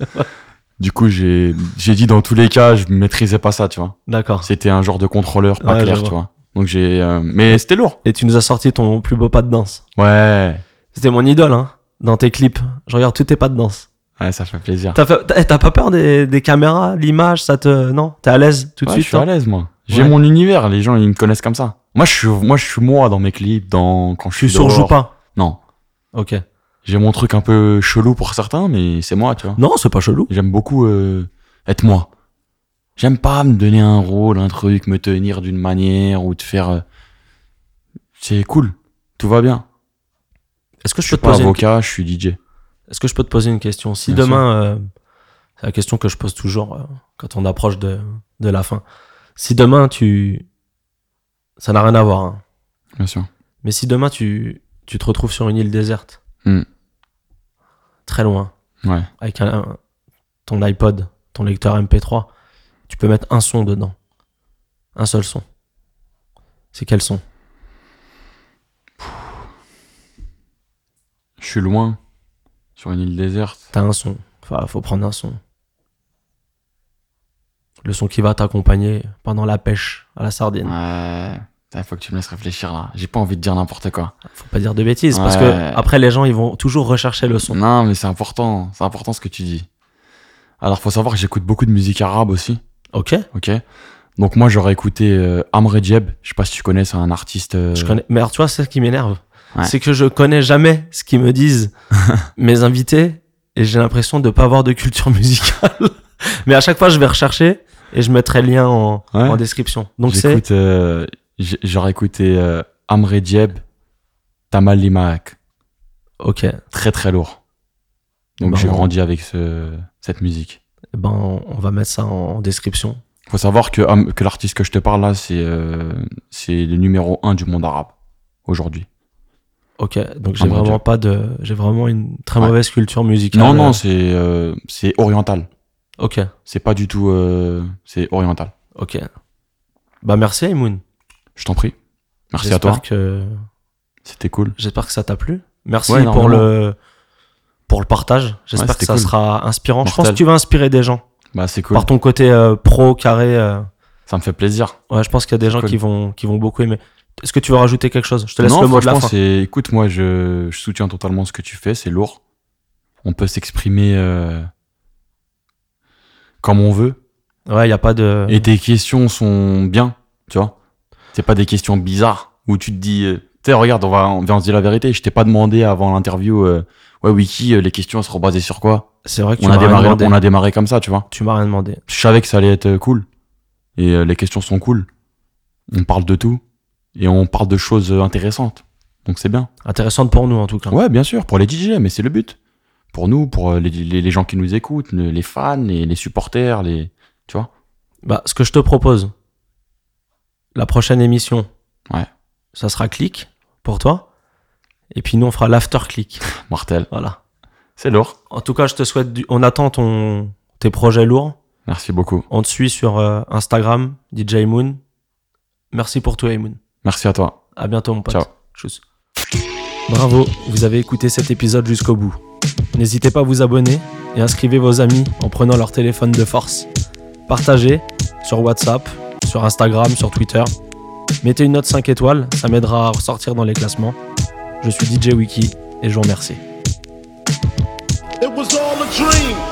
[SPEAKER 2] Du coup, j'ai j'ai dit, dans tous les cas, je maîtrisais pas ça, tu vois.
[SPEAKER 1] D'accord.
[SPEAKER 2] C'était un genre de contrôleur pas
[SPEAKER 1] Ouais, je
[SPEAKER 2] clair,
[SPEAKER 1] vois.
[SPEAKER 2] tu vois. Donc, j'ai. euh, Mais c'était lourd.
[SPEAKER 1] Et tu nous as sorti ton plus beau pas de danse.
[SPEAKER 2] Ouais.
[SPEAKER 1] C'était mon idole, hein, dans tes clips. Je regarde tous tes pas de danse.
[SPEAKER 2] Ouais, ça fait plaisir.
[SPEAKER 1] T'as fait- t'as- t'as pas peur des, des caméras, l'image, ça te. Non T'es à l'aise tout de
[SPEAKER 2] Ouais, je
[SPEAKER 1] suite
[SPEAKER 2] suis
[SPEAKER 1] toi
[SPEAKER 2] à l'aise, moi. J'ai
[SPEAKER 1] Ouais.
[SPEAKER 2] mon univers. Les gens, ils me connaissent comme ça. Moi, je suis moi, je suis moi dans mes clips, dans quand je suis.
[SPEAKER 1] Tu surjoues
[SPEAKER 2] dehors.
[SPEAKER 1] pas
[SPEAKER 2] Non.
[SPEAKER 1] Ok.
[SPEAKER 2] J'ai mon truc un peu chelou pour certains, mais c'est moi, tu vois.
[SPEAKER 1] Non, c'est pas chelou.
[SPEAKER 2] J'aime beaucoup euh, être moi. J'aime pas me donner un rôle, un truc, me tenir d'une manière ou te faire. euh, C'est cool, tout va bien.
[SPEAKER 1] Est-ce que, je peux
[SPEAKER 2] Je suis
[SPEAKER 1] te
[SPEAKER 2] pas
[SPEAKER 1] poser une...
[SPEAKER 2] avocat, je suis DJ.
[SPEAKER 1] Est-ce que je peux te poser une question Si
[SPEAKER 2] Bien
[SPEAKER 1] demain. euh, C'est la question que je pose toujours euh, quand on approche de, de la fin. Si demain tu. Ça n'a rien à voir, hein.
[SPEAKER 2] Bien sûr.
[SPEAKER 1] Mais si demain tu, tu te retrouves sur une île déserte,
[SPEAKER 2] Hmm.
[SPEAKER 1] très loin,
[SPEAKER 2] Ouais.
[SPEAKER 1] avec un- un- ton iPod, ton lecteur MP3, tu peux mettre un son dedans. Un seul son. C'est quel son
[SPEAKER 2] Je suis loin, sur une île déserte.
[SPEAKER 1] T'as un son. Enfin, faut prendre un son. Le son qui va t'accompagner pendant la pêche à la sardine.
[SPEAKER 2] Ouais. Putain, faut que tu me laisses réfléchir là. J'ai pas envie de dire n'importe quoi.
[SPEAKER 1] Faut pas dire de bêtises, parce
[SPEAKER 2] Ouais. Mm.
[SPEAKER 1] que après les gens ils vont toujours rechercher le son.
[SPEAKER 2] Non, mais c'est important. C'est important ce que tu dis. Alors, faut savoir que j'écoute beaucoup de musique arabe aussi.
[SPEAKER 1] Ok
[SPEAKER 2] Ok. Donc moi j'aurais écouté euh, Amre Dieb. Je sais pas si tu connais, c'est un artiste. euh,
[SPEAKER 1] Je connais... Mais alors, tu vois, c'est ce qui m'énerve.
[SPEAKER 2] Ouais.
[SPEAKER 1] C'est que je connais jamais ce qu'ils me
[SPEAKER 2] [laughs]
[SPEAKER 1] disent mes invités et j'ai l'impression de pas avoir de culture [laughs] musicale. Mais à chaque fois, je vais rechercher et je mettrai le lien en,
[SPEAKER 2] Ouais.
[SPEAKER 1] en description. Donc c'est.
[SPEAKER 2] J'écoute. euh, j- j'aurais écouté euh, Amre Dieb, Tamal Limaak.
[SPEAKER 1] Ok.
[SPEAKER 2] Très très lourd. Donc
[SPEAKER 1] Bah,
[SPEAKER 2] j'ai
[SPEAKER 1] on-
[SPEAKER 2] grandi avec ce, cette musique.
[SPEAKER 1] Ben, on on va mettre ça en, en description.
[SPEAKER 2] Faut savoir que, Am- que l'artiste que je te parle là, c'est euh, c'est le numéro un du monde arabe aujourd'hui.
[SPEAKER 1] Ok. Donc j'ai
[SPEAKER 2] Ah, mon
[SPEAKER 1] vraiment
[SPEAKER 2] Dieu.
[SPEAKER 1] pas de. J'ai vraiment une très
[SPEAKER 2] Ouais.
[SPEAKER 1] mauvaise culture musicale.
[SPEAKER 2] Non non, c'est euh, c'est oriental.
[SPEAKER 1] Ok.
[SPEAKER 2] C'est pas du tout. euh, c'est oriental.
[SPEAKER 1] Ok. Bah merci Aymoun.
[SPEAKER 2] Je t'en prie. Merci à
[SPEAKER 1] J'espère
[SPEAKER 2] toi.
[SPEAKER 1] que
[SPEAKER 2] C'était cool.
[SPEAKER 1] J'espère que ça t'a plu. Merci
[SPEAKER 2] Ouais,
[SPEAKER 1] pour
[SPEAKER 2] énormément.
[SPEAKER 1] le pour le partage. J'espère
[SPEAKER 2] Ouais,
[SPEAKER 1] que
[SPEAKER 2] c'était
[SPEAKER 1] ça
[SPEAKER 2] cool.
[SPEAKER 1] sera inspirant. Je
[SPEAKER 2] Mortel.
[SPEAKER 1] pense que tu vas inspirer des gens
[SPEAKER 2] Bah, c'est cool.
[SPEAKER 1] par ton côté euh, pro carré. euh,
[SPEAKER 2] Ça me fait plaisir.
[SPEAKER 1] ouais, je pense qu'il y a des gens
[SPEAKER 2] cool.
[SPEAKER 1] qui vont qui vont beaucoup aimer. Est-ce que tu veux rajouter quelque chose Je te laisse
[SPEAKER 2] non,
[SPEAKER 1] le mot de la
[SPEAKER 2] franchement,
[SPEAKER 1] fin.
[SPEAKER 2] c'est- Écoute, moi, je, je soutiens totalement ce que tu fais. C'est lourd. On peut s'exprimer euh, comme on veut.
[SPEAKER 1] Ouais, il y a pas de.
[SPEAKER 2] Et tes questions sont bien, tu vois. C'est pas des questions bizarres où tu te dis, euh, tu sais, regarde, on va, on vient se dire la vérité. Je t'ai pas demandé avant l'interview, euh, ouais, Wiki, euh, les questions elles seront basées sur quoi
[SPEAKER 1] C'est vrai que tu
[SPEAKER 2] on a,
[SPEAKER 1] m'as rien
[SPEAKER 2] démarré,
[SPEAKER 1] demandé.
[SPEAKER 2] on a démarré comme ça, tu vois.
[SPEAKER 1] Tu m'as rien demandé.
[SPEAKER 2] Je savais que ça allait être euh, cool. Et euh, les questions sont cool. On parle de tout. Et on parle de choses euh, intéressantes. Donc c'est bien.
[SPEAKER 1] Intéressante pour nous en tout cas.
[SPEAKER 2] Ouais, bien sûr, pour les DJ, mais c'est le but. Pour nous, pour euh, les, les- les gens qui nous écoutent, le- les fans, les, les supporters, les. Tu vois
[SPEAKER 1] Bah, ce que je te propose, la prochaine émission,
[SPEAKER 2] Ouais.
[SPEAKER 1] ça sera click pour toi. Et puis nous, on fera l'after click.
[SPEAKER 2] Martel.
[SPEAKER 1] voilà.
[SPEAKER 2] C'est lourd.
[SPEAKER 1] En tout cas, je te souhaite. du- On attend ton... tes projets lourds.
[SPEAKER 2] Merci beaucoup.
[SPEAKER 1] On te suit sur euh, Instagram, DJ Moon. Merci pour tout, Moon.
[SPEAKER 2] Merci à toi.
[SPEAKER 1] À bientôt, mon pote.
[SPEAKER 2] Ciao.
[SPEAKER 1] Tchuss. Bravo, vous avez écouté cet épisode jusqu'au bout. N'hésitez pas à vous abonner et inscrivez vos amis en prenant leur téléphone de force. Partagez sur WhatsApp, sur Instagram, sur Twitter. Mettez une note 5 étoiles, ça m'aidera à ressortir dans les classements. Je suis DJ Wiki et je vous remercie.
[SPEAKER 3] It was all a dream.